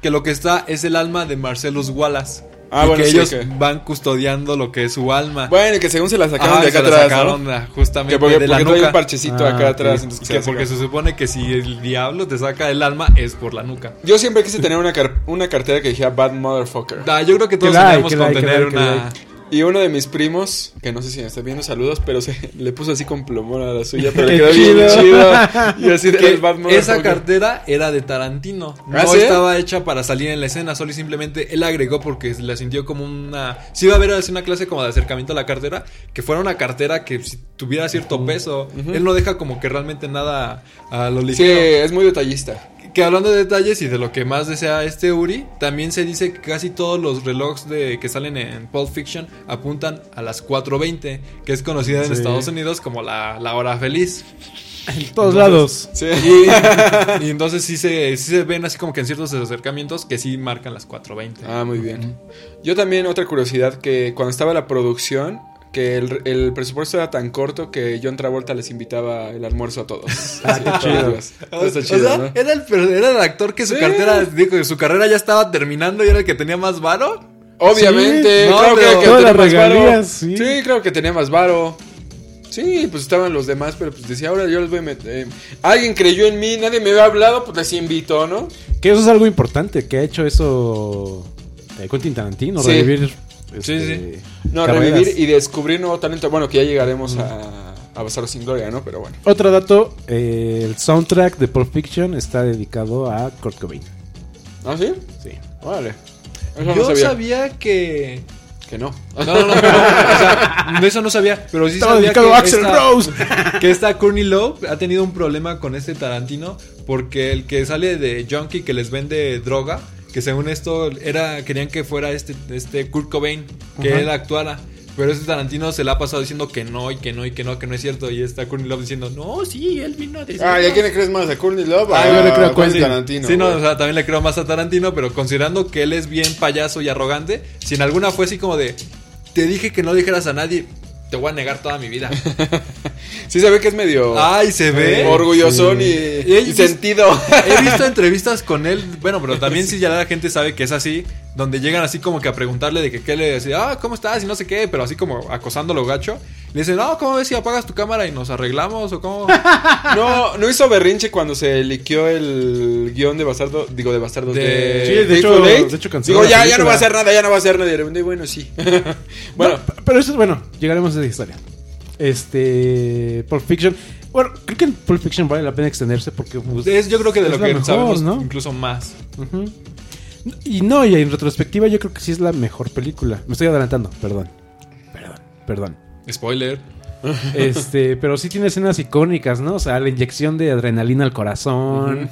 S1: que lo que está es el alma de Marcelus Wallace.
S3: Ah,
S1: y
S3: bueno,
S1: que
S3: sí,
S1: ellos
S3: que-
S1: van custodiando lo que es su alma.
S3: Bueno, y que según se la sacaron
S1: Ah,
S3: de acá
S1: se la
S3: atrás.
S1: sacaron,
S3: ¿no?
S1: ah, justamente
S3: Que porque,
S1: de
S3: porque
S1: la
S3: trae un
S1: nuca.
S3: parchecito
S2: Ah,
S3: acá
S2: ok.
S3: atrás. entonces
S1: Que
S3: se la
S1: porque se
S3: sacaron.
S1: supone que si el diablo te saca el alma es por la nuca.
S3: Yo siempre quise tener una, car- una cartera que dijera Bad Motherfucker.
S1: Ah, yo creo que todos
S2: Que la hay,
S1: tenemos
S2: que la
S1: con
S2: hay, que la
S1: tener
S2: hay, que la
S1: una.
S2: hay.
S3: Y uno de mis primos, que no sé si me está viendo saludos, pero se le puso así con plomón a la suya, pero le
S2: Qué
S3: quedó bien
S2: chido.
S3: chido. Y así
S1: Que
S3: de Bad
S1: esa
S3: Motherfucker.
S1: cartera era de Tarantino. No
S3: ¿Ah, sí?
S1: estaba hecha para salir en la escena, solo y simplemente él agregó porque la sintió como una. Si iba a haber así una clase como de acercamiento a la cartera, que fuera una cartera que si tuviera cierto peso. Él no deja como que realmente nada a lo
S3: Sí,
S1: ligero.
S3: es muy detallista.
S1: Que hablando de detalles y de lo que más desea este Uri, también se dice que casi todos los relojes de, que salen en Pulp Fiction apuntan a las 4.20, que es conocida en
S2: Sí.
S1: Estados Unidos como la, la hora feliz.
S2: En todos lados.
S3: Sí.
S1: Y, y entonces sí se, sí se ven así como que en ciertos acercamientos que sí marcan las 4.20.
S3: Ah, muy bien. Yo también otra curiosidad que cuando estaba la producción, que el, el presupuesto era tan corto que John Travolta les invitaba el almuerzo a todos. Ah,
S2: chido.
S3: Está
S1: O
S3: chido,
S1: sea,
S3: ¿no?
S1: era, el, per- era el actor que su
S3: Sí.
S1: cartera, digo, que su carrera ya estaba terminando y era el que tenía más varo.
S3: Obviamente,
S1: Sí, no,
S3: creo que
S1: pero-
S3: era el
S2: Todas
S3: que tenía
S2: las
S3: más varo.
S2: regalías,
S3: sí.
S2: sí.
S3: creo que tenía más varo. Sí, pues estaban los demás, pero pues decía, ahora yo les voy a meter. eh, Alguien creyó en mí, nadie me había hablado, pues les invito, ¿no?
S2: Que eso es algo importante. Que ha hecho eso. eh, Quentin Tarantino.
S3: Sí.
S2: Revivir.
S1: sí.
S2: este,
S3: No,
S2: carreras.
S3: revivir y descubrir nuevo talento. Bueno, que ya llegaremos a, a Bastardos sin Gloria, ¿no? Pero bueno.
S2: Otro dato: eh, el soundtrack de Pulp Fiction está dedicado a Kurt Cobain.
S3: ¿Ah, sí?
S2: Sí.
S3: Vale.
S1: Yo
S3: Eso no sabía.
S1: que...
S3: Que no.
S1: No, no, no, no, o sea, eso no sabía, pero sí sabía que esta-
S2: Rose.
S1: que esta Courtney Love ha tenido un problema con este Tarantino porque el que sale de Junkie que les vende droga, que según esto era querían que fuera este este Kurt Cobain que
S2: Ajá.
S1: él actuara. Pero este Tarantino se la ha pasado diciendo que no, y que no, y que no, que no es cierto. Y está Courtney Love diciendo, no, sí, él vino a decir.
S3: Ah, ¿y a quién le crees más? ¿A Courtney Love?
S2: Ah, yo le creo a
S3: Quentin
S2: Quentin.
S3: Tarantino.
S1: Sí, no,
S3: güey?
S1: o sea, también le creo más a Tarantino, pero considerando que él es bien payaso y arrogante, si en alguna fue así como de, te dije que no dijeras a nadie, te voy a negar toda mi vida.
S3: Sí se ve que es medio
S1: Ay, se ve.
S3: orgulloso
S2: Sí.
S3: y,
S1: Y él-
S3: y sentido.
S1: He visto entrevistas con él, bueno, pero también sí ya la gente sabe que es así, donde llegan así como que a preguntarle de que qué le decía, ah, ¿cómo estás? Y no sé qué, pero así como acosándolo gacho. Le dicen, no, ¿cómo ves si apagas tu cámara y nos arreglamos o cómo?
S3: No, no hizo berrinche cuando se liqueó el guión de Bastardo, digo de Bastardo
S1: De-
S3: de,
S1: Sí,
S2: de hecho-
S3: Hateful Eight.
S2: de hecho canceló
S3: Digo,
S2: la
S3: ya, ya no va
S2: película.
S3: a hacer nada, ya no va a hacer nada. Y de repente, bueno, sí. bueno,
S2: No, p- pero eso es bueno. Llegaremos a esa historia. Este. Pulp Fiction. Bueno, creo que en Pulp Fiction vale la pena extenderse porque. pues,
S1: Es, yo creo que de
S2: es
S1: lo
S2: la
S1: que
S2: mejor,
S1: sabemos
S2: ¿no?
S1: incluso más.
S2: Ujú. Y no, y en retrospectiva yo creo que sí es la mejor película. Me estoy adelantando, perdón. Perdón, perdón.
S1: Spoiler.
S2: Este, pero sí tiene escenas icónicas, ¿no? O sea, la inyección de adrenalina al corazón.
S3: Ujú.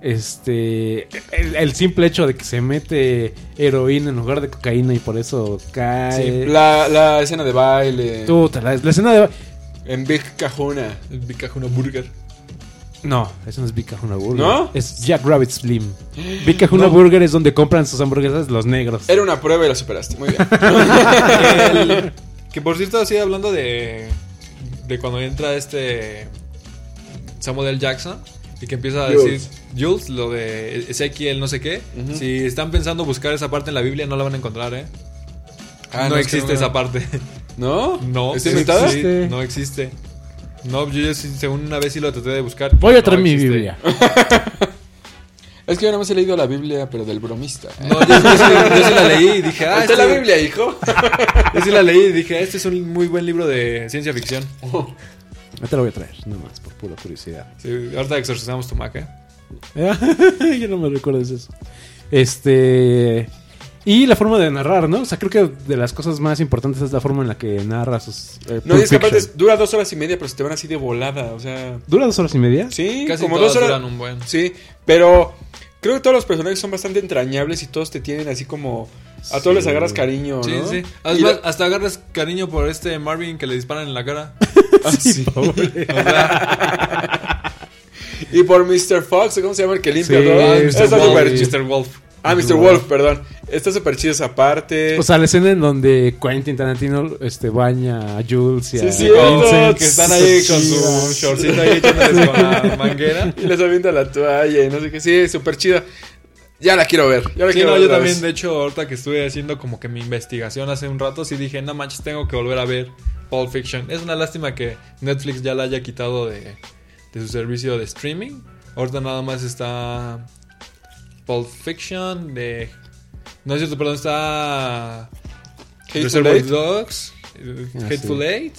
S2: Este, el, el simple hecho de que se mete heroína en lugar de cocaína y por eso
S3: Sí,
S1: eh,
S2: cae.
S3: la, la escena de baile.
S2: Puta, la, la escena de.
S3: En Big Cajuna.
S1: El Bicajuna Burger.
S2: No, eso no es Big Kahuna Burger.
S3: ¿No?
S2: Es Jack Rabbit Slim. Big Kahuna Burger es donde compran sus hamburguesas los negros.
S3: Era una prueba y la superaste. Muy bien.
S1: El- que por cierto, así hablando de, de cuando entra este Samuel L. Jackson y que empieza a decir Jules,
S3: Jules.
S1: lo de Ezequiel, no sé qué.
S3: Ujú.
S1: Si están pensando buscar esa parte en la Biblia, no la van a encontrar, ¿eh? Ah, no,
S3: Ah, es que
S1: existe esa parte.
S3: ¿No?
S1: No, sí,
S3: ¿Está inventada?
S1: sí,
S2: existe.
S1: no existe. No, yo, yo sí, según una vez sí lo traté de buscar.
S2: Voy a
S1: No
S2: traer mi
S1: existe.
S2: Biblia.
S3: Es que yo nada más he leído la Biblia, pero del bromista.
S1: No, yo, yo sí, yo sí la leí y dije, ah,
S3: Ahí está
S1: este-
S3: la Biblia, hijo?
S1: Yo sí la leí y dije, este es un muy buen libro de ciencia ficción.
S2: No te la voy a traer, nomás, por pura curiosidad.
S1: Sí, ahorita exorcizamos tu ¿eh? maca.
S2: Yo no me recuerdes eso. Este. Y la forma de narrar, ¿no? O sea, creo que de las cosas más importantes es la forma en la que narra sus. eh,
S3: No,
S2: Pulp
S3: y es que aparte
S2: Fiction.
S3: dura dos horas y media, pero se te van así de volada. O sea.
S2: ¿Dura dos horas y media?
S3: Sí,
S1: Casi
S3: como
S1: todas
S3: dos horas.
S1: duran un buen.
S3: Sí, pero creo que todos los personajes son bastante entrañables y todos te tienen así como. A todos
S2: Sí.
S3: les agarras cariño,
S1: Sí,
S3: ¿no?
S1: sí.
S3: Y
S1: Además,
S3: la-
S1: hasta agarras cariño por este Marvin que le disparan en la cara.
S3: ah, sí.
S2: pobre.
S3: Y por Mr. Fox, ¿cómo se llama el que limpia
S2: Sí,
S1: Ah,
S3: todo?
S2: Mr.
S3: Está
S2: Wolf.
S3: súper
S2: Sí.
S3: chido.
S1: Mr. Wolf.
S3: Ah, Mr. Wolf, perdón. Está súper chido esa parte.
S2: O sea, la escena en donde Quentin Tarantino este, baña a Jules y a
S3: Sí, sí, cierto.
S2: Vincent.
S1: Que están ahí con su
S2: Chida.
S1: shortcito ahí echándoles con la manguera.
S3: y les avienta la toalla y no sé qué. Sí, súper chida. Ya la quiero ver. Ya la
S1: Sí,
S3: quiero
S1: no,
S3: ver
S1: yo
S3: otra
S1: también,
S3: vez.
S1: de hecho, ahorita que estuve haciendo como que mi investigación hace un rato, sí dije, no manches, tengo que volver a ver Pulp Fiction. Es una lástima que Netflix ya la haya quitado de, de su servicio de streaming. Ahorita nada más está Pulp Fiction de... No es cierto, perdón, está
S3: Hateful
S1: Reservoir
S3: Eight.
S1: Dogs, eh,
S2: Ah,
S1: Hateful
S2: sí.
S1: Eight.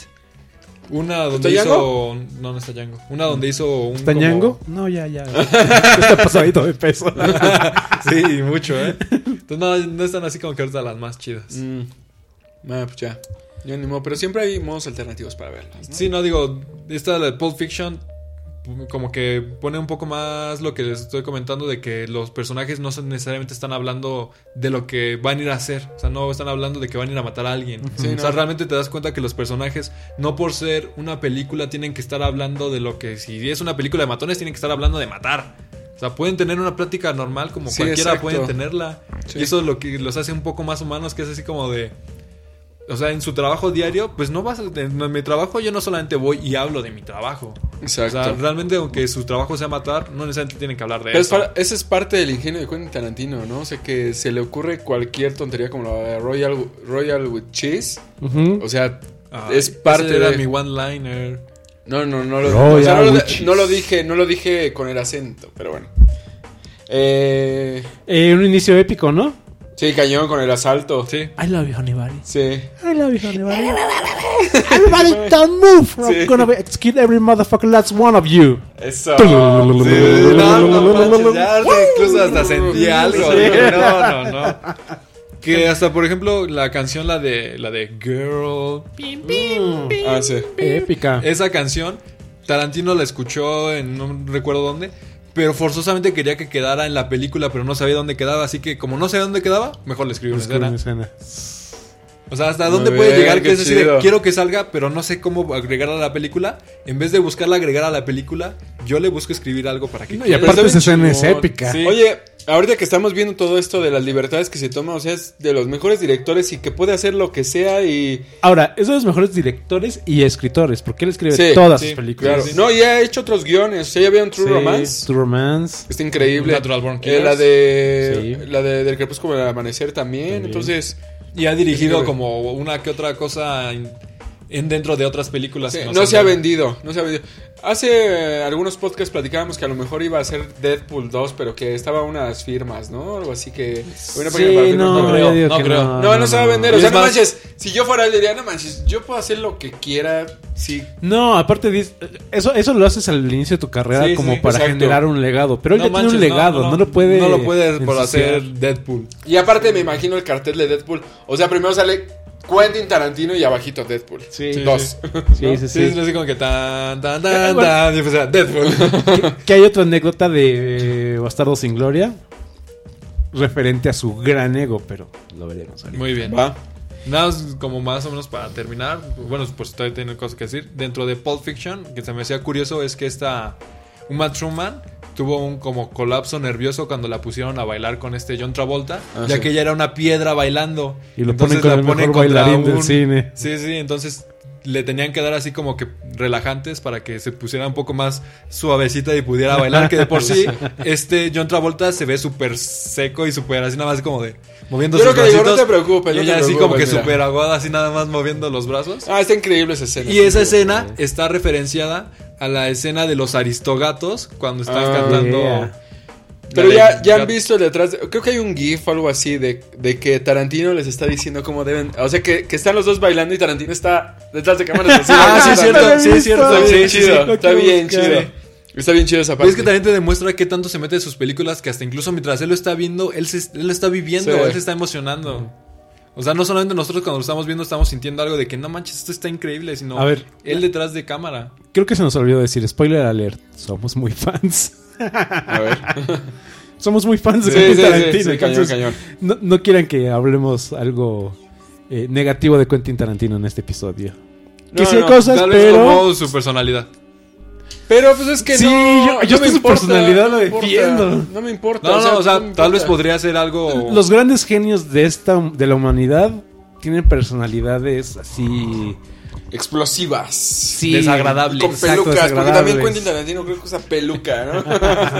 S1: Una donde
S3: ¿Está
S1: hizo...
S3: Django?
S1: No, no está Django. Una donde hizo un...
S2: ¿Está
S1: como-
S2: ñango? No, ya, ya. Está pasadito de peso.
S1: Sí, mucho, ¿eh? Entonces no, no están así como que ahorita las más chidas.
S3: Mm. Ah, pues ya. Yo ni modo, pero siempre hay modos alternativos para verlas. ¿no?
S1: Sí, no, digo, esta de Pulp Fiction como que pone un poco más lo que les estoy comentando de que los personajes no son- necesariamente están hablando de lo que van a ir a hacer, o sea, no están hablando de que van a ir a matar a alguien.
S3: Sí,
S1: o sea,
S3: no.
S1: realmente te das cuenta que los personajes no por ser una película tienen que estar hablando de lo que si es una película de matones tienen que estar hablando de matar. O sea, pueden tener una plática normal como
S3: Sí,
S1: cualquiera
S3: exacto.
S1: pueden tenerla.
S3: Sí.
S1: Y eso es lo que los hace un poco más humanos, que es así como de o sea, en su trabajo diario, pues no vas a, en mi trabajo yo no solamente voy y hablo de mi trabajo.
S3: Exacto.
S1: O sea, realmente aunque su trabajo sea matar, no necesariamente tienen que hablar de
S3: Pero es
S1: eso.
S3: par- ese es parte del ingenio de Quentin Tarantino, ¿no? O sea, que se le ocurre cualquier tontería como la de Royal, Royal with Cheese.
S2: Ujú.
S3: O sea,
S1: Ah,
S3: es
S1: ese
S3: parte
S1: era
S3: de...
S1: mi one liner.
S3: No, no, no lo,
S2: Royal
S3: o sea, no lo-
S2: with Cheese.
S3: no lo dije, no lo dije con el acento, pero bueno. Eh,
S2: Eh, un inicio épico, ¿no?
S3: sí, cañón con el asalto.
S1: Sí.
S2: I love you, honey
S3: Sí.
S2: I love you, honey Everybody don't move.
S3: Sí.
S2: I'm gonna be- kill every motherfucker that's one of you.
S3: Eso.
S1: Sí, no, no manches,
S2: Ujú.
S1: ya incluso hasta sentí algo.
S3: Sí.
S1: dije, No, no, no. Que hasta por ejemplo la canción la de la de Girl,
S3: Ah, sí.
S2: Épica.
S3: Eh,
S1: esa canción Tarantino la escuchó en no recuerdo dónde, pero forzosamente quería que quedara en la película, pero no sabía dónde quedaba, así que como no sabía dónde quedaba, mejor le escribí una
S2: Es que una
S1: escena.
S2: escena.
S1: O sea, ¿hasta
S3: Muy
S1: dónde puede
S3: bien,
S1: llegar
S3: qué
S1: que es así de,
S3: chido.
S1: quiero que salga, pero no sé cómo agregarla a la película? En vez de buscarla agregar a la película, yo le busco escribir algo para que...
S2: No, Y
S1: quede.
S2: aparte esa
S3: Está bien
S2: escena es
S3: chingón.
S2: épica.
S1: Sí.
S3: Oye, ahorita que estamos viendo todo esto de las libertades que se toma, o sea, es de los mejores directores y que puede hacer lo que sea y...
S2: Ahora, es de los mejores directores y escritores, porque él escribe
S3: Sí,
S2: todas
S1: sí,
S2: sus películas.
S3: Claro.
S1: Sí.
S3: No, y ha hecho otros guiones. O sea, ya vieron True
S2: Sí,
S3: Romance.
S2: True Romance.
S3: Está increíble.
S1: Natural Born
S3: Eh,
S1: Killers.
S3: la de.
S2: Sí.
S3: La de Del Crepúsculo al Amanecer también. Entonces.
S1: Y ha
S3: Sí,
S1: dirigido
S2: eh,
S3: güey.
S1: como una que otra cosa en, en dentro de otras películas.
S3: sí,
S1: que
S3: no,
S1: han
S3: se ha vendido. No se ha vendido. Hace eh, algunos podcasts platicábamos que a lo mejor iba a ser Deadpool 2, pero que estaba unas firmas, ¿no? Algo así que. una página para
S2: Sí,
S3: firmas,
S2: no,
S1: no
S2: yo
S1: creo,
S2: digo
S1: no
S2: que
S1: creo.
S3: No, no, se va a vender. O
S1: Y
S3: sea,
S1: es
S3: no
S1: más-
S3: manches. Si yo fuera él, diría, no manches, yo puedo hacer lo que quiera. Sí.
S2: No, aparte dis- eso eso lo haces al inicio de tu carrera
S1: Sí, sí,
S2: como para
S3: exacto.
S2: generar un legado, pero él
S1: No
S2: ya tiene un
S1: manches, no,
S2: legado, no,
S1: no,
S2: lo puede
S1: No lo puedes por
S2: ensuciar.
S1: hacer Deadpool.
S3: Y aparte, me imagino el cartel de Deadpool. O sea, primero sale Quentin Tarantino y abajito Deadpool.
S2: Sí.
S1: Sí,
S3: Dos.
S2: Sí, sí,
S1: Sí,
S2: sí.
S1: es así como que tan, tan, tan, tan. Y pues, o sea, Deadpool.
S2: Que- que hay otra anécdota de eh, Bastardo sin Gloria referente a su gran ego, pero lo veremos ahorita.
S1: Muy bien.
S3: Va.
S1: Nada más como más o menos para terminar, bueno, pues todavía tengo cosas que decir. Dentro de Pulp Fiction, que se me hacía curioso, es que esta Uma Truman tuvo un como colapso nervioso cuando la pusieron a bailar con este John Travolta,
S3: Ah,
S1: ya
S3: sí.
S1: que ella era una piedra bailando.
S2: Y lo
S1: Entonces
S2: ponen con
S1: la
S2: el mejor
S1: contra
S2: bailarín del
S1: un-
S2: cine.
S1: Sí, sí, entonces le tenían que dar así como que relajantes para que se pusiera un poco más suavecita y pudiera bailar, que de por sí este John Travolta se ve súper seco y súper así nada más como de moviendo
S3: Yo
S1: sus
S3: creo que le digo,
S1: bracitos.
S3: "No te preocupes, no
S1: Y
S3: te
S1: ella así
S3: preocupes,
S1: como que
S3: mira".
S1: súper aguada, así nada más moviendo los brazos.
S3: Ah, está increíble esa escena.
S1: Y esa escena está referenciada a la escena de los aristogatos cuando están
S3: Ah,
S1: cantando.
S2: yeah.
S3: Pero
S1: la
S3: ya,
S1: de-
S3: ya han visto el detrás. de- Creo que hay un GIF o algo así de, de que Tarantino les está diciendo cómo deben. O sea, que, que están los dos bailando y Tarantino está detrás de cámaras. así,
S1: Ah, sí, es
S3: bailando.
S1: cierto, sí, es
S3: Está
S1: cierto.
S3: bien
S1: Sí, sí, sí.
S3: chido. Está
S2: quiero
S3: bien
S2: buscar.
S3: chido. Está bien chido esa
S1: Pero
S3: parte.
S1: es que también te demuestra qué tanto se mete en sus películas que hasta incluso mientras él lo está viendo, él, se, él lo está viviendo,
S3: Sí.
S1: él se está emocionando. O sea, no solamente nosotros cuando lo estamos viendo estamos sintiendo algo de que no manches, esto está increíble, sino
S2: A ver.
S1: él detrás de cámara.
S2: Creo que se nos olvidó decir, spoiler alert, somos muy fans.
S3: A ver.
S2: Somos muy fans de
S3: Sí,
S2: Quentin
S3: sí, sí,
S2: Tarantino.
S3: sí, cañón,
S2: entonces,
S3: cañón.
S2: No, no quieran que hablemos algo eh, negativo de Quentin Tarantino en este episodio. Que
S3: No,
S2: sí hay
S3: no,
S2: cosas,
S1: Tal vez
S2: pero...
S1: como su personalidad.
S3: Pero pues es que
S2: Sí, yo- yo
S3: no. no me
S2: hasta su
S3: importa,
S2: personalidad
S3: no
S2: lo
S3: me importa,
S2: defiendo.
S3: No me importa.
S1: No, no, o
S3: no me
S1: sea, tal vez
S3: importa.
S1: podría ser algo...
S2: Los grandes genios de, esta, de la humanidad tienen personalidades así...
S3: Explosivas.
S2: Sí.
S1: Desagradable.
S3: Con
S2: Exacto,
S3: pelucas. Porque también
S2: desagradables.
S3: Quentin Tarantino creo que usa peluca, ¿no?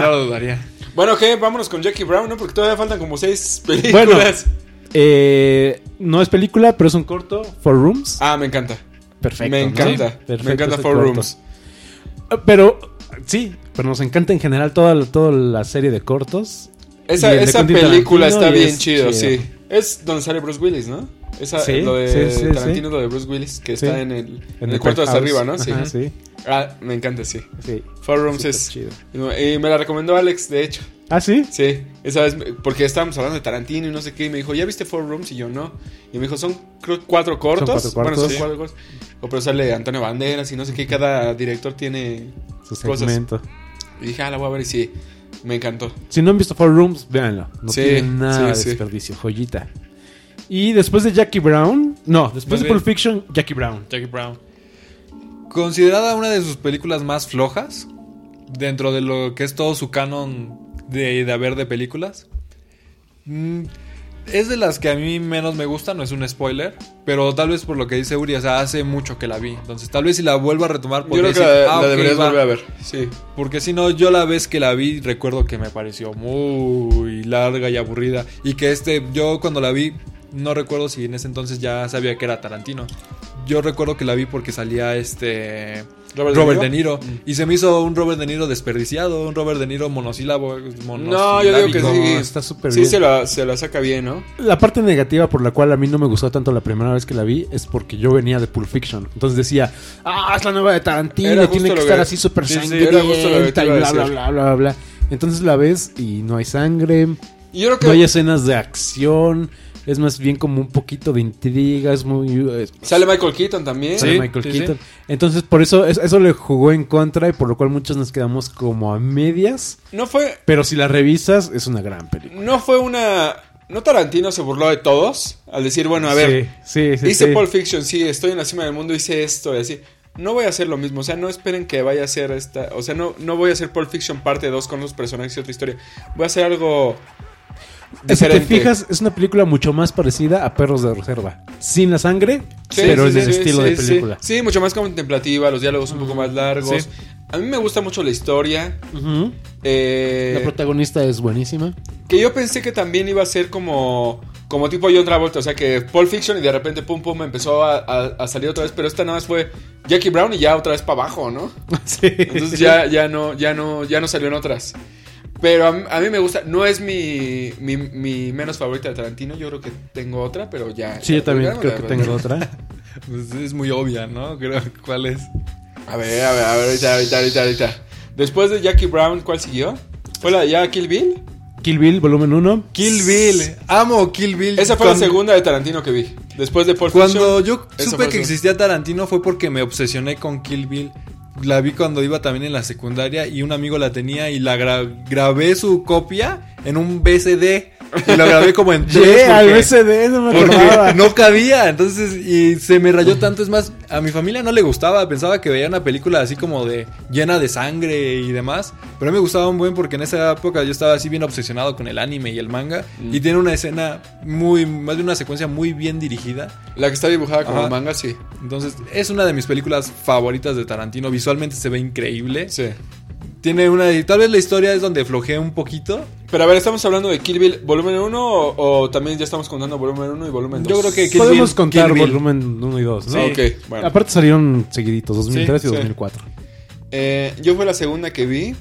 S1: no lo dudaría.
S3: Bueno, ¿qué? Vámonos con Jackie Brown, ¿no? Porque todavía faltan como seis
S2: Bueno,
S3: películas.
S2: eh, no es película, pero es un corto, Four Rooms.
S3: Ah, me encanta.
S2: perfecto.
S3: me
S2: ¿no?
S3: encanta.
S2: Sí, perfecto
S3: me encanta
S2: ese
S3: Four
S2: corto.
S3: Rooms.
S2: Ah, Pero, sí, pero nos encanta en general toda, la- toda la serie de cortos.
S3: Esa,
S2: Y el de
S3: esa
S2: Quentin
S3: película
S2: Tarantino
S3: está
S2: y
S3: bien
S2: es
S3: chido,
S2: chido.
S3: sí. Es donde sale Bruce Willis, ¿no? Esa,
S2: Sí,
S3: lo de
S2: sí, sí, sí.
S3: Tarantino, lo de Bruce Willis, que
S2: Sí.
S3: está en el, en el cuarto de hasta
S2: penthouse.
S3: arriba, ¿no? Sí.
S2: Ajá, sí.
S3: Ah, me encanta, sí.
S2: sí.
S3: Four Rooms
S2: Sí, está
S3: es...
S2: chido.
S3: Y me la recomendó Alex, de hecho.
S2: Ah, sí.
S3: Sí, esa vez, me- porque estábamos hablando de Tarantino y no sé qué, y me dijo, ¿ya viste Four Rooms? Y yo, no. Y me dijo, son creo, cuatro cortos.
S2: cuatro
S3: bueno, son
S2: cortos.
S3: cuatro cortos. O, pero sale Antonio Banderas y no sé qué, cada director tiene
S2: Su
S3: cosas.
S2: segmento.
S3: Y dije, ah, la voy a ver y sí, me encantó.
S2: Si no han visto Four Rooms, véanlo. No
S3: Sí,
S2: tiene nada
S3: sí, sí.
S2: de desperdicio. Joyita. Y después de Jackie Brown. No,
S1: Más
S2: después de
S1: bien.
S2: Pulp Fiction, Jackie Brown.
S1: Jackie Brown. Considerada una de sus películas más flojas, dentro de lo que es todo su canon de, de haber de películas, mm, es de las que a mí menos me gusta, no es un spoiler, pero tal vez por lo que dice Uri, o sea, hace mucho que la vi, entonces tal vez si la vuelvo a retomar,
S3: Yo
S1: podría
S3: creo que
S1: decir,
S3: la, la
S1: "Ah, ok,
S3: deberías
S1: va".
S3: volver a ver. Sí.
S1: Porque si no, yo la vez que la vi recuerdo que me pareció muy larga y aburrida. Y que este, yo cuando la vi, no recuerdo si en ese entonces ya sabía que era Tarantino. Yo recuerdo que la vi porque salía este
S3: Robert
S1: Robert,
S3: De
S1: De
S3: Niro. Mm.
S1: Niro. Y se me hizo un Robert De Niro desperdiciado, un Robert De Niro monosílabo.
S3: No, yo digo que
S1: monosilábico.
S3: sí.
S2: está súper
S3: Sí,
S2: bien.
S3: se la, se la saca bien, ¿no?
S2: La parte negativa por la cual a mí no me gustó tanto la primera vez que la vi es porque yo venía de Pulp Fiction. Entonces decía, ah, es la nueva de
S3: Era
S2: Tarantino,
S3: justo
S2: tiene que
S3: lo
S2: estar
S3: que-
S2: así súper
S3: sí, sí, era justo lo que te
S2: sangrienta y
S3: iba a
S2: bla, bla,
S3: decir.
S2: bla, bla, bla. Entonces la ves y no hay sangre, no
S3: Y yo creo que...
S2: hay escenas de acción, es más bien como un poquito de intriga, es muy... es-
S3: Sale Michael Keaton también.
S1: Sí.
S2: sale Michael
S1: sí,
S2: Keaton. Entonces por eso es- eso le jugó en contra y por lo cual muchos nos quedamos como a medias.
S3: No fue...
S2: Pero si la revisas es una gran película.
S3: No fue una... ¿No Tarantino se burló de todos? Al decir, bueno, a ver,
S2: sí, sí, sí,
S3: Hice
S2: sí.
S3: Pulp Fiction, sí, estoy en la cima del mundo, hice esto y así. No voy a hacer lo mismo, o sea, no esperen que vaya a hacer esta. O sea, no, no voy a hacer Pulp Fiction parte 2 con los personajes y otra historia. Voy a hacer algo.
S2: Si te
S3: diferente.
S2: fijas, es una película mucho más parecida a Perros de Reserva. Sin la sangre,
S3: Sí,
S2: pero
S3: sí,
S2: en
S3: sí,
S2: el
S3: sí,
S2: estilo
S3: sí,
S2: de
S3: sí.
S2: película. Mm,
S3: Sí, mucho más contemplativa, los diálogos un poco más largos.
S1: sí.
S3: A mí me gusta mucho la historia. eh,
S2: La protagonista es buenísima.
S3: que yo pensé que también iba a ser como. Como tipo John Travolta, o sea que Pulp Fiction y de repente pum pum empezó a, a- a salir otra vez, pero esta nada más fue Jackie Brown y ya otra vez para abajo, ¿no?
S2: Sí.
S3: Entonces ya, ya no, ya no, ya no salieron otras. Pero a, a mí me gusta, no es mi, mi, mi menos favorita de Tarantino, yo creo que tengo otra, pero ya.
S2: Sí, yo también
S3: ya-
S2: creo que tengo otra.
S1: Pues es muy obvia, ¿no? Creo cuál es.
S3: A ver, a ver, a ver, ahorita, ahorita, ahorita, ahorita. Después de Jackie Brown, ¿cuál siguió? ¿Fue la de ya Kill Bill?
S2: Kill Bill, volumen 1.
S1: Kill Bill. Amo Kill Bill.
S3: Esa fue
S1: Cuando-
S3: la segunda de Tarantino que vi. Después de Pulp
S1: Cuando
S3: Fiction,
S1: yo
S3: esa
S1: supe
S3: fue
S1: que
S3: la segunda.
S1: existía Tarantino fue porque me obsesioné con Kill Bill. La vi cuando iba también en la secundaria y un amigo la tenía y la gra- grabé su copia en un BCD. Y la grabé como en tres.
S2: Che, al
S1: porque-
S2: BCD, no me acordaba.
S1: porque no cabía, entonces, y se me rayó tanto. Es más, a mi familia no le gustaba, pensaba que veía una película así como de llena de sangre y demás. Pero a mí me gustaba un buen porque en esa época yo estaba así bien obsesionado con el anime y el manga.
S2: Mm.
S1: Y tiene una escena muy, más de una secuencia muy bien dirigida.
S3: La que está dibujada como
S1: Ajá.
S3: manga, sí.
S1: Entonces, es una de mis películas favoritas de Tarantino. Visualmente se ve increíble.
S3: Sí.
S1: Tiene una. y Tal vez la historia es donde flojea un poquito.
S3: Pero a ver, ¿estamos hablando de Kill Bill volumen 1 o, o también ya estamos contando volumen 1 y volumen 2?
S1: Yo creo que Kill
S2: Podemos
S1: Bill,
S2: contar
S1: Kill Bill.
S2: volumen 1 y 2, ¿no?
S3: Sí, ok, bueno.
S2: Aparte salieron seguiditos, 2003
S3: Sí,
S2: y
S3: sí.
S2: 2004.
S3: Eh, yo fue la segunda que vi.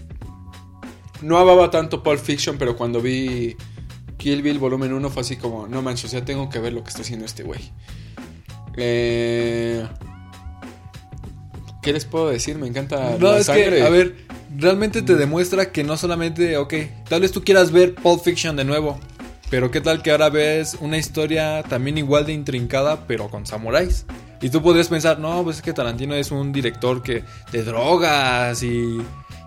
S3: No amaba tanto Pulp Fiction, pero cuando vi Kill Bill volumen 1 fue así como, no manches, o sea, tengo que ver lo que está haciendo este güey. Eh, ¿Qué les puedo decir? Me encanta
S1: No,
S3: Ah, la
S1: es
S3: sangre. Mm.
S1: que, a ver, realmente te demuestra que no solamente, ok, tal vez tú quieras ver Pulp Fiction de nuevo, pero qué tal que ahora ves una historia también igual de intrincada, pero con samuráis. Y tú podrías pensar, no, pues es que Tarantino es un director que de drogas y,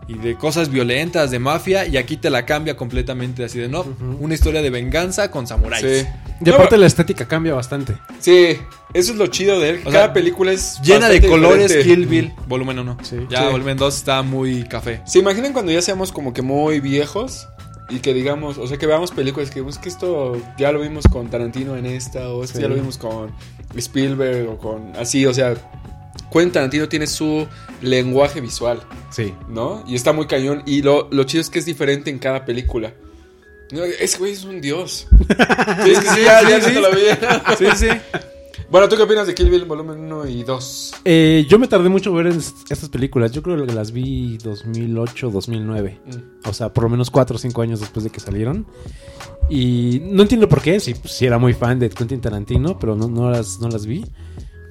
S1: y de cosas violentas, de mafia, y aquí te la cambia completamente así de no, una historia de venganza con samuráis.
S3: Sí.
S2: Y
S3: No,
S2: aparte la estética cambia bastante.
S3: Sí, eso es lo chido de él.
S1: O
S3: Cada
S1: sea,
S3: película es
S1: Llena de
S3: bastante
S1: colores,
S3: diferente.
S1: Kill Bill, volumen 1.
S2: Sí.
S1: Ya,
S3: Sí.
S1: volumen 2 está muy café.
S3: ¿Se imaginan cuando ya seamos como que muy viejos? Y que digamos, o sea, que veamos películas que digamos que esto ya lo vimos con Tarantino en esta, o esto
S2: Sí.
S3: ya lo vimos con Spielberg, o con así, o sea, Quentin Tarantino tiene su lenguaje visual,
S2: Sí.
S3: ¿no? Y está muy cañón, y lo, lo chido es que es diferente en cada película. No, ese güey es un dios. sí, es que sí, ya, ya se te lo vi.
S1: Sí, sí.
S3: bueno, ¿tú qué opinas de Kill Bill volumen 1 y 2?
S2: Eh, yo me tardé mucho en ver es- estas películas. Yo creo que las vi 2008, 2009.
S3: Mm,
S2: O sea, por lo menos 4 o 5 años después de que salieron. Y no entiendo por qué. Sí, pues, sí era muy fan de Quentin Tarantino, pero no, no, las, no las vi.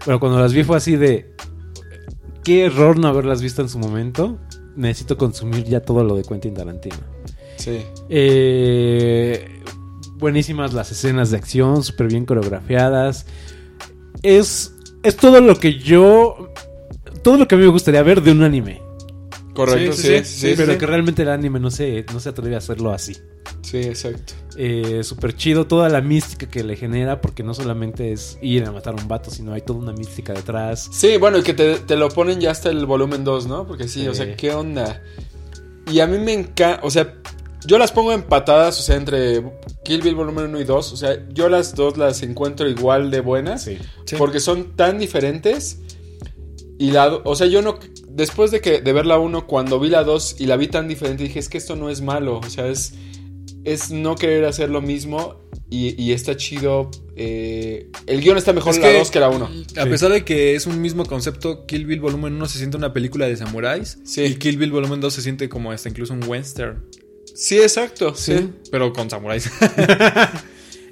S2: Pero cuando las vi fue así de... Qué error no haberlas visto en su momento. Necesito consumir ya todo lo de Quentin Tarantino.
S3: Sí.
S2: Eh, buenísimas las escenas de acción, súper bien coreografiadas. Es, es todo lo que yo. Todo lo que a mí me gustaría ver de un anime.
S3: Correcto,
S1: Sí,
S3: sí,
S1: sí,
S3: sí.
S1: sí,
S3: sí,
S2: pero
S3: sí.
S2: que realmente el anime no se, no se atreve a hacerlo así.
S3: Sí, exacto.
S2: Eh, súper chido toda la mística que le genera, porque no solamente es ir a matar a un vato, sino hay toda una mística detrás.
S3: Sí, bueno, y que te, te lo ponen ya hasta el volumen 2, ¿no? Porque sí, o
S2: Sí.
S3: sea, ¿qué onda? Y a mí me encanta, o sea, yo las pongo empatadas, o sea, entre Kill Bill volumen 1 y 2, o sea, yo las dos las encuentro igual de buenas,
S1: Sí.
S3: porque son tan diferentes. Y la, do- o sea, yo no, después de que de ver la 1, cuando vi la 2 y la vi tan diferente, dije, es que esto no es malo, o sea, es, es no querer hacer lo mismo y, y está chido. eh, el guión está mejor
S1: Es
S3: en la
S1: que-
S3: 2 que la 1.
S1: A pesar de que es un mismo concepto, Kill Bill Volumen 1 se siente una película de samuráis.
S3: Sí.
S1: Y Kill Bill Volumen 2 se siente como hasta incluso un western.
S3: Sí, exacto, sí.
S1: Pero con samuráis.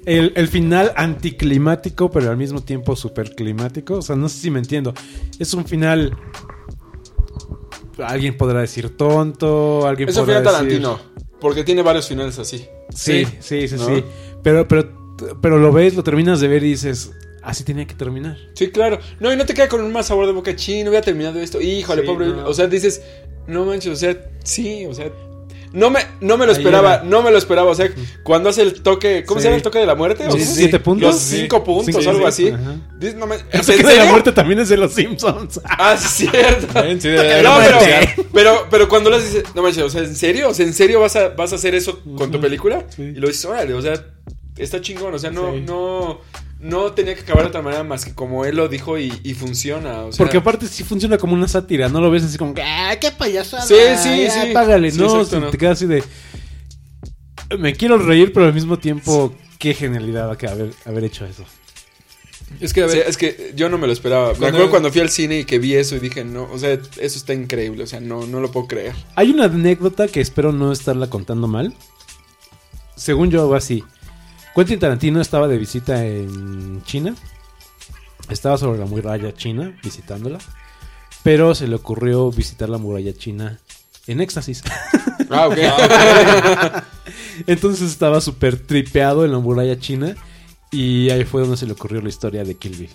S2: El, el final anticlimático, pero al mismo tiempo superclimático. O sea, no sé si me entiendo. Es un final. Alguien podrá decir tonto, alguien
S3: Eso fue
S2: podrá
S3: a
S2: decir-
S3: Tarantino. Porque tiene varios finales así.
S2: Sí,
S1: Sí.
S2: sí, sí,
S3: ¿No?
S2: sí. Pero, pero, pero lo ves, lo terminas de ver y dices, así tenía que terminar.
S3: Sí, claro. No, y no te queda con un mal sabor de boca chino. Hubiera terminado esto. Híjole,
S2: Sí,
S3: pobre.
S2: no.
S3: O sea, dices, no manches, o sea, sí, o sea. No me, no me lo
S2: Ahí
S3: esperaba,
S2: era. Mm.
S3: no me lo esperaba. O sea, cuando hace el toque, ¿cómo
S2: Sí.
S3: se llama el toque de la muerte?
S2: Los
S3: ¿O cómo?
S2: siete puntos.
S3: Los cinco puntos,
S2: Cinco,
S3: algo
S2: sí.
S3: así.
S2: Ajá.
S3: Dices, no manches,
S2: El
S3: ¿en
S2: toque de la
S3: serio?
S2: muerte también es de los Simpsons.
S3: Ah, sí, cierto.
S1: Sí,
S3: No,
S1: debería pronunciar.
S3: pero, pero, pero cuando las dices, no manches, o sea, ¿en serio? O sea, ¿en serio vas a, vas a hacer eso con tu película?
S2: Sí.
S3: Y lo dices, órale, o sea, está chingón, o sea, no,
S2: Sí.
S3: no, no tenía que acabar de otra manera más que como él lo dijo y, y funciona, o sea.
S2: Porque aparte sí funciona como una sátira, no lo ves así como, que, ah, qué payasada.
S3: Sí, sí,
S2: ya,
S3: sí.
S2: Págale,
S3: Sí,
S2: no,
S3: exacto,
S2: si
S3: no.
S2: te quedas así de. Me quiero reír, pero al mismo tiempo, qué genialidad que haber, haber hecho eso.
S1: Es que, a
S3: o
S1: ver,
S3: sea, es que yo no me lo esperaba. Me
S1: Cuando-
S3: acuerdo cuando fui al cine y que vi eso y dije, no, o sea, eso está increíble, o sea, no, no lo puedo creer.
S2: Hay una anécdota que espero no estarla contando mal. Según yo, va así. Quentin Tarantino estaba de visita en China. Estaba sobre la muralla china, visitándola. Pero se le ocurrió visitar la muralla china en éxtasis.
S3: Ah, ok.
S2: Entonces estaba súper tripeado en la muralla china. Y ahí fue donde se le ocurrió la historia de Kill Bill.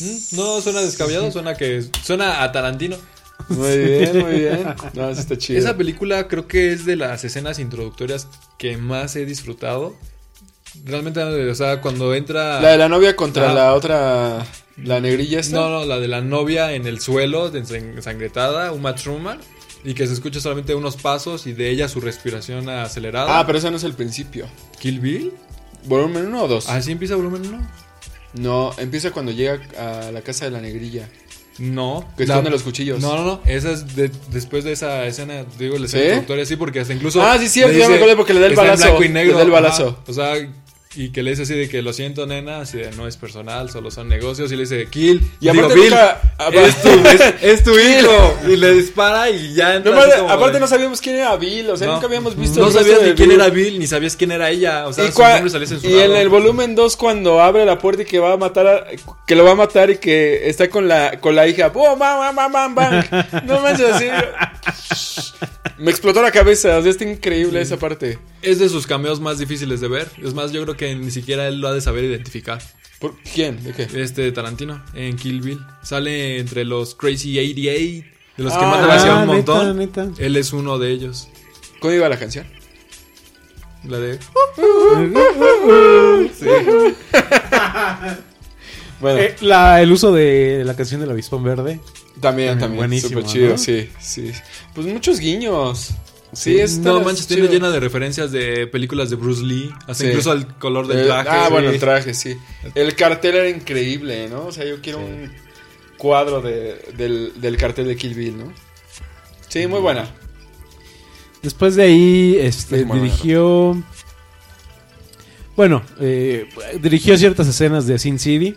S1: Mm, No suena descabellado, suena que suena a Tarantino.
S3: Muy bien, muy bien. No, eso está chido.
S1: Esa película creo que es de las escenas introductorias que más he disfrutado. Realmente, o sea, cuando entra...
S3: La de la novia contra
S1: Ah.
S3: la otra. La negrilla esta.
S1: No, no, la de la novia en el suelo, de ensang- ensangretada, Uma Truman, y que se escucha solamente unos pasos y de ella su respiración acelerada.
S3: Ah, pero esa no es el principio.
S1: ¿Kill Bill?
S3: ¿Volumen 1 o 2?
S1: ¿Así empieza volumen 1?
S3: No, empieza cuando llega a la casa de la negrilla.
S1: No.
S3: Que
S1: La-
S3: esconde los cuchillos.
S1: No, no, no. Esa es de- después de esa escena, digo, la escena
S3: ¿Sí?
S1: introductoria, sí, porque hasta incluso.
S3: Ah, sí, sí,
S1: le
S3: ya me
S1: dice-
S3: acordé porque le da el
S1: está en
S3: balazo,
S1: blanco y
S3: le
S1: negro,
S3: da el
S1: ajá.
S3: balazo.
S1: o sea, y que le dice así de que lo siento, nena, así de no es personal, solo son negocios. Y le dice, Kill.
S3: Y
S1: Digo,
S3: aparte
S1: Bill,
S3: nunca- aparte-
S1: es tu, es- es tu hijo. Y le dispara y ya
S3: No,
S1: entra. así
S3: aparte,
S1: como
S3: aparte
S1: de-
S3: no sabíamos quién era Bill, o sea,
S1: No.
S3: nunca habíamos visto.
S1: No
S3: el resto
S1: sabías
S3: de
S1: ni quién
S3: Bill.
S1: era Bill, ni sabías quién era ella. O sea,
S3: y,
S1: su
S3: cua-
S1: nombre salía
S3: y
S1: censurado.
S3: en el volumen 2 cuando abre la puerta y que va a matar a- que lo va a matar y que está con la con la hija ¡Oh, mam, mam, mam, bam! no manches así me explotó la cabeza o sea está increíble esa parte
S1: Es de sus cameos más difíciles de ver. Es más, yo creo que ni siquiera él lo ha de saber identificar.
S3: ¿Por quién de qué
S1: Este Tarantino en Kill Bill sale entre los Crazy 88, de los que
S3: Ah,
S1: matan hacia
S2: ah,
S1: un montón.
S2: neta, neta.
S1: Él es uno de ellos.
S3: cómo iba la canción
S1: La de.
S3: bueno
S2: Eh, la- el uso de la canción del avispón verde.
S3: también también
S2: buenísimo,
S3: súper chido
S2: ¿no?
S3: sí sí pues muchos guiños sí, está
S1: no manches, tiene
S3: chido.
S1: llena de referencias de películas de Bruce Lee, hasta
S3: Sí.
S1: incluso al color del
S3: Eh,
S1: traje.
S3: Ah, bueno,
S1: Sí.
S3: el traje, sí. El cartel era increíble, ¿no? O sea, yo quiero un cuadro de- del, del cartel de Kill Bill, ¿no? Sí, muy buena.
S2: Después de ahí este,
S3: Es muy
S2: dirigió. Bueno, eh, dirigió ciertas escenas de Sin City.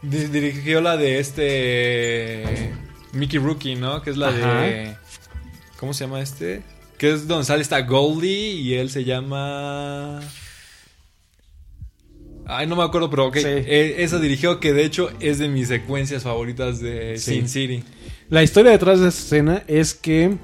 S1: Di- Dirigió la de este. Mickey Rookie, ¿no? Que es la de. ¿Cómo se llama este? Que es donde sale esta Goldie y él se llama. Ay, no me acuerdo, pero ok.
S2: Sí.
S1: Eh, esa dirigió que de hecho es de mis secuencias favoritas de
S2: Sí.
S1: Sin City.
S2: La historia detrás de esa escena es que.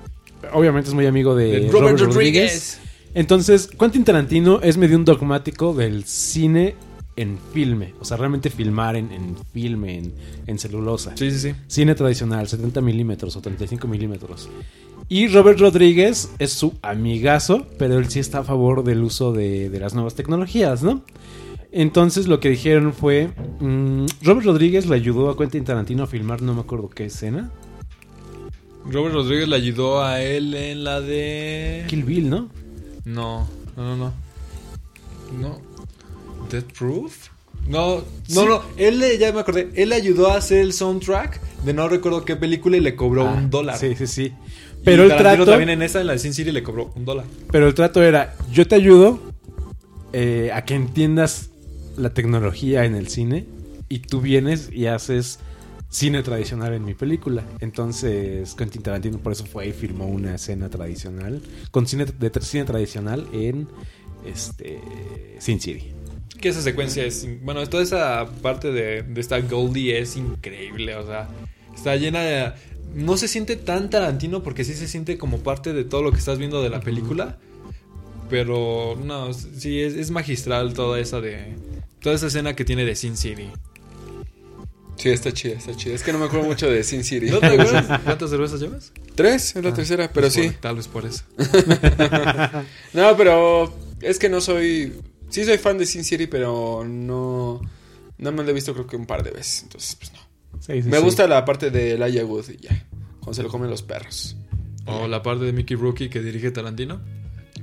S2: Obviamente es muy amigo de,
S1: De
S2: Robert,
S1: Robert
S2: Rodríguez.
S1: Rodríguez.
S2: Entonces, Quentin Tarantino es medio un dogmático del cine en filme. O sea, realmente filmar en, en filme, en, en celulosa.
S1: Sí, sí, sí.
S2: Cine tradicional, 70 milímetros o 35 milímetros. Y Robert Rodríguez es su amigazo, pero él sí está a favor del uso de, de las nuevas tecnologías, ¿no? Entonces lo que dijeron fue, mm, Robert Rodríguez le ayudó a Quentin Tarantino a filmar, no me acuerdo qué escena,
S1: Robert Rodríguez le ayudó a él en la de.
S2: Kill Bill, ¿no?
S1: No, no, no, no. No. ¿Death Proof? No, no,
S2: Sí.
S1: no. Él le, ya me acordé. Él le ayudó a hacer el soundtrack de no recuerdo qué película y le cobró
S2: Ah,
S1: un dólar.
S2: Sí, sí, sí.
S1: Y
S2: Pero el,
S1: Tarantino
S2: trato,
S1: también en esa, en la de Sin City, le cobró un dólar.
S2: pero el trato era, yo te ayudo eh, a que entiendas la tecnología en el cine y tú vienes y haces cine tradicional en mi película. Entonces Quentin Tarantino por eso fue y filmó una escena tradicional con cine de tra- cine tradicional en este Sin City.
S1: Que esa secuencia es. Bueno, toda esa parte de, de esta Goldie es increíble. O sea, está llena de. No se siente tan Tarantino porque sí se siente como parte de todo lo que estás viendo de la película. Pero no, sí, es, es magistral toda esa de. Toda esa escena que tiene de Sin City.
S3: Sí, está chida, está chida. Es que no me acuerdo mucho de Sin City.
S1: ¿No te acuerdas cuántas cervezas llevas?
S3: Tres, es la tercera, pero
S1: Pues por-
S3: sí.
S1: Tal vez por eso.
S3: No, pero es que no soy... Sí soy fan de Sin City, pero no... No me lo he visto creo que un par de veces, entonces pues no.
S2: Sí, sí,
S3: Me
S2: sí.
S3: gusta la parte de Elijah Wood y ya. Cuando se lo comen los perros.
S1: O la parte de Mickey Rookie que dirige Tarantino.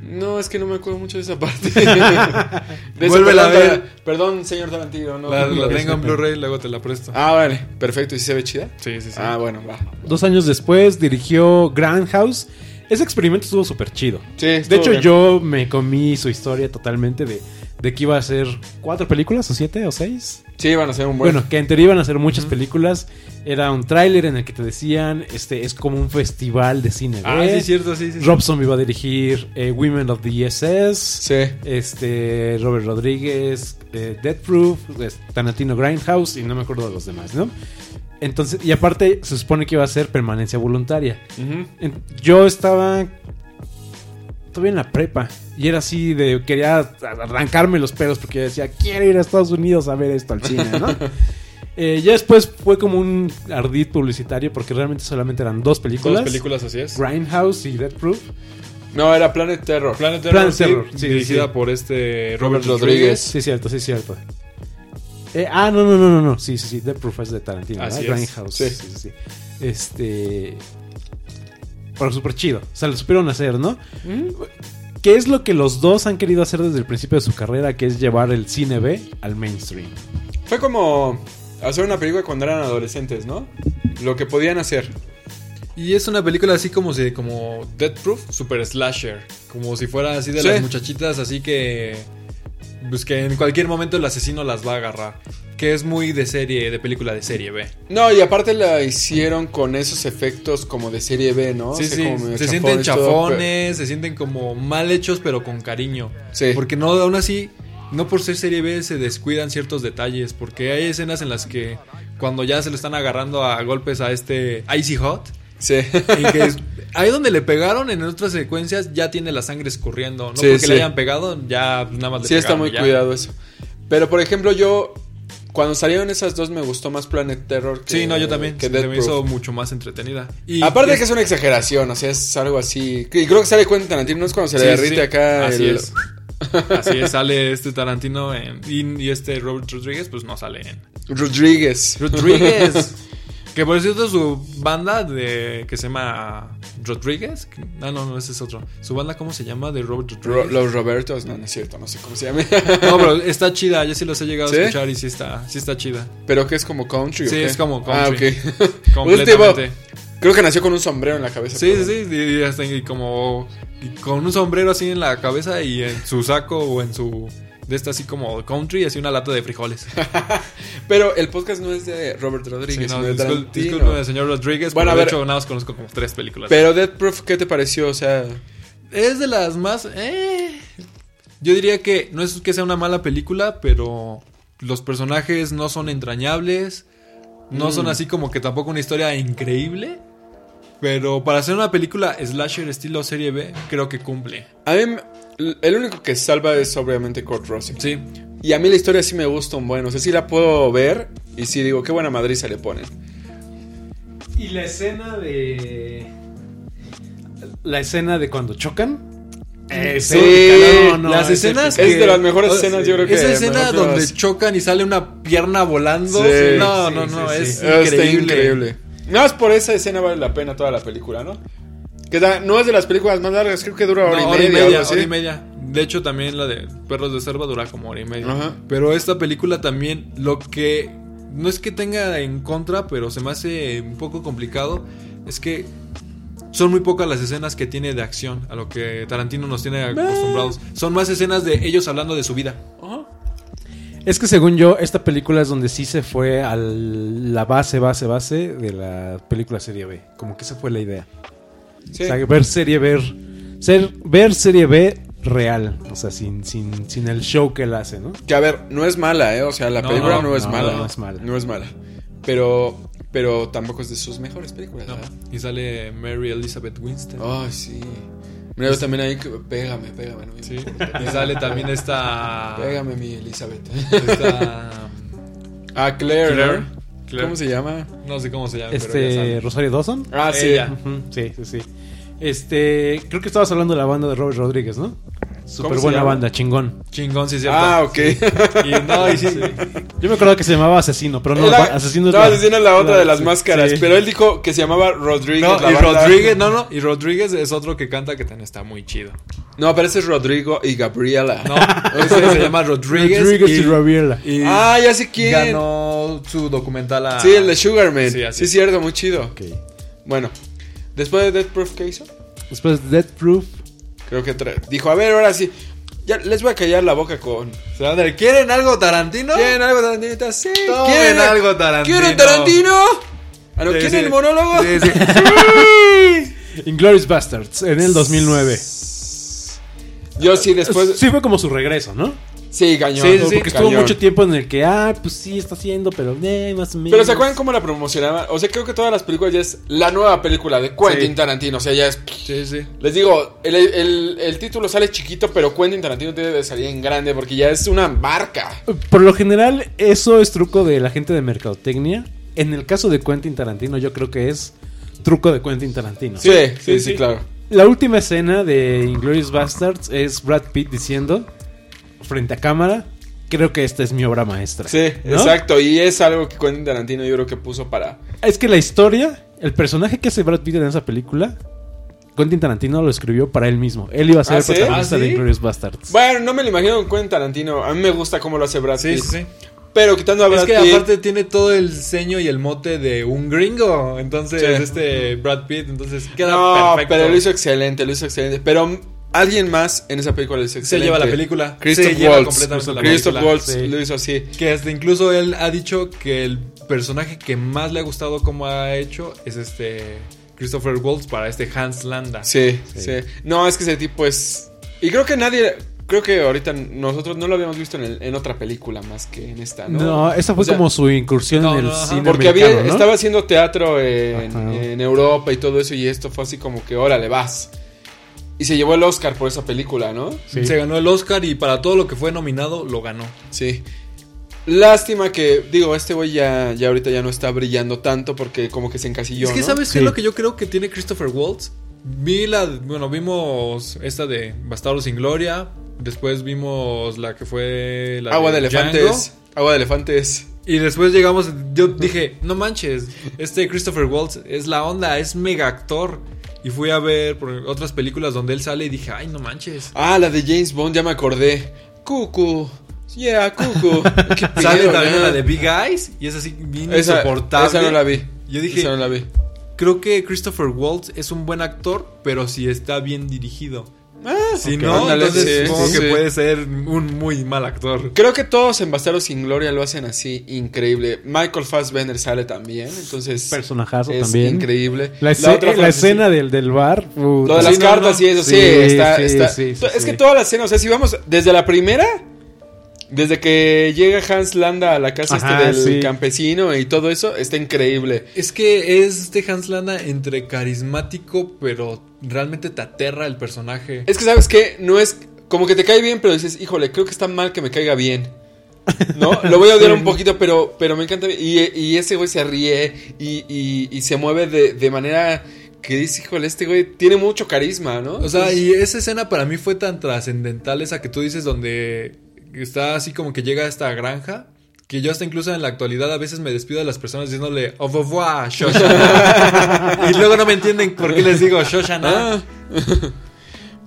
S3: No, es que no me acuerdo mucho de esa parte.
S1: Vuélvela
S3: perdón,
S1: a ver.
S3: Tar- Perdón, señor Tarantino. No,
S1: La, la tengo en Blu-ray, luego te la presto.
S3: Ah, vale, perfecto. ¿Y si se ve chida?
S1: Sí, sí, sí.
S3: Ah, bueno, va.
S2: Dos años después dirigió Grand House. Ese experimento estuvo súper chido.
S3: Sí,
S2: De
S3: estuvo
S2: hecho,
S3: bien.
S2: yo me comí su historia totalmente de, de que iba a ser cuatro películas, o siete, o seis.
S3: Sí, van a ser un buen.
S2: Bueno, que en teoría iban a ser muchas películas. Era un tráiler en el que te decían, este es como un festival de cine.
S1: Ah,
S2: B.
S1: sí, es cierto, sí, sí. sí.
S2: Rob Zombie va a dirigir eh, Women of the SS.
S3: Sí.
S2: Este, Robert Rodríguez, eh, Death Proof, pues, Tarantino Grindhouse y no me acuerdo de los demás, ¿no? Entonces, y aparte se supone que iba a ser permanencia voluntaria.
S3: Ujú.
S2: En- Yo estaba todavía en la prepa. Y era así de, quería arrancarme los pelos porque yo decía, quiero ir a Estados Unidos a ver esto al cine, ¿no? Eh, ya después fue como un ardid publicitario porque realmente solamente eran dos películas.
S1: Dos películas así es.
S2: Grindhouse y Dead Proof.
S3: No, era Planet Terror.
S1: Planet Terror,
S2: Planet
S1: sí,
S2: Terror, sí,
S1: dirigida
S2: sí.
S1: por este Robert
S3: Robert Rodríguez.
S1: Rodríguez.
S2: Sí, cierto, sí, cierto. Eh, ah, no, no, no, no, no. Sí, sí, sí. Dead Proof es de Tarantino.
S1: Así
S2: ¿verdad?
S1: es.
S2: Grindhouse. Sí.
S3: Sí.
S2: sí, sí, Este. Pero súper chido. O sea, lo supieron hacer, ¿no?
S1: Mm.
S2: Que es lo que los dos han querido hacer desde el principio de su carrera, que es llevar el cine B al mainstream.
S3: Fue como hacer una película cuando eran adolescentes, ¿no? Lo que podían hacer.
S1: Y es una película así como si, como Death Proof, super slasher. Como si fuera así de
S3: Sí.
S1: las muchachitas, así que. Pues que en cualquier momento el asesino las va a agarrar. Que es muy de serie, de película de serie B.
S3: No, y aparte la hicieron con esos efectos como de serie B, ¿no?
S1: sí,
S3: O sea,
S1: sí.
S3: como medio
S1: Se sienten
S3: chafones, todo,
S1: chafones, se sienten como mal hechos, pero con cariño.
S3: Sí.
S1: Porque no, aún así, no por ser serie B se descuidan ciertos detalles. Porque hay escenas en las que cuando ya se le están agarrando a golpes a este Icy Hot.
S3: Sí.
S1: En que es- ahí donde le pegaron en otras secuencias ya tiene la sangre escurriendo. No
S3: Sí,
S1: porque
S3: sí.
S1: le hayan pegado, ya nada más le
S3: sí está
S1: pegaron,
S3: muy
S1: ya.
S3: cuidado eso. Pero por ejemplo, yo cuando salieron esas dos me gustó más Planet Terror que
S1: Sí, no, yo también.
S3: que
S1: Se
S3: Death
S1: me
S3: Proof.
S1: hizo mucho más entretenida. Y
S3: Aparte de que
S1: es-
S3: es una exageración, o sea, es algo así. Y creo que sale cuenta Tarantino, ¿no? es cuando se le
S1: sí,
S3: derrite
S1: sí,
S3: acá
S1: Así
S3: el-
S1: es. Así es, sale este Tarantino en- y, y este Robert Rodríguez, pues no sale en.
S3: Rodríguez.
S1: Rodríguez. que por cierto, su banda de que se llama Rodríguez. Ah, no, no, ese es otro. ¿Su banda cómo se llama? De Robert
S3: Ro-
S1: Rodríguez.
S3: los Robertos, no, no es cierto, no sé cómo se llama.
S1: No, pero está chida, yo sí los he llegado
S3: ¿Sí?
S1: a escuchar y sí está, sí está chida.
S3: Pero que es como country. ¿o
S1: Sí,
S3: qué?
S1: es como
S3: Ah,
S1: country.
S3: ok.
S1: Completamente.
S3: Un tipo- creo que nació con un sombrero en la cabeza.
S1: Sí,
S3: pero-
S1: sí, sí, y, y hasta y como y con un sombrero así en la cabeza y en su saco o en su de esta así como country así una lata de frijoles.
S3: Pero el podcast no es de Robert Rodríguez,
S1: Sí, no,
S3: sino de
S1: discul-
S3: Tarantino.
S1: discúlpeme, señor Rodríguez, bueno,
S3: Bueno, a
S1: de
S3: ver.
S1: hecho nada más conozco como tres películas.
S3: Pero Death Proof, ¿qué te pareció? O sea,
S1: es de las más eh, yo diría que no es que sea una mala película, pero los personajes no son entrañables, no
S3: Mm.
S1: son así como que tampoco una historia increíble, pero para hacer una película slasher estilo serie B creo que cumple.
S3: a mí m- el único que salva es obviamente Kurt Russell.
S1: Sí,
S3: Y a mí la historia sí me gusta un buen. O sea, sí la puedo ver y sí digo, qué buena madriza le ponen.
S2: Y la escena de. La escena de cuando chocan. Es
S3: Sí,
S2: épica,
S1: Eh, las
S2: es
S1: escenas
S2: épica.
S3: Es de las mejores escenas, yo creo que
S1: Esa
S3: me
S1: escena
S3: acuerdo
S1: donde
S3: más.
S1: chocan y sale una pierna volando.
S3: Sí.
S1: no,
S2: Sí,
S1: no,
S2: sí,
S1: no,
S2: sí.
S1: es
S3: Ah,
S1: increíble.
S3: Está increíble. Nada más por esa escena vale la pena toda la película, ¿no? Que da- no es de las películas más largas, creo que dura hora,
S1: No,
S3: y, media, o algo así.
S1: hora y media. De hecho, también la de Perros de Selva dura como hora y media.
S3: Ajá.
S1: Pero esta película también, lo que no es que tenga en contra, pero se me hace un poco complicado, es que son muy pocas las escenas que tiene de acción, a lo que Tarantino nos tiene acostumbrados. Son más escenas de ellos hablando de su vida.
S2: Es que según yo, esta película es donde sí se fue a la base, base, base de la película serie B. Como que esa fue la idea.
S3: Sí.
S2: O sea, ver serie B. Ser, ver serie B real. O sea, sin, sin, sin el show que él hace, ¿no?
S3: Que a ver, no es mala, ¿eh? O sea, la
S1: No,
S3: película no,
S1: no,
S3: es
S2: no,
S3: mala.
S2: no es mala.
S3: No es mala. Pero, pero tampoco es de sus mejores películas.
S1: No.
S3: ¿verdad?
S1: Y sale Mary Elizabeth Winston.
S3: Ay, sí. Mira, yo también ahí que. Pégame, pégame. No me
S1: Sí.
S3: importa.
S1: Y sale también esta.
S3: Pégame, mi Elizabeth.
S1: Esta.
S3: ah, Claire, ¿no?
S1: Claire. Claire.
S3: ¿Cómo se llama?
S1: No sé cómo se llama, pero ya
S2: Este,
S1: sale.
S2: Rosario Dawson.
S3: Ah, sí.
S1: Ella.
S2: Ujú, Sí, sí, sí. Este, creo que estabas hablando de la banda de Robert Rodríguez, ¿no? Súper
S3: se
S2: buena
S3: llama?
S2: banda, chingón.
S1: Chingón, sí, es cierto.
S3: Ah, ok.
S1: Y no, y sí.
S2: Yo me acuerdo que se llamaba Asesino, pero no,
S3: Era-
S2: va- Asesino es
S3: no, Asesino es la otra de las
S2: sí,
S3: máscaras.
S2: sí.
S3: Pero él dijo que se llamaba Rodríguez.
S1: No,
S3: la
S1: y
S3: banda.
S1: Rodríguez, no, no, y Rodríguez es otro que canta que también está muy chido.
S3: No, pero ese es Rodrigo y Gabriela.
S1: No, ese se llama Rodríguez.
S2: Rodríguez y,
S1: y,
S2: Raviela.
S1: y
S3: Ah, ya sé quién.
S1: ganó su documental a.
S3: Sí, el de Sugarman.
S1: Sí,
S3: Sí,
S1: así
S3: sí,
S1: es.
S3: cierto, muy chido.
S2: Ok.
S3: Bueno, después de Death Proof, ¿qué hizo?
S2: Después Death Proof.
S3: Creo que tra- dijo, a ver, ahora sí. Ya les voy a callar la boca con.
S1: Se llama del- ¿Quieren algo Tarantino?
S3: ¿Quieren algo Tarantino? Sí.
S1: Tomen
S3: ¿Quieren
S1: algo Tarantino.
S3: ¿Quieren Tarantino? Ah, no,
S1: Sí,
S3: ¿Quieren
S1: sí.
S3: el monólogo?
S1: Sí, sí.
S2: Inglourious Bastards en el 2009.
S3: Yo sí, después.
S2: Sí fue como su regreso, ¿no?
S3: Sí, cañón.
S2: Sí, sí, sí, porque estuvo
S3: Cañón.
S2: mucho tiempo en el que, ah, pues sí, está haciendo, pero eh, más o menos.
S3: Pero ¿se acuerdan cómo la promocionaban? O sea, creo que todas las películas ya es la nueva película de Quentin
S1: Sí.
S3: Tarantino. O sea, ya es.
S1: Sí, sí.
S3: Les digo, el, el- el título sale chiquito, pero Quentin Tarantino tiene que salir en grande porque ya es una marca.
S2: Por lo general, eso es truco de la gente de mercadotecnia. En el caso de Quentin Tarantino, yo creo que es truco de Quentin Tarantino.
S3: Sí, sí, sí,
S1: sí, sí.
S3: claro.
S2: La última escena de Inglourious Bastards es Brad Pitt diciendo, frente a cámara, creo que esta es mi obra maestra.
S3: Sí,
S2: ¿No?
S3: exacto. Y es algo que Quentin Tarantino yo creo que puso para.
S2: Es que la historia, el personaje que hace Brad Pitt en esa película, Quentin Tarantino lo escribió para él mismo. Él iba a ser
S3: ¿Ah,
S2: el
S3: sí?
S2: protagonista
S1: ¿Ah,
S2: de
S1: sí?
S2: Inglourious Bastards.
S3: Bueno, no me lo imagino con Quentin Tarantino. A mí me gusta cómo lo hace Brad
S1: Sí,
S3: Pitt.
S1: sí, sí.
S3: Pero quitando a Brad
S1: Es que
S3: Pitt.
S1: aparte tiene todo el ceño y el mote de un gringo. Entonces,
S3: Sí.
S1: este Brad Pitt, entonces queda
S3: No,
S1: perfecto.
S3: pero lo hizo excelente, lo hizo excelente. Pero mm, alguien más en esa película lo hizo
S1: Se
S3: excelente.
S1: lleva la película.
S3: Christoph
S1: se lleva
S3: Waltz.
S1: completamente la
S3: Christoph
S1: película.
S3: Waltz
S2: sí.
S3: lo hizo así.
S1: Que hasta incluso él ha dicho que el personaje que más le ha gustado como ha hecho es este Christopher Waltz para este Hans Landa.
S3: Sí, sí,
S2: Sí.
S3: No, es que ese tipo es. Y creo que nadie. Creo que ahorita nosotros no lo habíamos visto en, el- en otra película más que en esta, ¿no?
S2: No, esa fue
S3: O sea,
S2: como su incursión
S1: no,
S2: en el
S1: no, ajá.
S2: cine
S3: Porque había,
S2: americano, ¿no?
S3: estaba haciendo teatro en,
S2: Ajá.
S3: en Europa y todo eso, y esto fue así como que, órale, vas. Y se llevó el Oscar por esa película, ¿no?
S2: Sí.
S1: Se ganó el Oscar y para todo lo que fue nominado lo ganó.
S3: Sí. Lástima que, digo, este güey ya, ya ahorita ya no está brillando tanto porque como que se encasilló.
S1: es que
S3: ¿no?
S1: sabes qué
S2: Sí.
S1: es lo que yo creo que tiene Christopher Waltz. Vi la, bueno, vimos esta de Bastardos sin Gloria, después vimos la que fue la
S3: Agua de
S1: Django,
S3: elefantes. Agua de elefantes.
S1: y después llegamos, yo dije, no manches, este Christopher Waltz es la onda, es mega actor. Y fui a ver por otras películas donde él sale y dije, ay, no manches.
S3: Ah, la de James Bond, ya me acordé. Cucu. Yeah, cucu. Qué
S1: Sale
S3: pedo,
S1: también
S3: ¿no?
S1: la de Big Eyes y es así bien
S3: Ah, Esa,
S1: insoportable.
S3: esa no la vi.
S1: Yo dije,
S3: Esa no la vi.
S1: creo que Christopher Waltz es un buen actor, pero si está bien dirigido. "Ah, Si
S2: ok.
S1: no,
S3: Ándale,
S1: entonces
S3: sí,
S1: supongo
S3: sí,
S1: que
S3: sí.
S1: puede ser un muy mal actor.
S3: Creo que todos en Bastardos sin Gloria lo hacen así, increíble. Michael Fassbender sale también, entonces
S2: Personajazo
S3: es
S2: también.
S3: increíble.
S2: La, escena-
S3: otra
S2: la
S3: frase, sí.
S2: escena del, del bar. puta.
S3: Lo de
S1: Sí,
S3: las
S1: no,
S3: cartas
S1: no.
S3: y eso, sí,
S2: Sí,
S3: está,
S2: sí,
S3: está-
S2: sí, sí,
S3: to- es
S2: sí.
S3: que toda la escena, o sea, si vamos desde la primera, desde que llega Hans Landa a la casa este
S2: Ajá,
S3: del
S2: sí.
S3: campesino y todo eso, está increíble.
S1: Es que es este Hans Landa entre carismático, pero realmente te aterra el personaje.
S3: Es que sabes que no es como que te cae bien, pero dices, híjole, creo que está mal que me caiga bien. ¿No? Lo voy a odiar un poquito, pero, pero me encanta. Y, y ese güey se ríe y, y- y se mueve de, de manera que dice, híjole, este güey tiene mucho carisma, ¿no?
S1: O sea,
S3: Entonces-
S1: y esa escena para mí fue tan trascendental, esa que tú dices donde está así como que llega a esta granja, que yo hasta incluso en la actualidad a veces me despido de las personas diciéndole au revoir, Shoshana". y luego no me entienden por qué les digo Shoshana.
S3: Ah.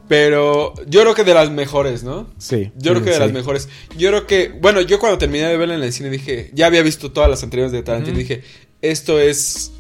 S3: Pero yo creo que de las mejores, ¿no?
S2: Sí.
S3: Yo creo que de
S2: Mm, Sí.
S3: las mejores. Yo creo que, bueno, yo cuando terminé de verla en el cine dije, ya había visto todas las anteriores de Tarantino,
S1: Ujú.
S3: dije, esto es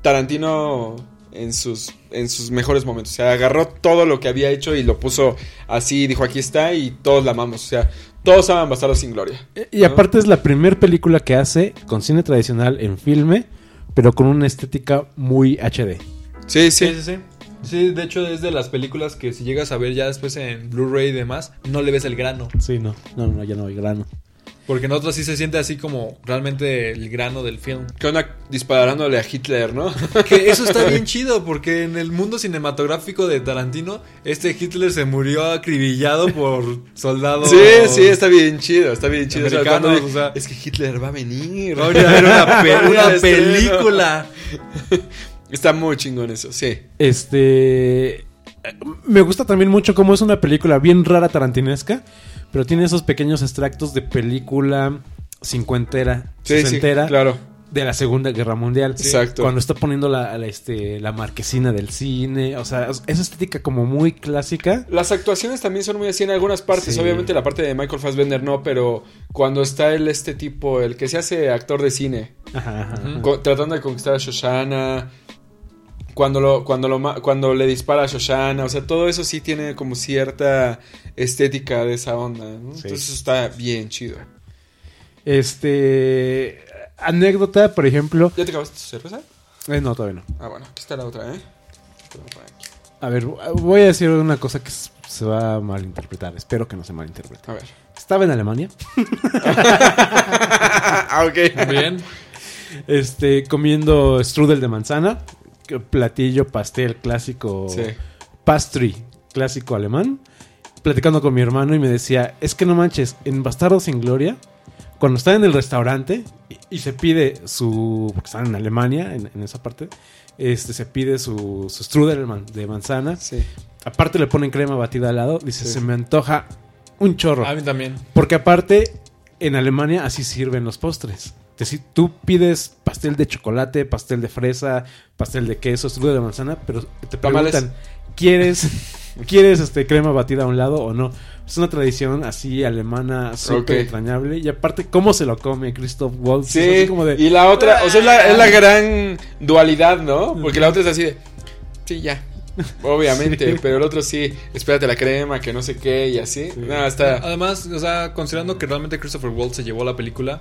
S3: Tarantino en sus, en sus mejores momentos. O sea, agarró todo lo que había hecho y lo puso así, dijo, aquí está y todos la amamos. O sea, todos aman Bastardos sin Gloria.
S2: Y aparte es la primera película que hace con cine tradicional en filme, pero con una estética muy HD.
S3: Sí,
S1: Sí,
S3: sí.
S1: sí, sí. Sí, de hecho es de las películas que si llegas a ver ya después en Blu-ray y demás, no le ves el grano.
S2: Sí, no. No, no, ya no hay grano.
S1: Porque en otras sí se siente así como realmente el grano del film.
S3: ¿Qué onda disparándole a Hitler, no?
S1: Que eso está bien chido, porque en el mundo cinematográfico de Tarantino, este Hitler se murió acribillado por soldados.
S3: Sí, sí, está bien chido, está bien chido. O sea, cuando
S1: Americanos,
S3: dije,
S1: o sea.
S3: es que Hitler va a venir.
S1: No, ya era una, pe-
S3: Era
S1: una
S3: estreno.
S1: película.
S3: Está muy chingón eso, sí.
S2: Este. Me gusta también mucho cómo es una película bien rara tarantinesca, pero tiene esos pequeños extractos de película cincuentera,
S3: Sí, sí,
S2: sesentera,
S3: claro.
S2: de la Segunda Guerra Mundial.
S3: Sí. Exacto.
S2: Cuando está poniendo la, la, este, la marquesina del cine, o sea, esa estética como muy clásica.
S3: Las actuaciones también son muy así en algunas partes.
S2: Sí.
S3: Obviamente la parte de Michael Fassbender no, pero cuando está el este tipo, el que se hace actor de cine,
S2: Ajá, ajá,
S1: Ujú.
S2: ajá.
S3: co- tratando de conquistar a Shoshana, cuando lo, cuando lo, ma- cuando le dispara a Shoshana, o sea, todo eso sí tiene como cierta estética de esa onda. ¿no?
S2: Sí.
S3: Entonces eso está bien chido.
S2: Este. Anécdota, por ejemplo.
S3: ¿Ya te acabaste tu cerveza?
S2: eh, no, todavía no.
S3: Ah, bueno, aquí está la otra, ¿eh? Te voy a poner aquí.
S2: A ver, voy a decir una cosa que es se va a malinterpretar. Espero que no se malinterprete.
S3: A ver.
S2: Estaba en Alemania,
S3: Ah, ok.
S1: Bien.
S2: este, comiendo strudel de manzana, que- platillo pastel clásico,
S3: Sí.
S2: pastry clásico alemán, platicando con mi hermano y me decía, es que no manches, en Bastardos sin Gloria, cuando están en el restaurante y, y se pide su, porque están en Alemania, en, en esa parte, este, se pide su, su strudel de man- de manzana,
S3: Sí.
S2: aparte le ponen crema batida al lado, dice,
S3: Sí.
S2: se me antoja un chorro.
S1: A mí también.
S2: Porque aparte, en Alemania así sirven los postres. Es decir, tú pides pastel de chocolate, pastel de fresa, pastel de queso, estrugo de manzana, pero te
S3: Tamales.
S2: preguntan, ¿quieres, ¿quieres este crema batida a un lado o no? Es una tradición así alemana súper
S3: Ok.
S2: entrañable. Y aparte, ¿cómo se lo come Christoph Waltz?
S3: Sí,
S2: Es así como de,
S3: y la otra, o sea, es la, es la gran dualidad, ¿no? Porque la otra es así de, sí, ya, obviamente,
S2: Sí.
S3: pero el otro sí, espérate la crema, que no sé qué, y así. No, está...
S1: Además, o sea, considerando que realmente Christopher Waltz se llevó la película,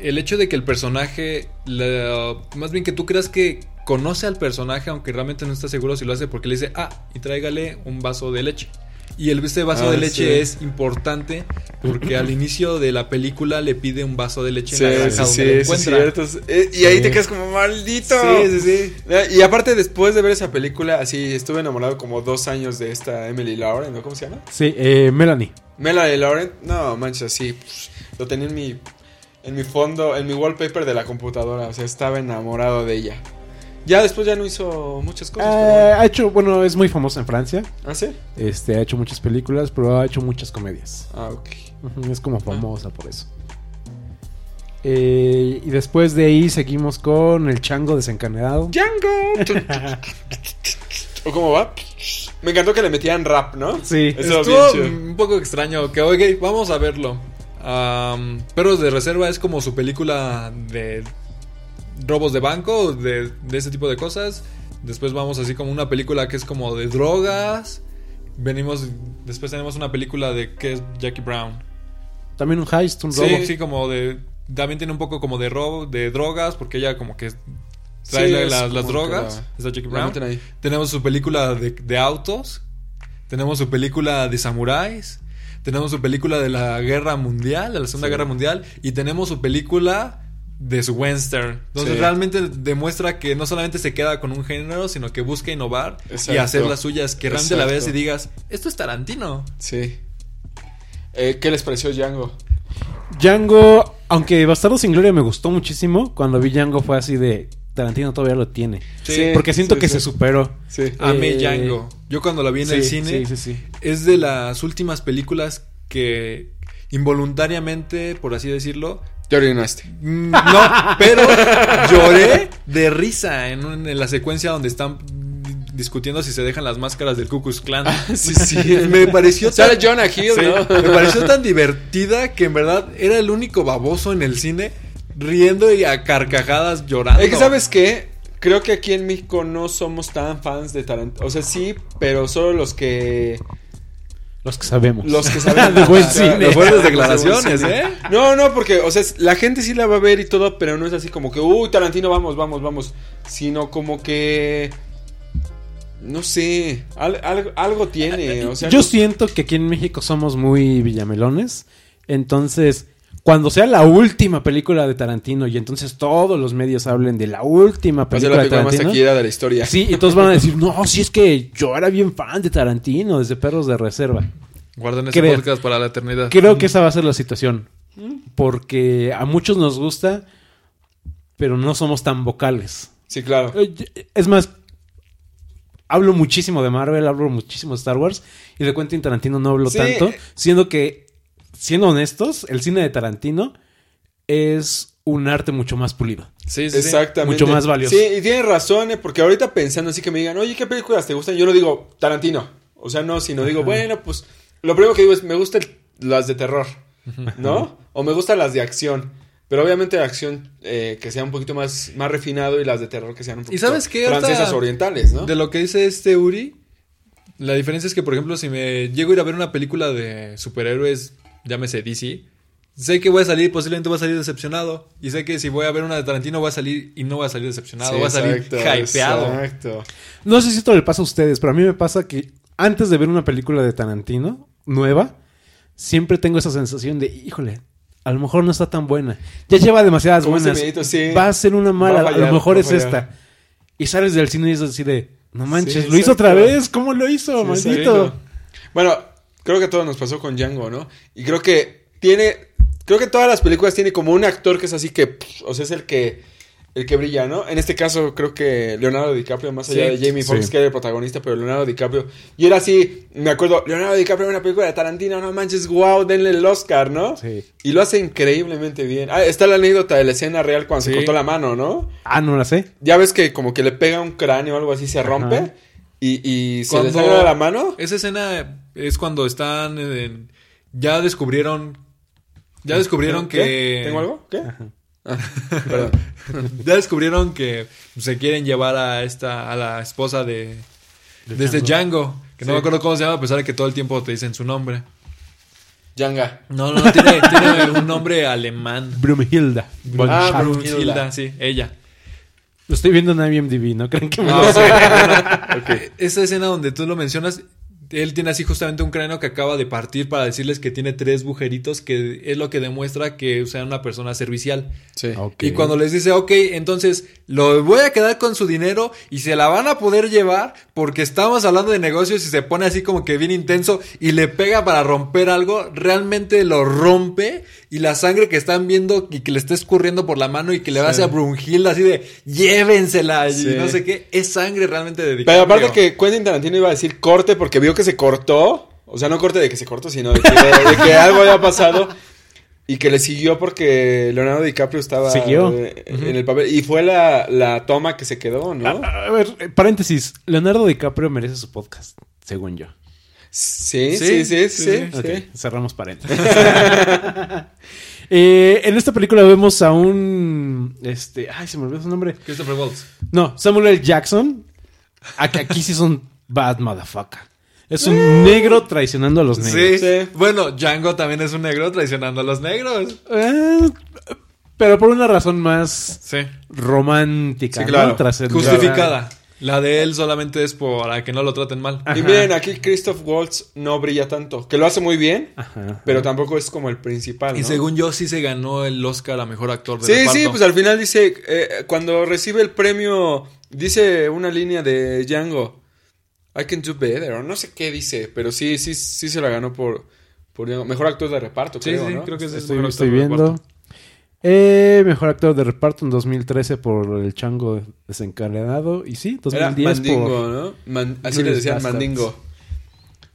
S1: el hecho de que el personaje, la- más bien que tú creas que conoce al personaje, aunque realmente no está seguro si lo hace, porque le dice, ah, y tráigale un vaso de leche. Y el, este vaso
S3: Ah,
S1: de
S3: sí.
S1: leche es importante porque al inicio de la película le pide un vaso de leche
S3: Sí,
S1: en la granja
S3: sí, sí,
S1: donde lo
S3: sí,
S1: encuentra.
S3: cierto. es- eh, Y ahí
S2: Sí.
S3: te quedas como maldito.
S1: Sí, sí, sí.
S3: Eh, Y aparte, después de ver esa película, así estuve enamorado como dos años de esta Emily Lauren, ¿no? ¿Cómo se llama?
S2: Sí, eh, Melanie.
S3: Melanie Lauren, no manches, así pf, lo tenía en mi en mi fondo, en mi wallpaper de la computadora, o sea, estaba enamorado de ella. Ya después ya no hizo muchas cosas. pero
S2: Eh,
S3: bueno.
S2: ha hecho, bueno, es muy famosa en Francia.
S3: ¿Ah, sí?
S2: Este, ha hecho muchas películas, pero ha hecho muchas comedias.
S3: Ah, ok.
S2: Ujú, Es
S3: Ah.
S2: como famosa por eso. Eh, y después de ahí seguimos con el chango desencadenado.
S3: Django. ¿O cómo va? Me encantó que le metían rap, ¿no?
S2: Sí.
S3: Eso
S1: Estuvo
S3: bien chido.
S1: un poco extraño, que oye, vamos a verlo. Am, Perros de Reserva es como su película de robos de banco, de, de ese tipo de cosas. Después vamos así como una película que es como de drogas. Venimos, después tenemos una película de que es Jackie Brown.
S2: También un heist, un robo.
S1: Sí, sí, como de... También tiene un poco como de robo, de drogas, porque ella como que trae
S3: Sí,
S1: la- las,
S3: es
S1: las
S3: como que
S1: drogas.
S3: la-
S1: Está Jackie
S3: la
S1: Brown.
S3: meten ahí.
S1: Tenemos su película de, de autos. Tenemos su película de samuráis. Tenemos su película de la guerra mundial, de la segunda guerra mundial. Y tenemos su película de su western. Entonces
S3: Sí.
S1: realmente demuestra que no solamente se queda con un género, sino que busca innovar y
S3: Exacto.
S1: hacer las suyas. Que realmente la veas y
S3: Exacto.
S1: digas, esto es Tarantino.
S3: Sí. Eh, ¿Qué les pareció Django?
S2: Django, aunque Bastardo sin Gloria me gustó muchísimo, cuando vi Django fue así de Tarantino todavía lo tiene.
S3: Sí,
S2: Porque siento
S3: sí,
S2: que
S3: sí.
S2: se superó.
S3: Sí.
S1: Amé
S2: Eh,
S1: Django. Yo cuando la vi en
S2: sí,
S1: el cine,
S2: sí, sí, sí.
S1: es de las últimas películas que involuntariamente, por así decirlo,
S3: Te orinaste.
S1: Mm, No, pero lloré de risa en, un- en la secuencia donde están discutiendo si se dejan las máscaras del Ku Klux Klan.
S3: Ah, Sí, sí.
S1: Me pareció tan,
S3: Sale Jonah Hill,
S1: Sí,
S3: ¿no?
S1: me pareció tan divertida que en verdad era el único baboso en el cine riendo y a carcajadas llorando.
S3: Es que, ¿sabes qué? Creo que aquí en México no somos tan fans de Tarantino. O sea, sí, pero solo los que.
S2: Los que sabemos.
S3: Los que saben.
S2: De buen
S3: O sea,
S2: cine.
S1: Las buenas declaraciones, ¿eh?
S3: No, no, porque, o sea, es- la gente sí la va a ver y todo, pero no es así como que, uy, Tarantino, vamos, vamos, vamos. Sino como que. No sé. al- al- algo tiene. O sea,
S2: Ah, Yo
S3: no-
S2: siento que aquí en México somos muy villamelones. Entonces, cuando sea la última película de Tarantino y entonces todos los medios hablen de la última
S3: Va a ser
S2: película
S3: la
S2: de
S3: película más
S2: Tarantino.
S3: taquillera de la historia.
S2: Sí, y todos van a decir, no, si es que yo era bien fan de Tarantino desde Perros de Reserva.
S1: Guarden este
S2: Creo.
S1: podcast para la eternidad.
S2: Creo que esa va a ser la situación. Porque a muchos nos gusta, pero no somos tan vocales.
S3: Sí, claro.
S2: Eh, Es más, hablo muchísimo de Marvel, hablo muchísimo de Star Wars y de Quentin Tarantino no hablo
S3: Sí.
S2: tanto, siendo que, siendo honestos, el cine de Tarantino es un arte mucho más pulido.
S1: Sí, sí, sí.
S3: Exactamente.
S2: Mucho más valioso.
S3: Sí, y tienes razón, ¿eh? porque ahorita pensando así que me digan, oye, ¿qué películas te gustan? Yo lo digo, Tarantino. O sea, no, sino digo, bueno, pues lo primero que digo es, me gustan las de terror, ¿no? O me gustan las de acción. Pero obviamente de acción eh, que sea un poquito más, más refinado y las de terror que sean un poquito
S1: sabes qué? Ahorita-
S3: francesas orientales, ¿no?
S1: De lo que dice este Uri, la diferencia es que, por ejemplo, si me llego a ir a ver una película de superhéroes, llámese DC, sé que voy a salir, posiblemente voy a salir decepcionado. Y sé que si voy a ver una de Tarantino, voy a salir y no voy a salir decepcionado,
S3: Sí,
S1: voy a salir
S3: exacto,
S1: hypeado.
S3: Exacto.
S2: No sé si esto le pasa a ustedes, pero a mí me pasa que antes de ver una película de Tarantino nueva, siempre tengo esa sensación de, híjole, a lo mejor no está tan buena. Ya lleva demasiadas
S3: Como ese
S2: buenas.
S3: videíto, sí.
S2: Va a ser una mala,
S3: Va a
S2: a,
S3: fallar,
S2: lo mejor
S3: va a
S2: es
S3: fallar.
S2: esta. Y sales del cine y es así de, no manches,
S3: Sí,
S2: lo hizo otra
S3: exacto.
S2: vez, ¿cómo lo hizo,
S3: Sí,
S2: maldito?
S3: exacto. Bueno, creo que a todos nos pasó con Django, ¿no? Y creo que tiene. Creo que todas las películas tiene como un actor que es así que. pff, O sea, es el que. El que brilla, ¿no? En este caso, creo que Leonardo DiCaprio, más allá de Jamie Foxx,
S2: Sí.
S3: que era el protagonista, pero Leonardo DiCaprio. Y era así, me acuerdo, Leonardo DiCaprio en una película de Tarantino, no manches, wow, denle el Oscar, ¿no?
S2: Sí.
S3: Y lo hace increíblemente bien. Ah, está la anécdota de la escena real cuando se
S1: Sí.
S3: cortó la mano, ¿no?
S2: Ah, no la sé.
S3: Ya ves que como que le pega un cráneo o algo así, se rompe
S2: Ajá.
S3: y, y se
S1: Cuando-
S3: le sangra la mano.
S1: Esa escena es cuando están en- ya descubrieron ya descubrieron
S3: ¿Qué?
S1: que
S3: ¿Tengo algo? ¿Qué? Ah, perdón.
S1: ya descubrieron que se quieren llevar a esta a la esposa de desde Django, que no me acuerdo cómo se llama a pesar de que todo el tiempo te dicen su nombre.
S3: Yanga.
S1: No, no, no tiene, tiene un nombre alemán.
S2: Brumhilda. Von
S1: Ah,
S2: Schacht.
S1: Brunhilda, sí, ella.
S2: Lo estoy viendo en IMDb, ¿no creen que me
S1: Ah,
S2: lo sé?
S1: bueno, eh, Esa escena donde tú lo mencionas, él tiene así justamente un cráneo que acaba de partir para decirles que tiene tres bujeritos, que es lo que demuestra que o sea una persona servicial.
S3: Sí.
S2: Ok.
S1: Y cuando les dice, ok, entonces lo voy a quedar con su dinero y se la van a poder llevar porque estamos hablando de negocios y se pone así como que bien intenso y le pega para romper algo, realmente lo rompe y la sangre que están viendo y que le está escurriendo por la mano y que le va hacia Brunhilda así de llévensela
S3: Sí.
S1: y no sé qué, es sangre realmente dedicada.
S3: Pero aparte que Quentin Tarantino iba a decir corte porque vio que se cortó. O sea, no corte de que se cortó, sino de que, de que algo había pasado. Y que le siguió porque Leonardo DiCaprio estaba
S2: Siguió.
S3: eh, en el papel. Y fue la, la toma que se quedó, ¿no?
S1: Ah,
S2: A a ver, eh, paréntesis. Leonardo DiCaprio merece su podcast, según yo.
S3: Sí,
S1: Sí,
S3: sí, sí, sí.
S1: sí,
S3: sí,
S2: Ok, cerramos paréntesis. Eh, en esta película vemos a un. Este. Ay, se me olvidó su nombre.
S1: Christopher Waltz.
S2: No, Samuel L. Jackson. A que aquí sí es un bad motherfucker. Es un negro traicionando a los
S1: Sí.
S2: negros.
S3: Sí.
S1: Bueno, Django también es un negro traicionando a los negros.
S2: Eh, pero por una razón más
S1: Sí.
S2: romántica,
S3: Sí, claro.
S2: ¿no? Trascendental.
S1: Justificada. La de él solamente es para que no lo traten mal.
S3: Y miren, aquí Christoph Waltz no brilla tanto. Que lo hace muy bien,
S2: Ajá.
S3: pero tampoco es como el principal.
S1: Y
S3: ¿no?
S1: según yo, sí se ganó el Oscar a mejor actor de
S3: Sí,
S1: reparto.
S3: sí, pues al final dice, eh, cuando recibe el premio, dice una línea de Django, I can do better, o no sé qué dice, pero sí, sí, sí se la ganó por, por Django. mejor actor de reparto,
S1: Sí,
S3: creo,
S1: sí,
S3: ¿no?
S1: creo que ese es
S2: Estoy,
S1: el mejor
S2: estoy
S1: actor de
S2: viendo.
S1: reparto.
S2: Eh, mejor actor de reparto en 2013 por El Chango Desencadenado. Y sí, 2010
S3: Era Mandingo,
S2: por...
S3: ¿no? Man- así
S2: Inglourious
S3: le decían
S2: Basterds.
S3: Mandingo.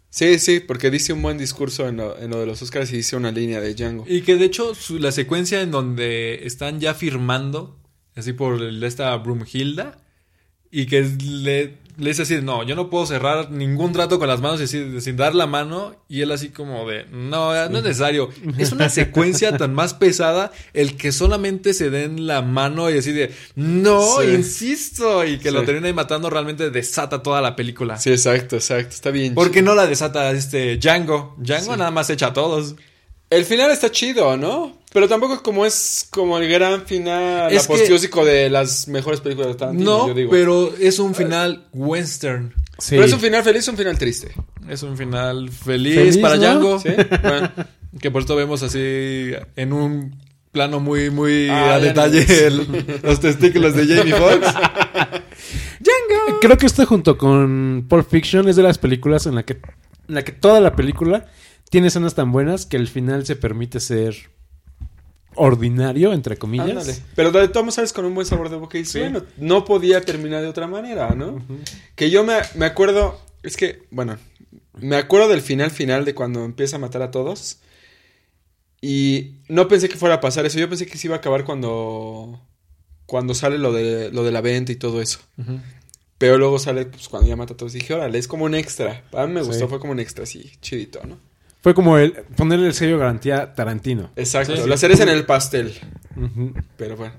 S3: Sí, sí, porque dice un buen discurso en lo, en lo de los Oscars y dice una línea de Django.
S1: Y que de hecho, su- la secuencia en donde están ya firmando, así por el- esta Brumhilda, y que le, le dice así: No, yo no puedo cerrar ningún trato con las manos y así, sin dar la mano. Y él, así como de: No, no es necesario. Es una secuencia tan más pesada el que solamente se den la mano y así de: No,
S3: Sí.
S1: insisto. Y que lo
S3: Sí.
S1: termina ahí matando, realmente desata toda la película.
S3: Sí, exacto, exacto, está bien.
S1: Porque no
S3: chido.
S1: la desata este Django. Django nada más echa a todos.
S3: El final está chido, ¿no? Pero tampoco como es como el gran final
S1: Es que-
S3: apoteósico de las mejores películas de Tarantino,
S1: No,
S3: yo digo.
S1: pero es un final western.
S2: Sí.
S3: Pero es un final feliz o un final triste.
S1: Es un final feliz,
S2: Feliz,
S1: para
S2: ¿no?
S1: Django.
S3: ¿Sí? Bueno,
S1: Que por esto vemos así en un plano muy, muy
S3: Ah,
S1: a
S3: ya
S1: detalle
S3: no es.
S1: el- los testículos de Jamie Foxx.
S2: Creo que este junto con Pulp Fiction es de las películas en la que, en la que toda la película tiene escenas tan buenas que el final se permite ser ordinario, entre comillas.
S3: ándale. Pero de todos modos sales con un buen sabor de boca y dices, bueno, no podía terminar de otra manera, ¿no? Que yo me, me acuerdo, es que, bueno, me acuerdo del final final de cuando empieza a matar a todos. Y no pensé que fuera a pasar eso. Yo pensé que se iba a acabar cuando. Cuando sale lo de, lo de la venta y todo eso. Pero luego sale, pues cuando ya mata a todos. Dije, órale, es como un extra. A mí me gustó,
S2: Sí.
S3: fue como un extra así, chidito, ¿no?
S2: Fue como el ponerle el sello garantía Tarantino.
S3: Exacto,
S1: Sí, sí.
S3: la cereza en el pastel.
S2: Ujú.
S3: Pero bueno.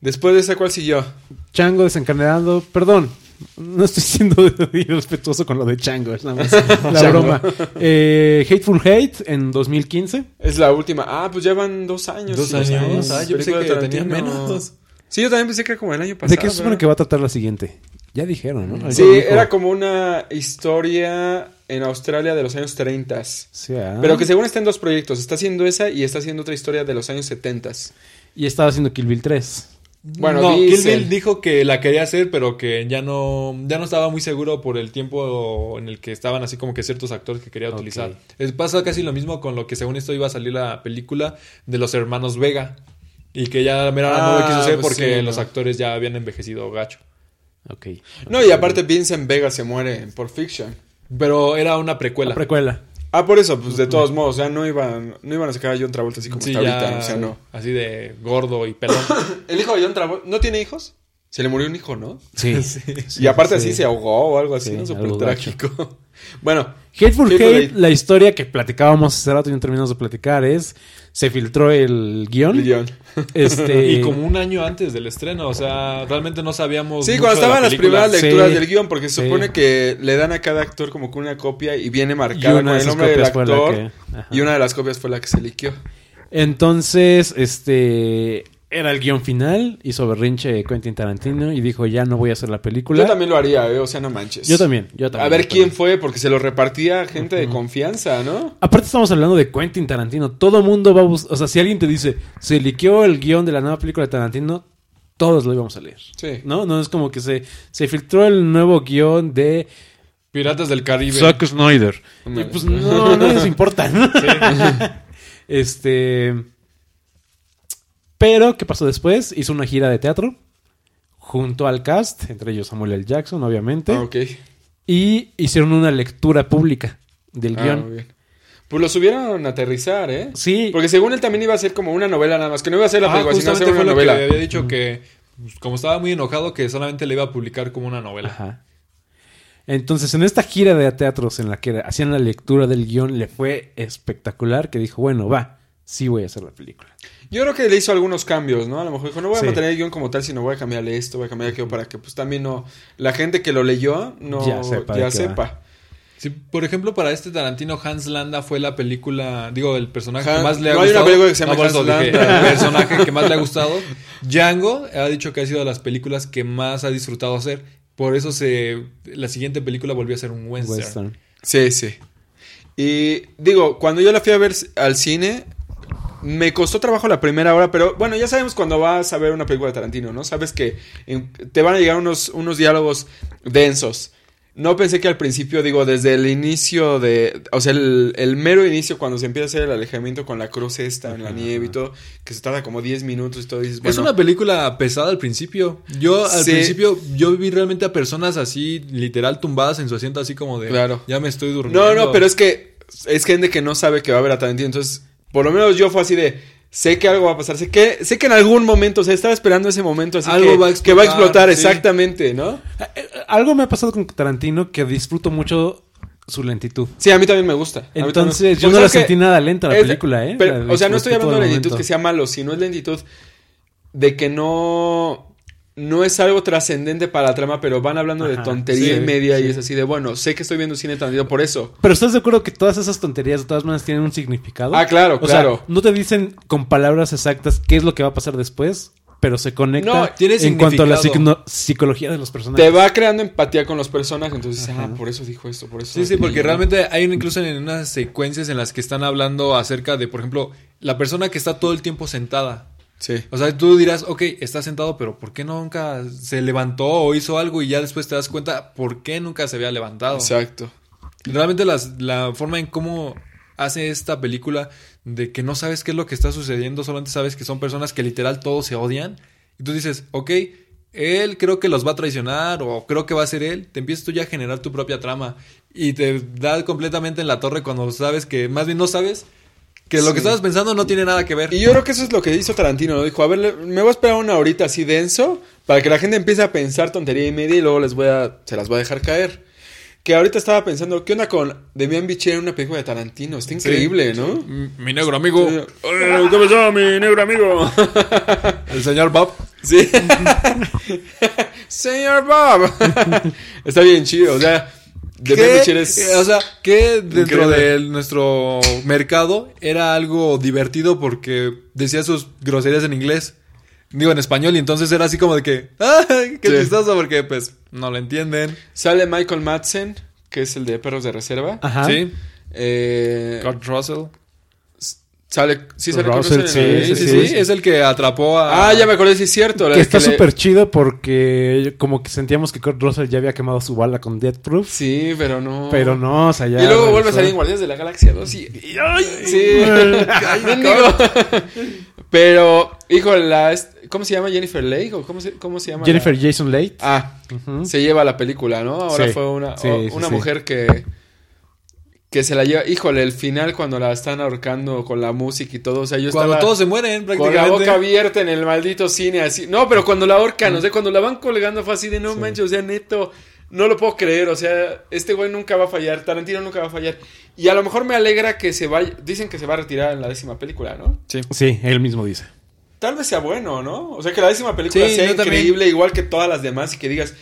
S3: Después de esa, ¿cuál siguió?
S2: Chango desencadenado, perdón, no estoy siendo irrespetuoso con lo de Chango, es nada más la
S3: Chango.
S2: broma. Eh, Hateful Hate en 2015.
S3: Es la última. Ah, pues ya van dos años.
S1: Dos
S3: sí,
S1: años. Ah, yo pensé
S3: Película
S1: que
S3: de
S1: tenía
S3: Tarantino.
S1: menos.
S3: Sí, yo también pensé que era como el año pasado.
S2: ¿De qué se supone que va a tratar la siguiente? Ya dijeron, ¿no? Algo
S3: Sí,
S2: dijo.
S3: era como una historia en Australia de los años 30.
S2: Sí, ah.
S3: Pero que según está en dos proyectos. Está haciendo esa y está haciendo otra historia de los años 70.
S2: Y estaba haciendo Kill Bill 3.
S3: Bueno,
S1: no, Kill
S3: dicen.
S1: Bill dijo que la quería hacer, pero que ya no, ya no estaba muy seguro por el tiempo en el que estaban así como que ciertos actores que quería
S2: Ok.
S1: utilizar. Eh, Pasa casi lo mismo con lo que según esto iba a salir la película de los hermanos Vega. Y que ya mira, no lo
S3: Ah,
S1: quiso hacer
S3: pues
S1: porque
S3: sí, no.
S1: los actores ya habían envejecido gacho.
S2: Ok.
S3: No, y aparte Vincent Vega se muere en Pulp Fiction.
S1: Pero era una precuela.
S2: La precuela.
S3: Ah, por eso, pues de todos modos, ya no iban, no iban a sacar a John Travolta así como
S1: Sí,
S3: está
S1: ya,
S3: ahorita. O sea, no.
S1: Así de gordo y pelón.
S3: El hijo de John Travolta, ¿no tiene hijos? Se le murió un hijo, ¿no?
S2: Sí.
S3: y aparte
S2: sí.
S3: así se ahogó o algo así,
S2: Sí,
S3: ¿no? Súper
S2: algo gacho.
S3: trágico. bueno,
S2: Hateful,
S3: Hateful
S2: Hate,
S3: Eight.
S2: la historia que platicábamos hace rato y no terminamos de platicar es... Se filtró el guión.
S3: el guión.
S1: Pues
S2: Este,
S1: y como un año antes del estreno, o sea, realmente no sabíamos.
S3: Sí,
S1: mucho
S3: cuando
S1: de la
S3: estaban las
S1: película.
S3: primeras lecturas
S2: Sí.
S3: del guión, porque se
S2: Sí.
S3: supone que le dan a cada actor como que una copia y viene
S2: Y una
S3: marcada con
S2: de
S3: el
S2: esas
S3: nombre del
S2: copias fue la
S3: actor.
S2: que- ajá.
S3: Y una de las copias fue la que se liqueó.
S2: Entonces, este... Era el guión final. Hizo berrinche Quentin Tarantino y dijo, ya no voy a hacer la película.
S3: Yo también lo haría, eh, o sea, no manches.
S2: Yo también, yo también.
S3: A ver
S2: yo
S3: quién
S2: también.
S3: fue, porque se lo repartía gente de confianza, ¿no?
S2: Aparte estamos hablando de Quentin Tarantino. Todo mundo va a buscar... O sea, si alguien te dice, se liqueó el guión de la nueva película de Tarantino, todos lo íbamos a leer.
S3: Sí.
S2: ¿No? No es como que se, se filtró el nuevo guión de...
S1: Piratas del Caribe.
S2: Snyder. Y
S3: Ándale.
S2: pues no, no les importa. ¿no? este... Pero, ¿qué pasó después? Hizo una gira de teatro junto al cast, entre ellos Samuel L. Jackson, obviamente,
S3: Ah, ok.
S2: y hicieron una lectura pública del
S3: Ah,
S2: guión.
S3: muy bien. Pues lo subieron a aterrizar, ¿eh?
S2: Sí.
S3: Porque según él también iba a ser como una novela nada más, que no iba a ser la
S1: Ah,
S3: película, sino iba a
S1: justamente
S3: ser una
S1: fue lo
S3: novela.
S1: que había dicho que pues, como estaba muy enojado que solamente le iba a publicar como una novela.
S2: Ajá. Entonces, en esta gira de teatros en la que hacían la lectura del guión, le fue espectacular que dijo, bueno, va, sí voy a hacer la película.
S3: Yo creo que le hizo algunos cambios, ¿no? A lo mejor dijo, no voy a
S2: Sí.
S3: mantener el guión como tal, sino voy a cambiarle esto, voy a cambiar aquello para que pues también no... La gente que lo leyó no...
S2: Ya
S3: Ya
S2: sepa
S3: sepa.
S2: de qué
S1: Sí, por ejemplo, para este Tarantino Hans Landa fue la película, digo, el personaje
S3: Han-
S1: que más le ha
S3: no hay
S1: gustado. Ah,
S3: una película que se llama
S1: por eso
S3: Hans
S1: dije,
S3: Landa.
S1: el personaje que más le ha gustado. Django ha dicho que ha sido de las películas que más ha disfrutado hacer. Por eso se la siguiente película volvió a ser un western.
S2: Western.
S3: Sí, sí. Y digo, cuando yo la fui a ver al cine, me costó trabajo la primera hora, pero bueno, ya sabemos cuando vas a ver una película de Tarantino, ¿no? Sabes que en- te van a llegar unos, unos diálogos densos. No pensé que al principio, digo, desde el inicio de. O sea, el, el mero inicio, cuando se empieza a hacer el alejamiento con la cruz esta en la nieve y todo, que se tarda como 10 minutos y todo, dices,
S1: Es
S3: bueno,
S1: una película pesada al principio. Yo al
S3: Sí.
S1: principio yo vi realmente a personas así literal tumbadas en su asiento así como de
S3: Claro.
S1: ya me estoy durmiendo.
S3: No, no, pero es que es gente que no sabe que va a haber a Tarantino. Entonces, por lo menos yo fue así de. Sé que algo va a pasar. Sé que, sé que en algún momento, o sea, estaba esperando ese momento. Así
S1: Algo
S3: que,
S1: va a explotar,
S3: que va a explotar,
S1: sí.
S3: exactamente, ¿no?
S2: Eh, eh, Algo me ha pasado con Tarantino que disfruto mucho su lentitud.
S3: Sí, a mí también me gusta. A mí también me gusta.
S2: Entonces, yo no
S3: Porque
S2: la
S3: sabes que
S2: sentí nada lenta la
S3: es-
S2: película, ¿eh?
S3: pero,
S2: La
S3: o sea, no estoy
S2: disfruté todo
S3: hablando de
S2: el
S3: lentitud
S2: momento.
S3: que sea malo, sino es lentitud de que no. No es algo trascendente para la trama, pero van hablando de
S2: Ajá,
S3: tontería
S2: sí,
S3: y media y es así de, bueno, sé que estoy viendo cine Tarantino por eso.
S2: Pero ¿estás de acuerdo que todas esas tonterías de todas maneras tienen un significado?
S3: Ah, claro,
S2: O sea,
S3: claro.
S2: no te dicen con palabras exactas qué es lo que va a pasar después, pero se conecta
S3: No,
S1: tiene
S2: en cuanto a la
S1: significado.
S2: psico- psicología de los personajes.
S3: Te va creando empatía con los personajes, entonces, ah, por eso dijo esto, por eso.
S1: Sí, sí, porque
S3: Y-
S1: realmente hay incluso en unas secuencias en las que están hablando acerca de, por ejemplo, la persona que está todo el tiempo sentada.
S3: Sí.
S1: O sea, tú dirás, ok, está sentado, pero ¿por qué nunca se levantó o hizo algo? Y ya después te das cuenta por qué nunca se había levantado.
S3: Exacto.
S1: Realmente las- la forma en cómo hace esta película de que no sabes qué es lo que está sucediendo, solamente sabes que son personas que literal todos se odian. Y tú dices, ok, él creo que los va a traicionar o creo que va a ser él. Te empiezas tú ya a generar tu propia trama y te da completamente en la torre cuando sabes que, más bien no sabes, que lo
S3: Sí.
S1: que estabas pensando no tiene nada que ver.
S3: Y yo creo que eso es lo que hizo Tarantino, ¿no? Dijo, a ver, le- me voy a esperar una horita así denso para que la gente empiece a pensar tontería y media y luego les voy a, se las voy a dejar caer. Que ahorita estaba pensando, ¿qué onda con Demian Bichir en una película de Tarantino? Está increíble, ¿no?
S1: Mm, Mi negro amigo,
S3: Eh, ¿Qué pasó, mi negro amigo?
S1: el señor Bob.
S3: Sí. Señor Bob. Está bien chido, o sea, Demian
S1: ¿Qué?
S3: Bichir es...
S1: Eh, O sea, que dentro
S3: Increíble.
S1: de nuestro mercado era algo divertido porque decía sus groserías en inglés. Digo, en español, y entonces era así como de que, ¡ah! ¡Qué
S3: Sí.
S1: chistoso! Porque, pues, No lo entienden.
S3: Sale Michael Madsen, que es el de Perros de Reserva.
S2: Ajá.
S1: Sí.
S3: Eh,
S1: Kurt Russell.
S3: sale, sí sale
S2: Russell,
S3: con
S2: sí,
S1: Sí, sí, sí,
S2: sí.
S1: Es el que atrapó a.
S3: Ah, ya me acordé, sí es cierto. la
S2: Que
S3: de
S2: está
S3: le-
S2: súper chido porque como que sentíamos que Kurt Russell ya había quemado su bala con Death Proof.
S3: Sí, pero no.
S2: Pero no, o sea, ya.
S3: y luego vuelve a
S2: regresó.
S3: salir en Guardianes de la Galaxia 2 y... y- ¡Ay! Sí. Mendigo. pero, hijo, la... est- ¿Cómo se llama? ¿Jennifer Lake? ¿O cómo se, cómo se llama?
S2: Jennifer
S3: la-
S2: Jason Leigh.
S3: Ah,
S2: Ujú.
S3: se lleva la película, ¿no? Ahora
S2: Sí,
S3: fue una,
S2: sí,
S3: o-
S2: sí,
S3: una
S2: sí.
S3: mujer que que se la lleva, híjole, el final cuando la están ahorcando con la música y todo, o sea, yo
S1: Cuando
S3: estaba
S1: todos se mueren,
S3: con la
S1: prácticamente.
S3: boca abierta en el maldito cine así. No, pero cuando la
S2: Mm.
S3: ahorcan, o sea, cuando la van colgando fue así de no manches, o sea, neto, no lo puedo creer, o sea, este güey nunca va a fallar, Tarantino nunca va a fallar. Y a lo mejor me alegra que se vaya, dicen que se va a retirar en la décima película, ¿no?
S1: Sí.
S2: Sí, él mismo dice.
S3: Tal vez sea bueno, ¿no? O sea, que la décima película
S1: Sí,
S3: sea
S1: yo también.
S3: increíble, igual que todas las demás, y que digas,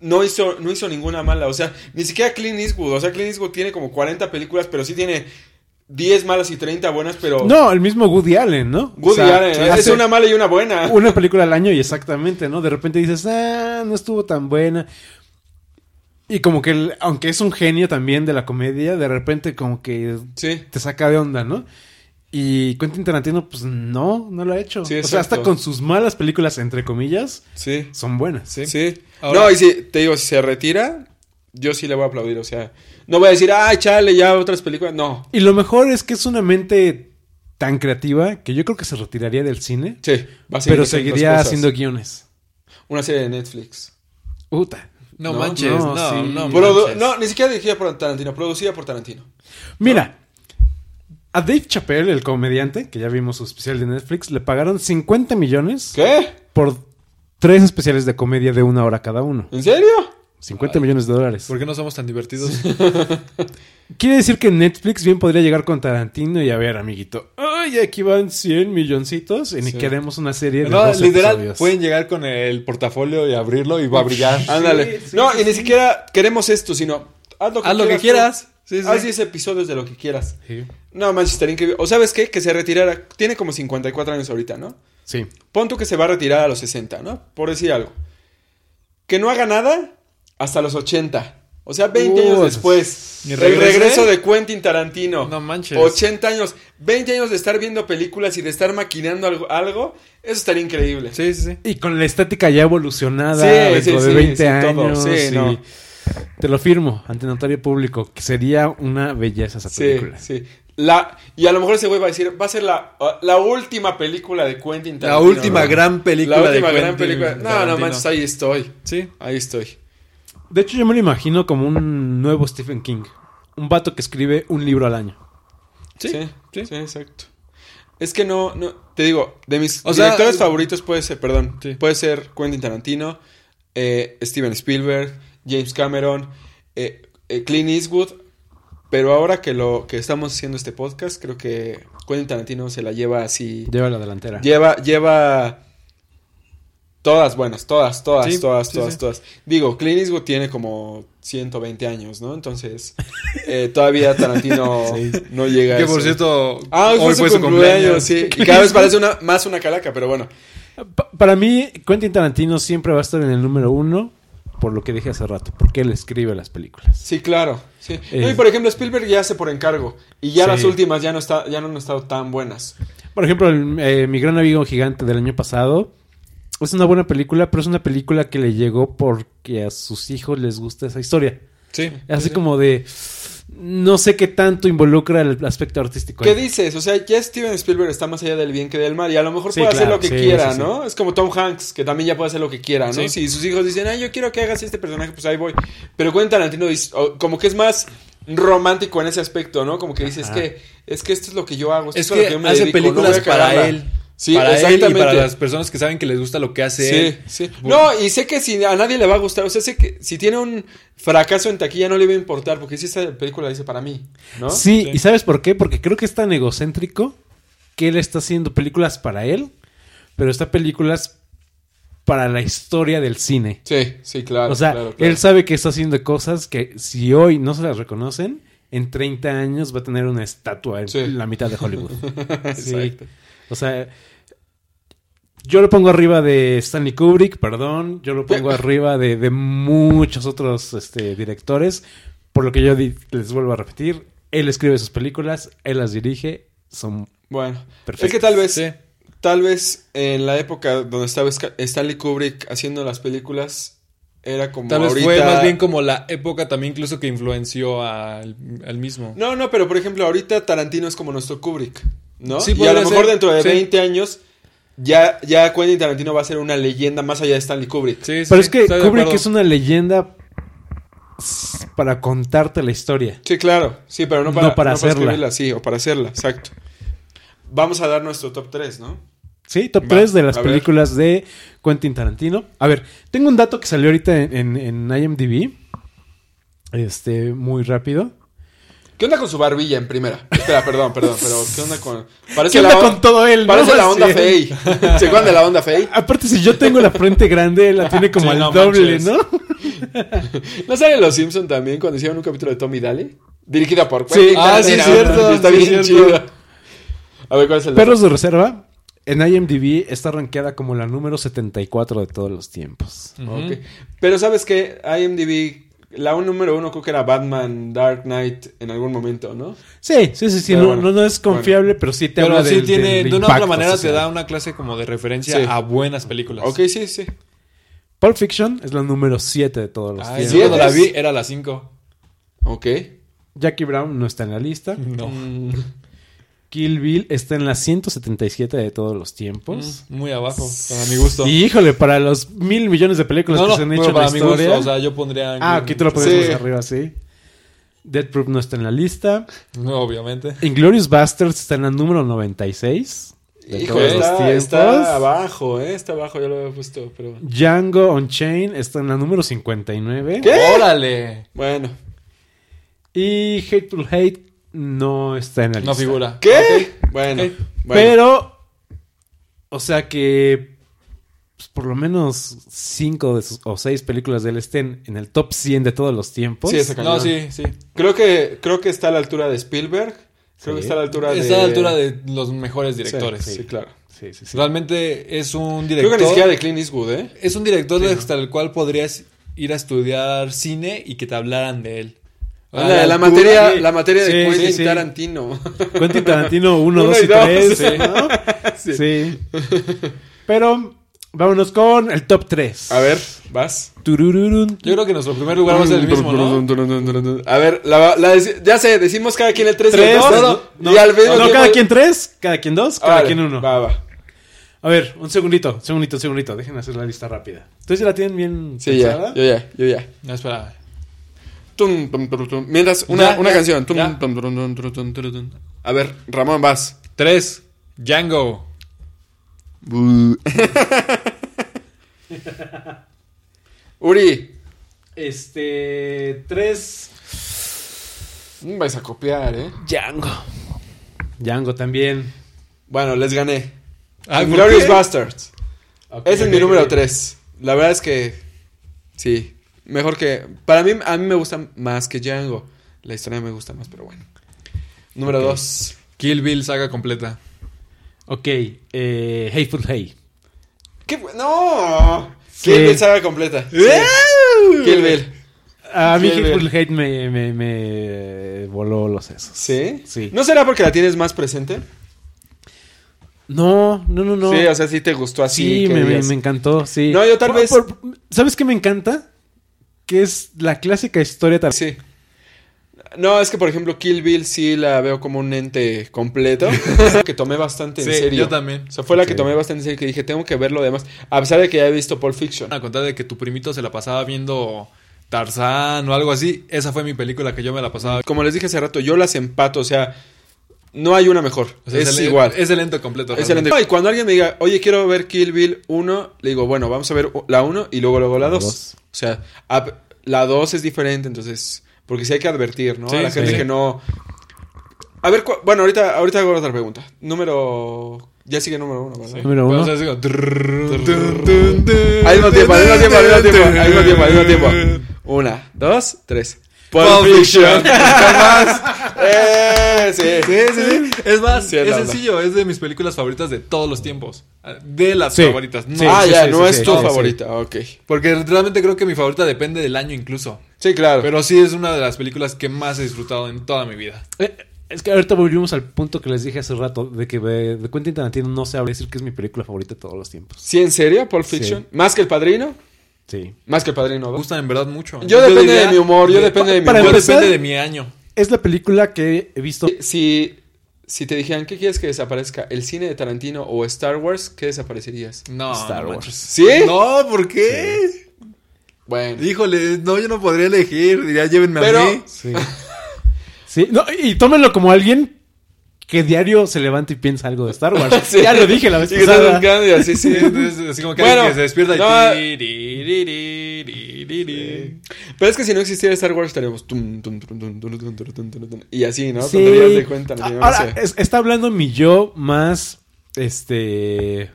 S3: no hizo, no hizo ninguna mala. O sea, ni siquiera Clint Eastwood. O sea, Clint Eastwood tiene como 40 películas, pero sí tiene 10 malas y 30 buenas, pero.
S2: No, el mismo Woody Allen, ¿no?
S3: Oh. Woody
S2: O sea,
S3: Allen,
S2: que
S3: es
S2: hace
S3: una mala y una buena.
S2: una película al año y exactamente, ¿no? De repente dices, ah, no estuvo tan buena. Y como que, el- aunque es un genio también de la comedia, de repente como que
S3: Sí.
S2: te saca de onda, ¿no? Y Quentin Tarantino, pues no, no lo ha hecho.
S3: Sí,
S2: o sea,
S3: exacto.
S2: hasta con sus malas películas, entre comillas,
S3: Sí.
S2: son buenas. ¿eh?
S3: Sí.
S1: Ahora-
S3: no, y si te digo, si se retira, yo sí le voy a aplaudir. O sea, no voy a decir, ay, chale, ya otras películas. No.
S2: Y lo mejor es que es una mente tan creativa que yo creo que se retiraría del cine,
S3: Sí, va a seguir
S2: pero
S3: haciendo
S2: seguiría
S3: cosas.
S2: haciendo guiones.
S3: Una serie de Netflix.
S2: Puta.
S1: No,
S3: No,
S1: manches,
S2: no,
S1: no,
S2: sí.
S1: no,
S3: Produ-
S1: manches.
S3: no, ni siquiera dirigida por Tarantino, producida por Tarantino.
S2: Mira, a Dave Chappelle, el comediante, que ya vimos su especial de Netflix, le pagaron 50 millones
S3: ¿Qué?
S2: por tres especiales de comedia de una hora cada uno.
S3: ¿En serio?
S2: 50 millones de dólares.
S1: ¿Por qué no somos tan divertidos?
S2: Quiere decir que Netflix bien podría llegar con Tarantino y a ver, amiguito, ay, aquí van 100 milloncitos y ni
S3: Sí.
S2: queremos una serie de
S1: No,
S2: dos
S1: literal,
S2: episodios.
S1: pueden llegar con el portafolio y abrirlo y va a brillar.
S3: Ándale.
S2: sí,
S3: no,
S2: sí,
S3: y ni siquiera queremos esto, sino haz lo que
S1: Haz lo que
S3: quieras.
S1: quieras.
S3: tú.
S1: Sí, sí.
S3: Haz 10 episodios de lo que quieras.
S2: Sí.
S3: No, Manchester, increíble. O sabes qué, que se retirara. Tiene como 54 años ahorita, ¿no?
S2: Sí.
S3: Pon tú que se va a retirar a los 60, ¿no? Por decir algo. Que no haga nada hasta los 80. O sea, 20 años
S2: Uy,
S3: después.
S1: ¿y
S3: El
S1: regrese?
S3: regreso de Quentin Tarantino.
S1: No manches.
S3: 80 años. 20 años de estar viendo películas y de estar maquinando algo. algo eso estaría increíble.
S1: Sí, sí, sí.
S2: Y con la estética ya evolucionada,
S3: Sí,
S2: dentro
S3: sí,
S2: de
S3: sí,
S2: 20
S3: sí, todo.
S2: años.
S3: Sí,
S2: y-
S3: no.
S2: Te lo firmo ante notario público, que sería una belleza esa
S3: Sí,
S2: película.
S3: sí. La, y a lo mejor ese güey va a decir, va a ser la, la última película de Quentin Tarantino.
S1: La última
S3: ¿no?
S1: gran película
S3: La última
S1: de
S3: gran
S1: Quentin
S3: película. No, no
S1: Tarantino.
S3: manches, ahí estoy.
S1: Sí.
S3: Ahí estoy.
S2: De hecho, yo me lo imagino como un nuevo Stephen King. Un vato que escribe un libro al año.
S3: Sí, sí,
S1: sí.
S3: exacto. Es que no, no, te digo, de mis
S1: O sea,
S3: directores
S1: eh,
S3: favoritos puede ser, perdón,
S1: Sí.
S3: puede ser Quentin Tarantino, eh, Steven Spielberg, James Cameron, eh, eh, Clint Eastwood. Pero ahora que lo que estamos haciendo este podcast, creo que Quentin Tarantino se la lleva así.
S2: Lleva la delantera.
S3: Lleva, lleva todas buenas, todas, todas,
S1: Sí,
S3: todas,
S1: sí,
S3: todas,
S1: sí.
S3: todas. Digo, Clint Eastwood tiene como 120 años, ¿no? Entonces, eh, todavía Tarantino no llega a
S1: Que por
S3: eso.
S1: cierto,
S3: Ah, hoy, fue, su cumpleaños, sí. Y cada vez parece una, más una calaca, pero bueno.
S2: Pa- para mí, Quentin Tarantino siempre va a estar en el número uno, por lo que dije hace rato, porque él escribe las películas.
S3: Sí, claro. Sí. No, y
S2: Eh.
S3: por ejemplo, Spielberg ya hace por encargo. Y ya
S2: Sí.
S3: las últimas ya no, está, ya no han estado tan buenas.
S2: Por ejemplo, el- eh, Mi gran amigo gigante del año pasado es una buena película, pero es una película que le llegó porque a sus hijos les gusta esa historia.
S1: Sí.
S2: Así como de... No sé qué tanto involucra el aspecto artístico.
S3: ¿Qué
S2: ahí.
S3: dices? O sea, ya Steven Spielberg está más allá del bien que del mal y a lo mejor
S2: Sí,
S3: puede hacer
S2: claro,
S3: lo que
S2: sí,
S3: quiera,
S2: sí, sí.
S3: ¿no? Es como Tom Hanks, que también ya puede hacer lo que quiera, ¿no?
S1: Sí.
S3: Si sus hijos dicen, ay, yo quiero que hagas este personaje, pues ahí voy. Pero Quentin Tarantino dice- o- como que es más romántico en ese aspecto, ¿no? Como que dice, es
S2: Ajá.
S3: que, es que esto es lo que yo hago, esto
S1: Es
S3: es, lo
S1: que
S3: que me
S1: hace
S3: dedico, no voy a
S1: películas para
S3: cagarla".
S1: él.
S3: Sí,
S1: para él y
S3: exactamente.
S1: para las personas que saben que les gusta lo que hace
S3: Sí,
S1: él.
S3: sí. No, y sé que si a nadie le va a gustar, o sea, sé que si tiene un fracaso en taquilla no le va a importar, porque si esta película dice para mí, ¿no?
S2: Sí, ¿y sabes por qué? Porque creo que es tan egocéntrico que él está haciendo películas para él, pero está películas para la historia del cine.
S3: Sí, sí, claro.
S2: o sea,
S3: claro, claro.
S2: él sabe que está haciendo cosas que si hoy no se las reconocen, en 30 años va a tener una estatua en
S3: Sí.
S2: la mitad de Hollywood. Sí. O sea, Yo lo pongo arriba de Stanley Kubrick, perdón. Yo lo pongo arriba de, de muchos otros este, directores. Por lo que yo di- les vuelvo a repetir, él escribe sus películas, él las dirige, son...
S3: Bueno,
S2: Perfecto.
S3: es que tal vez,
S1: Sí.
S3: tal vez en la época donde estaba Sca- Stanley Kubrick haciendo las películas, era como
S1: Tal vez
S3: ahorita...
S1: fue más bien como la época también incluso que influenció al, al mismo.
S3: No, no, pero por ejemplo, ahorita Tarantino es como nuestro Kubrick, ¿no?
S1: Sí,
S3: y a
S1: podría
S3: lo mejor
S1: ser,
S3: dentro de
S1: sí.
S3: 20 años ya, ya Quentin Tarantino va a ser una leyenda más allá de Stanley Kubrick.
S1: Sí, sí,
S2: Pero
S1: sí,
S2: es que
S1: estoy de
S2: Kubrick
S1: acuerdo.
S2: es una leyenda s- para contarte la historia.
S3: Sí, claro. Sí, pero no para,
S2: No para hacerla.
S3: escribirla, sí, o para hacerla, exacto. Vamos a dar nuestro top 3, ¿no?
S2: Sí, top
S3: Va,
S2: 3 de las
S3: a ver.
S2: películas de Quentin Tarantino. A ver, tengo un dato que salió ahorita en, en, en IMDb. Este, muy rápido.
S3: ¿Qué onda con su barbilla en primera? Espera, perdón, perdón, pero ¿qué onda con...? Parece
S2: ¿Qué onda
S3: la on-
S2: con todo él? no?
S3: Parece la
S2: Sí.
S3: onda fey. ¿Se acuerdan de la onda fey?
S2: Aparte, si yo tengo la frente grande, él la tiene como
S1: Sí,
S2: al
S1: no
S2: doble,
S1: manches.
S2: ¿no?
S3: ¿No sale Los Simpson también cuando hicieron un capítulo de Tommy Daly? Dirigida por
S2: Sí,
S3: Quentin
S1: ah, sí,
S3: Tarantino.
S1: es cierto,
S3: Está
S1: sí, es
S3: bien
S1: cierto.
S3: chida. A ver, ¿cuál es el
S2: Perros de reserva en IMDb está rankeada como la número 74 de todos los tiempos.
S1: Ujú.
S3: Ok. Pero ¿sabes qué? IMDb, la un número uno creo que era Batman Dark Knight en algún momento, ¿no?
S2: Sí, sí, sí, sí.
S3: Pero
S2: No,
S3: bueno,
S2: no, no es confiable, pero sí te
S1: Pero
S2: habla
S1: sí
S2: del-
S1: tiene,
S2: del
S1: de una u otra
S2: impacto
S1: manera
S2: social.
S1: te da una clase como de referencia
S3: Sí.
S1: a buenas películas.
S3: Ok, sí, sí.
S2: Pulp Fiction es la número 7 de todos los
S1: Ay,
S2: tiempos.
S1: yo cuando la vi
S3: ¿Siete?
S1: era la 5.
S3: Ok.
S2: Jackie Brown no está en la lista.
S1: No.
S3: Mm,
S2: Kill Bill está en la 177 de todos los tiempos.
S1: Muy abajo, para mi gusto.
S2: Y híjole, para los mil millones de películas
S1: No,
S2: que
S1: no,
S2: se han
S1: pero
S2: hecho en la
S1: para mi
S2: historia.
S1: gusto, o sea, yo pondría...
S2: ah, aquí tú lo pones
S3: Sí.
S2: más arriba, sí. Dead Proof no está en la lista.
S1: No, obviamente.
S2: Inglorious Bastards está en la número 96 de
S3: Hijo,
S2: todos los
S3: está,
S2: tiempos.
S3: está abajo, ¿eh? Está abajo, ya lo había puesto, pero...
S2: Django Unchained está en la número 59.
S1: ¡Órale!
S3: Bueno.
S2: Y Hateful Hate no está en la lista.
S1: No figura.
S3: ¿Qué? Bueno,
S1: Ok.
S3: bueno.
S2: Pero, o sea que pues, por lo menos cinco de sus- o seis películas de él estén en el top 100 de todos los tiempos.
S3: Sí, esa-
S1: No, sí, sí.
S3: Creo que, creo que está a la altura de Spielberg. Creo
S2: Sí.
S3: que está a la altura de...
S1: Está a la altura de los mejores
S3: Sí,
S1: directores.
S3: Sí, claro.
S2: Sí, sí, sí.
S1: Realmente es un
S3: Creo
S1: director...
S3: que ni siquiera de Clint Eastwood, ¿eh?
S1: Es un director hasta el cual podrías ir a estudiar cine y que te hablaran de él. A
S3: La, la
S1: Ah, altura,
S3: materia,
S1: sí.
S3: la materia de
S2: Sí,
S3: Quentin
S2: sí, sí.
S3: Tarantino.
S2: Quentin Tarantino 1,
S3: Uno
S2: 2
S3: y
S2: y
S3: dos,
S2: 3.
S3: sí.
S2: Sí. Pero vámonos con el top 3.
S3: A ver, vas.
S2: Turururun.
S1: Yo creo que nuestro primer lugar va a ser el mismo, ¿no?
S3: A ver, la, la deci- ya sé, decimos cada quien el 3 y el
S2: Tres,
S3: dos,
S2: no,
S3: ¿no? y al mismo
S2: No,
S3: tiempo-
S2: cada quien 3, cada quien 2, cada
S3: Vale,
S2: quien 1.
S3: Va, va.
S2: A ver, un segundito, segundito, segundito. Déjenme hacer la lista rápida. ¿Ustedes ya la tienen bien
S3: Sí, ya,
S2: pensada?
S3: yo ya, yo ya.
S1: No, espera.
S3: Tum, tum, tum, tum. Mientras, una,
S1: Ya,
S3: una
S1: ya,
S3: canción. Tum,
S1: ya.
S3: tum, tum, tum, tum, tum, tum, tum. A ver, Ramón, vas.
S1: Tres. Django.
S3: Uri.
S2: Este. 3.
S3: Me vais a copiar, ¿eh?
S2: Django. Django también.
S3: Bueno, les gané.
S1: Ah, ¿por
S3: Glorious
S1: qué?
S3: Bastards.
S2: Ok,
S3: Ese es
S2: ok,
S3: mi número
S2: ok.
S3: 3. La verdad es que sí, mejor que para mí a mí me gusta más que Django. La historia me gusta más, pero bueno. Número 2.
S1: Kill Bill, saga completa.
S2: Ok, eh, Hateful Hay.
S3: ¿Qué bu- no?
S2: Sí.
S3: Kill Bill saga completa. Sí. Kill Bill.
S2: A mí
S3: Qué bien.
S2: Hateful Hate me, me, me voló los sesos.
S3: ¿Sí?
S2: Sí.
S3: ¿No será porque la tienes más presente?
S2: No, no, no, no.
S3: Sí, o sea, sí te gustó
S2: Sí,
S3: así. que
S2: me, me-
S3: digas.
S2: me encantó, sí.
S3: No, yo tal vez-
S2: ¿Sabes qué me encanta? Que es la clásica historia tal-
S3: Sí. No, es que por ejemplo Kill Bill sí la veo como un ente completo. que tomé bastante en
S1: Sí,
S3: serio.
S1: yo también.
S3: O sea, fue la que
S2: Sí.
S3: tomé bastante en serio que dije, tengo que ver lo demás. A pesar de que ya he visto Pulp Fiction.
S1: A contar de que tu primito se la pasaba viendo Tarzán o algo así. Esa fue mi película que yo me la pasaba.
S3: Como les dije hace rato, yo las empato, o sea, no hay una mejor.
S1: O sea,
S3: es,
S1: el-
S3: igual.
S1: Es el ente completo.
S3: Es el ente- No, y cuando alguien me diga, oye, quiero ver Kill Bill 1, le digo, bueno, vamos a ver la 1 y luego luego la
S2: La
S3: 2.
S2: dos.
S3: O sea, ap- la 2 es diferente, entonces, porque sí hay que advertir, ¿no?
S1: Sí,
S3: a la
S1: sí,
S3: gente
S1: sí.
S3: que no... A ver, cu- bueno, ahorita, ahorita hago otra pregunta. Número... Ya sigue número 1, ¿verdad?
S2: Número uno.
S1: Al
S3: Al mismo tiempo, al mismo tiempo, al mismo tiempo, al mismo tiempo. Una, dos, tres. Pulp
S1: Pulp
S3: Fiction.
S1: Fiction.
S3: Jamás. Eh, sí.
S1: Sí, sí, sí. Es más,
S3: Sí,
S1: es
S3: la- la-
S1: sencillo. Es de mis películas favoritas de todos los tiempos. De las
S2: Sí.
S1: favoritas. No,
S2: Sí.
S3: ah, ya, no
S2: sí,
S3: es
S2: sí,
S3: tu
S2: sí, sí.
S3: favorita. Ok.
S1: Porque realmente creo que mi favorita depende del año incluso.
S3: Sí, claro.
S1: Pero sí es una de las películas que más he disfrutado en toda mi vida.
S2: Eh, Es que ahorita volvimos al punto que les dije hace rato de que eh, de, de Quentin Tarantino no se habla decir que es mi película favorita de todos los tiempos.
S3: ¿Sí, en serio? Pulp Fiction.
S2: Sí.
S3: ¿Más que el padrino?
S2: Sí.
S3: Más que el padrino,
S1: Me
S3: ¿va?
S1: gustan en verdad mucho.
S3: Yo depende de mi humor, yo
S1: de-
S3: depende de mi
S2: para
S1: Yo
S3: humor.
S2: empezar-
S1: depende de mi año.
S2: Es la película que he visto.
S3: Si, si te dijeran, ¿qué quieres que desaparezca? ¿El cine de Tarantino o Star Wars? ¿Qué desaparecerías?
S1: No,
S2: Star
S1: no
S2: Wars.
S1: manches.
S3: ¿Sí?
S1: No, ¿por qué?
S3: Bueno.
S1: Híjole, no, yo no podría elegir. Diría, llévenme a
S3: Pero-
S1: mí.
S2: Sí. Sí, no, y tómenlo como alguien que diario se levanta y piensa algo de Star Wars.
S3: Sí.
S2: Ya lo dije la vez
S3: Y que estás
S2: pasada.
S3: buscando y así, sí.
S1: Sí, es- es así como que,
S3: Bueno,
S1: alguien que se despierta y... ti,
S3: no.
S1: ri, ri, ri, ri, ri, ri.
S3: Pero es que si no existiera Star Wars estaríamos... tum, tum, tum, tum, tum, tum, tum, tum, tum, tum, Y así, ¿no?
S2: Sí. Ah,
S3: Cuando te das de cuenta, no, no
S2: Ahora,
S3: sé.
S2: es- está hablando mi yo más, este,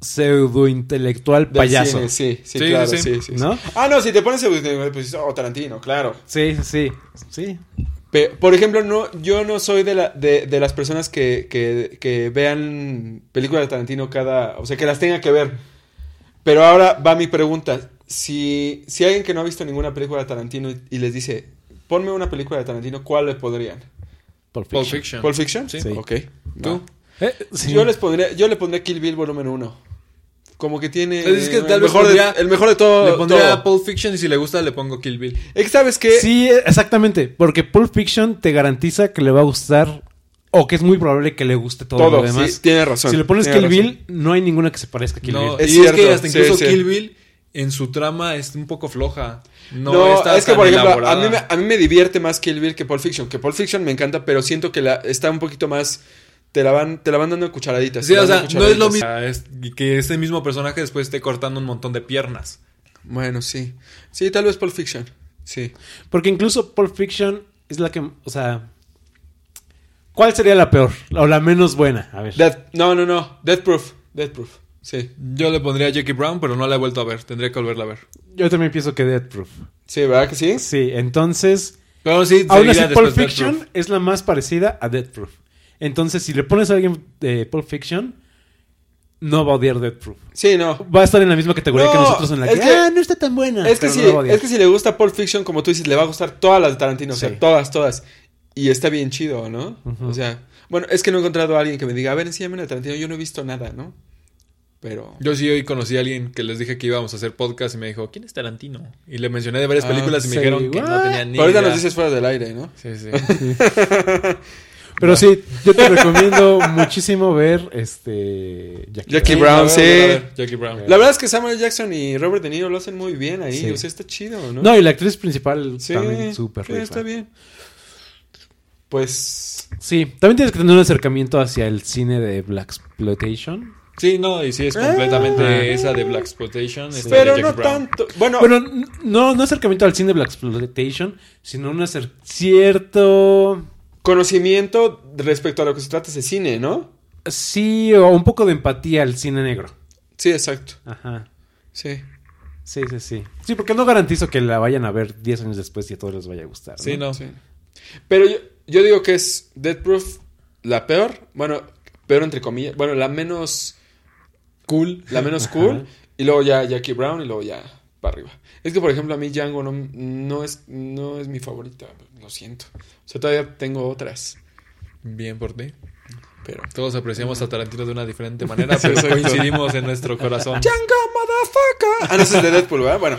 S2: pseudo intelectual
S3: Del
S2: payaso.
S3: cine, sí, sí,
S1: Sí,
S3: claro, sí,
S1: sí, sí.
S3: sí, sí.
S2: ¿No?
S3: Ah, no, si te pones a buscar, pues, oh, Tarantino, claro.
S2: Sí, sí, sí, sí.
S3: Pe- por ejemplo, no, yo no soy de, la, de, de las personas que, que, que vean películas de Tarantino cada... O sea, que las tenga que ver. Pero ahora va mi pregunta. Si, si alguien que no ha visto ninguna película de Tarantino y, y les dice, ponme una película de Tarantino, ¿cuál le podrían?
S2: Pulp
S1: Pulp
S2: Fiction.
S1: Fiction.
S3: ¿Pulp Fiction?
S1: Sí.
S3: Ok.
S1: ¿Tú?
S2: Eh, sí.
S3: Yo les pondría, yo le pondría Kill Bill volumen 1. Como que tiene
S1: Es que
S3: eh,
S1: tal
S3: el,
S1: vez
S3: mejor
S1: pondría-
S3: de, el mejor de todo.
S1: Le pondría
S3: todo.
S1: Pulp Fiction y si le gusta le pongo Kill Bill.
S3: Es que sabes que
S2: Sí, exactamente. Porque Pulp Fiction te garantiza que le va a gustar o que es muy probable que le guste todo,
S3: todo,
S2: lo demás.
S3: sí, tiene razón.
S2: si le pones Kill
S3: tiene razón.
S2: Bill, no hay ninguna que se parezca a Kill
S1: No,
S2: Bill.
S3: Es
S1: y
S3: cierto,
S1: es que hasta
S3: sí,
S1: incluso
S3: sí.
S1: Kill Bill en su trama es un poco floja. No,
S3: No,
S1: está
S3: es que
S1: tan
S3: por ejemplo, a
S1: elaborada.
S3: mí, me, a mí me divierte más Kill Bill que Pulp Fiction, que Pulp Fiction me encanta, pero siento que la, está un poquito más te la van te la van dando en cucharaditas.
S1: Sí,
S3: te la
S1: o
S3: van
S1: sea,
S3: dando en
S1: no es lo mismo
S3: cucharaditas.
S1: que ese mismo personaje después esté cortando un montón de piernas.
S3: Bueno, sí. Sí, tal vez Pulp Fiction. Sí.
S2: Porque incluso Pulp Fiction es la que, o sea, ¿cuál sería la peor o la menos buena? A ver.
S3: Death- no, no, no. Death Proof. Death Proof. Sí.
S1: Yo le pondría Jackie Brown, pero no la he vuelto a ver. Tendría que volverla a ver.
S2: Yo también pienso que Death Proof.
S3: Sí, ¿verdad que sí?
S2: Sí, entonces,
S1: Pero sí,
S2: aún así
S1: seguiría
S2: Pulp
S1: después Death
S2: Fiction
S1: Proof.
S2: es la más parecida a Death Proof. Entonces, si le pones a alguien de Pulp Fiction, no va a odiar Death Proof.
S3: Sí, no.
S2: Va a estar en la misma categoría que
S3: No,
S2: nosotros en la
S3: es
S2: que,
S3: que-
S2: ah, no está tan buena.
S3: Es que,
S2: pero
S3: si,
S2: no la va a odiar.
S3: es que si le gusta Pulp Fiction, como tú dices, le va a gustar todas las de Tarantino, o
S2: Sí.
S3: sea, todas, todas. Y está bien chido, ¿no? O sea, bueno, es que no he encontrado a alguien que me diga, a ver, enséñame la de Tarantino, yo no he visto nada, ¿no? Pero...
S1: Yo sí hoy conocí a alguien que les dije que íbamos a hacer podcast y me dijo, ¿quién es Tarantino? Y le mencioné de varias
S3: Ah,
S1: películas y
S2: sí,
S1: me dijeron que
S2: what?
S1: no tenía ni
S3: Pero ahorita
S1: idea.
S3: nos dices fuera del aire, ¿no?
S1: Sí, sí.
S2: Pero sí, yo te recomiendo muchísimo ver este Jackie,
S3: Jackie
S1: la
S2: Brown.
S3: Brown, sí.
S1: voy a ver, Jackie Brown.
S3: La verdad es que Samuel Jackson y Robert De Niro lo hacen muy bien ahí,
S2: Sí.
S3: o sea, está chido, ¿no?
S2: No, y la actriz principal
S3: sí,
S2: también súper
S3: sí,
S2: rifa.
S3: está bien. Pues...
S2: Sí, también tienes que tener un acercamiento hacia el cine de Black Exploitation.
S1: Sí, no, y sí es completamente
S2: Ah.
S1: esa de Black Exploitation. esta de
S3: Pero
S1: Jackie
S3: no
S1: Brown.
S3: tanto. Bueno,
S2: Bueno, n- no, no acercamiento al cine de Black Exploitation, sino un acer- cierto
S3: conocimiento respecto a lo que se trata ese cine, ¿no?
S2: sí o un poco de empatía al cine negro.
S3: Sí, exacto.
S2: Ajá.
S3: Sí.
S2: Sí, sí, sí. Sí, porque no garantizo que la vayan a ver 10 años después y a todos les vaya a gustar.
S1: Sí, no.
S3: Sí. Pero yo, yo digo que es Death Proof la peor. Bueno, peor entre comillas. Bueno, la menos cool. La menos
S2: Ajá.
S3: cool. Y luego ya Jackie Brown y luego ya para arriba. Es que, por ejemplo, a mí Django no, no, es, no es mi favorita. Lo siento. O sea, todavía tengo otras.
S1: Bien por ti.
S3: Pero.
S1: Todos apreciamos a Tarantino de una diferente manera, pero
S3: exacto.
S1: coincidimos en nuestro corazón.
S3: ¡Django, motherfucker! Ah, no, ese es de Deadpool, ¿verdad? Bueno.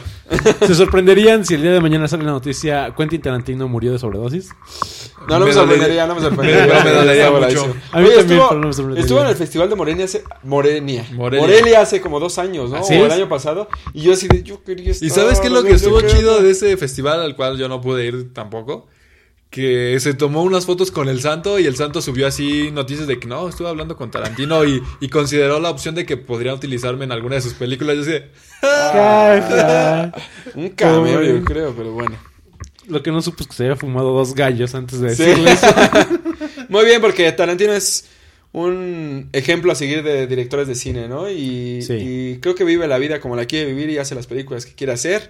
S2: Se sorprenderían si el día de mañana sale la noticia Quentin Tarantino murió de sobredosis.
S3: No, no me,
S1: Me
S3: sorprendería, no me sorprendería.
S1: Me- me dolería
S3: Estaba
S1: mucho.
S3: la hizo.
S2: A mí
S3: Oye,
S2: también,
S3: estuvo,
S2: pero no me sorprendería.
S3: estuvo en el Festival de Morelia hace... Morenia. Morelia.
S1: Morelia.
S3: hace como dos años, ¿no?
S2: Así
S3: o el
S2: es.
S3: año pasado. Y yo así de, yo quería estar...
S1: ¿Y sabes qué es lo
S3: yo
S1: que estuvo
S3: quería
S1: chido
S3: estar.
S1: de ese festival al cual yo no pude ir tampoco? Que se tomó unas fotos con el santo y el santo subió así noticias de que no, estuve hablando con Tarantino y, y consideró la opción de que podría utilizarme en alguna de sus películas. Yo sé,
S2: Caja.
S3: Un cameo,
S2: Pobre.
S3: yo creo, pero bueno.
S2: Lo que no supo es que se había fumado dos gallos antes de
S3: Sí.
S2: decirle eso.
S3: Muy bien, porque Tarantino es un ejemplo a seguir de directores de cine, ¿no? Y,
S2: Sí.
S3: y creo que vive la vida como la quiere vivir y hace las películas que quiere hacer.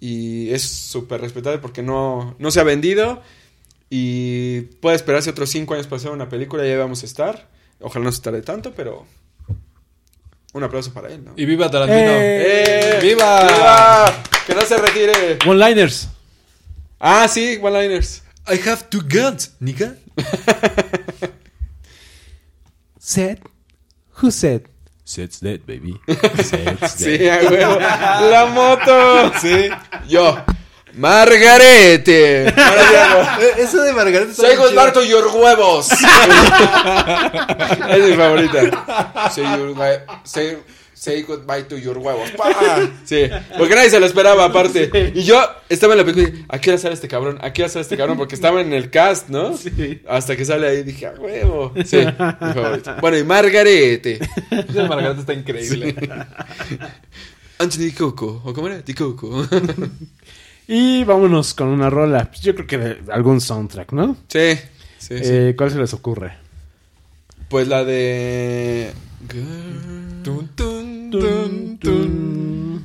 S3: Y es súper respetable porque no, no se ha vendido. Y puede esperarse otros cinco años para hacer una película y ahí vamos a estar. Ojalá no se tarde tanto, pero. Un aplauso para él, ¿no?
S1: Y viva Tarantino.
S2: ¡Eh!
S3: ¡Eh!
S1: ¡Viva!
S3: ¡Viva! ¡Que no se retire!
S2: One-liners.
S3: Ah, sí, one-liners.
S1: I have two guns, nigga.
S2: Said. Who said?
S5: Set's dead, baby.
S3: Sí, a huevo. La moto. Sí. Yo. Margarete. Ahora digo,
S1: Eh, Eso de Margarita. está
S3: Soy
S1: bien chido.
S3: Gilberto Your Huevos. es mi favorita. Say, your, hue- say, say goodbye to Your Huevos. ¡Pah! Sí. Porque nadie se lo esperaba, aparte. Y yo estaba en la película y dije, ¿a qué hora sale este cabrón? ¿A qué hora sale este cabrón? Porque estaba en el cast, ¿no?
S2: Sí.
S3: Hasta que sale ahí dije, ¡a huevo! Sí, mi favorita. Bueno, y Margarete.
S1: Esa de Margarita está increíble.
S3: Anthony Coco. ¿O cómo era? Di Coco.
S2: Y vámonos con una rola. Pues yo creo que de algún soundtrack, ¿no?
S3: Sí, sí, sí.
S2: Eh, ¿Cuál se les ocurre?
S3: Pues la de. Girl, tun, tun, tun, tun.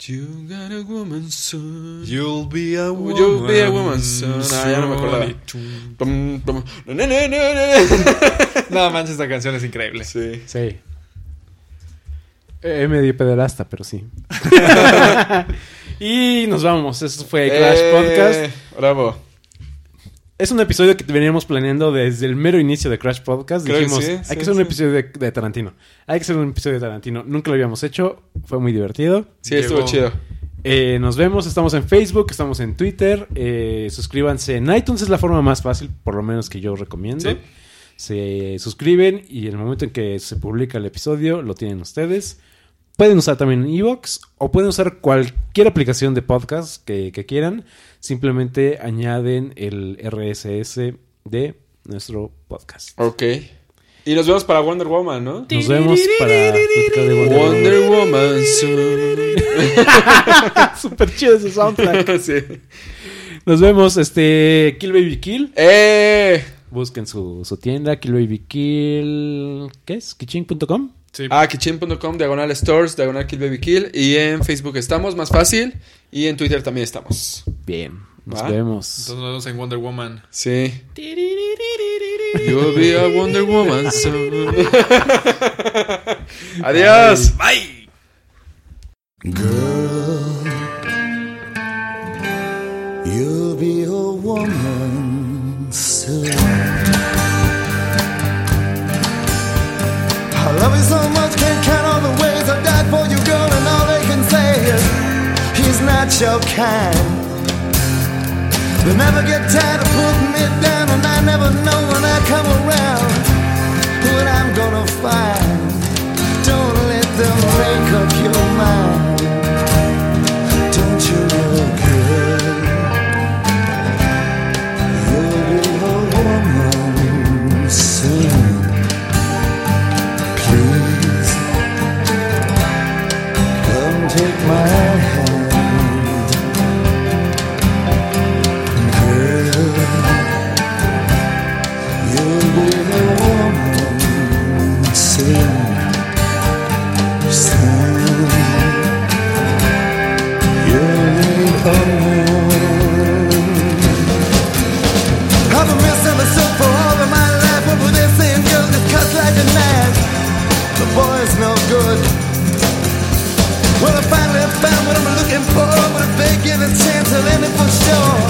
S3: You got a woman soon.
S1: You'll be a woman.
S3: You'll be a woman soon. Ah, ya no me acordaba. Pum, pum. No, no, no, no,
S1: No manches, esta canción es increíble.
S3: no. Sí.
S2: Sí. Eh, medio pederasta, pero sí. y nos vamos. Eso fue Crash
S1: Eh,
S2: Podcast.
S3: Eh, Bravo.
S2: Es un episodio que veníamos planeando desde el mero inicio de Crash Podcast.
S3: Creo que
S2: Dijimos,
S3: sí,
S2: hay
S3: sí,
S2: que hacer un
S3: sí.
S2: episodio de, de Tarantino. Hay que hacer un episodio de Tarantino. Nunca lo habíamos hecho. Fue muy divertido.
S3: Sí, estuvo
S1: Llegó.
S3: chido.
S2: Eh, nos vemos. Estamos en Facebook, estamos en Twitter. eh, suscríbanse en iTunes. Es la forma más fácil, por lo menos que yo recomiendo.
S1: Sí.
S2: Se suscriben y en el momento en que se publica el episodio lo tienen ustedes. Pueden usar también Evox o pueden usar cualquier aplicación de podcast que, que quieran. Simplemente añaden el RSS de nuestro podcast.
S3: Ok. Y nos vemos para Wonder Woman, ¿no?
S2: Nos vemos para platicar de Wonder Woman.
S3: Wonder Woman soon.
S2: Súper chido ese soundtrack.
S3: sí.
S2: Nos vemos, este Kill Baby Kill.
S3: Eh.
S2: Busquen su, su tienda, Kill Baby Kill. ¿Qué es? Kitchen.com.
S1: Sí.
S3: Ah, kitchen.com, diagonal stores, diagonal kill baby kill. Y en Facebook estamos, más fácil. Y en Twitter también estamos.
S2: Bien, nos
S3: Va.
S2: vemos.
S1: Entonces nos vemos en Wonder Woman.
S3: Sí. You'll be a Wonder Woman soon. Adiós.
S1: Bye.
S6: Girl, you'll be a woman soon. I love you so much, can't count all the ways I died for you, girl, and all they can say is he's not your kind. They never get tired of putting it down, and I never know when I come around what I'm gonna find. Don't let them make up your mind. Don't you know, girl? You'll be a woman soon. Please come take my hand, girl. You'll be a woman soon. Well, I finally found what I'm looking for. But if they give a chance, I'll end it for sure.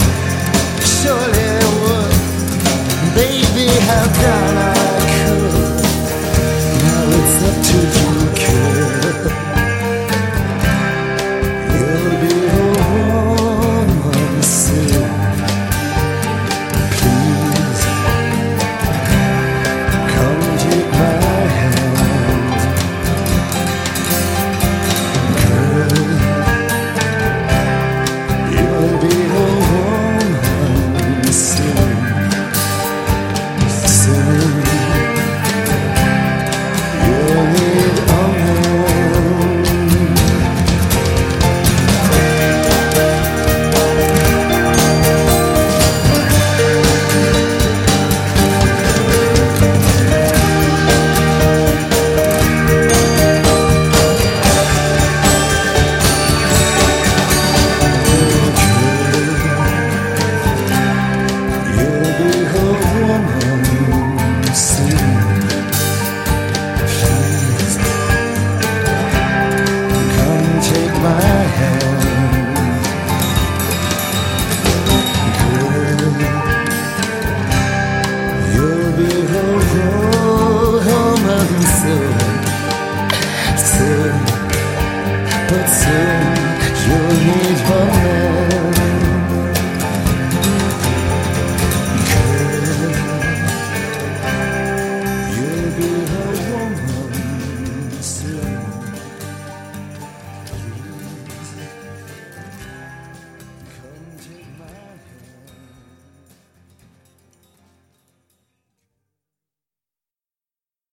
S6: Surely it would. Baby, how done I could. Now it's up to you, kid. You'll be a woman soon. Please come take my hand, girl. You'll be a woman soon. Soon. You'll need soon you'll need one more.